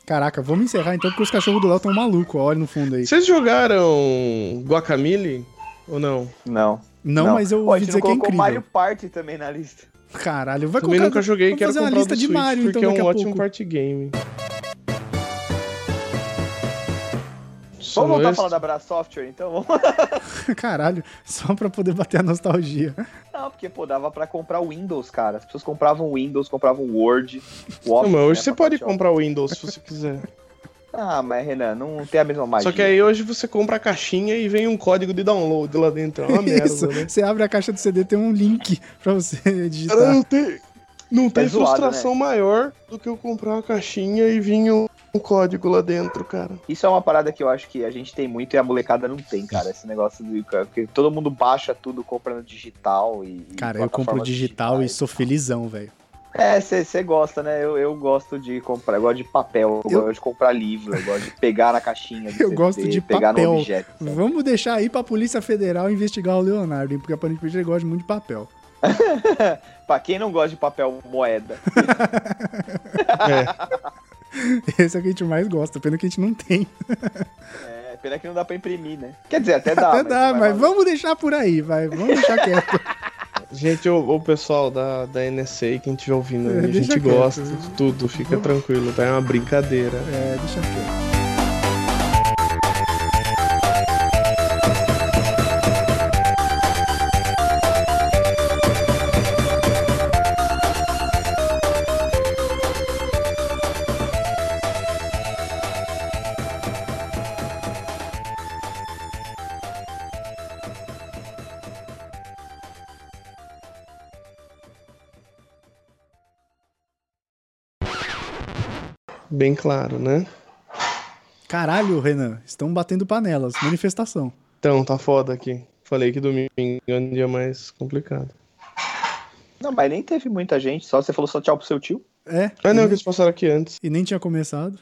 Speaker 2: Caraca, vamos encerrar então, porque os cachorros do Léo tão malucos, ó, olha no fundo aí.
Speaker 1: Vocês jogaram Guacamole ou não?
Speaker 4: Não.
Speaker 2: Não,
Speaker 4: Não.
Speaker 2: mas eu
Speaker 4: Pô, a
Speaker 2: ouvi
Speaker 4: gente
Speaker 2: dizer
Speaker 4: não
Speaker 2: que é
Speaker 4: colocou
Speaker 2: incrível.
Speaker 4: Mario Party também na lista.
Speaker 2: Caralho, vai
Speaker 1: Também
Speaker 2: colocar...
Speaker 1: nunca joguei,
Speaker 2: vamos
Speaker 1: quero
Speaker 2: fazer uma
Speaker 1: comprar o
Speaker 2: lista
Speaker 1: do
Speaker 2: de
Speaker 1: Switch,
Speaker 2: Mario, então,
Speaker 1: porque é
Speaker 2: daqui
Speaker 1: um
Speaker 2: a
Speaker 1: ótimo
Speaker 2: pouco.
Speaker 1: party game. Só
Speaker 3: Vamos voltar a
Speaker 1: Lust.
Speaker 3: falar da Bra Software, então? Vamos
Speaker 2: Caralho, só pra poder bater a nostalgia.
Speaker 3: Não, porque, pô, dava pra comprar Windows, cara. As pessoas compravam Windows, compravam Word, o Office.
Speaker 1: Não, mas hoje
Speaker 3: né,
Speaker 1: você pode
Speaker 3: pacote
Speaker 1: comprar o Windows se você quiser.
Speaker 3: Office. Ah, mas, Renan, não tem a mesma magia.
Speaker 1: Só que aí hoje você compra a caixinha e vem um código de download lá dentro. É uma
Speaker 2: Isso,
Speaker 1: merda, né?
Speaker 2: você abre a caixa do CD, tem um link pra você
Speaker 1: Cara,
Speaker 2: digitar.
Speaker 1: não tem, não tem
Speaker 3: zoado,
Speaker 1: frustração maior do que eu comprar uma caixinha e vir um, um código lá dentro, cara.
Speaker 3: Isso é uma parada que eu acho que a gente tem muito e a molecada não tem, cara. Esse negócio do... cara, Porque todo mundo baixa tudo, compra no digital e... e
Speaker 2: Cara, eu compro
Speaker 3: plataformas
Speaker 2: digital então. e
Speaker 3: digitais.
Speaker 2: sou felizão, velho.
Speaker 3: É, você gosta, né? Eu, eu gosto de comprar, eu gosto de papel, eu,
Speaker 2: Eu-
Speaker 3: gosto de comprar livro, eu gosto de pegar na caixinha do
Speaker 2: Eu
Speaker 3: CD,
Speaker 2: gosto de
Speaker 3: pegar
Speaker 2: papel.
Speaker 3: no objeto.
Speaker 1: É.
Speaker 3: sabe?
Speaker 2: Vamos deixar aí pra Polícia Federal investigar o Leonardo, hein? Porque aparentemente ele gosta muito de papel.
Speaker 3: pra quem não gosta de papel, moeda.
Speaker 1: É,
Speaker 2: Esse é o que a gente mais gosta, pena que a gente não tem.
Speaker 3: É, pena que não dá pra imprimir, né? Quer dizer, até dá.
Speaker 2: Até dá,
Speaker 3: não vai
Speaker 2: Ah, Tá, mas
Speaker 3: valer.
Speaker 2: vamos deixar por aí, vai. Vamos deixar quieto.
Speaker 1: gente, o, o pessoal da, da NSA, quem estiver ouvindo
Speaker 2: É,
Speaker 1: aí, a
Speaker 2: deixa
Speaker 1: gente
Speaker 2: quieto.
Speaker 1: gosta de tudo, fica tranquilo, tá? É uma brincadeira.
Speaker 2: É, deixa quieto.
Speaker 1: Bem claro, né?
Speaker 2: Caralho, Renan, estão batendo panelas. Manifestação.
Speaker 1: Então, tá foda aqui. Falei que domingo é um dia mais complicado.
Speaker 3: Não, mas nem teve muita gente, só você falou só tchau pro seu tio.
Speaker 2: É.
Speaker 1: Ah, não,
Speaker 2: e-
Speaker 1: que eles passaram aqui antes.
Speaker 2: E nem tinha começado.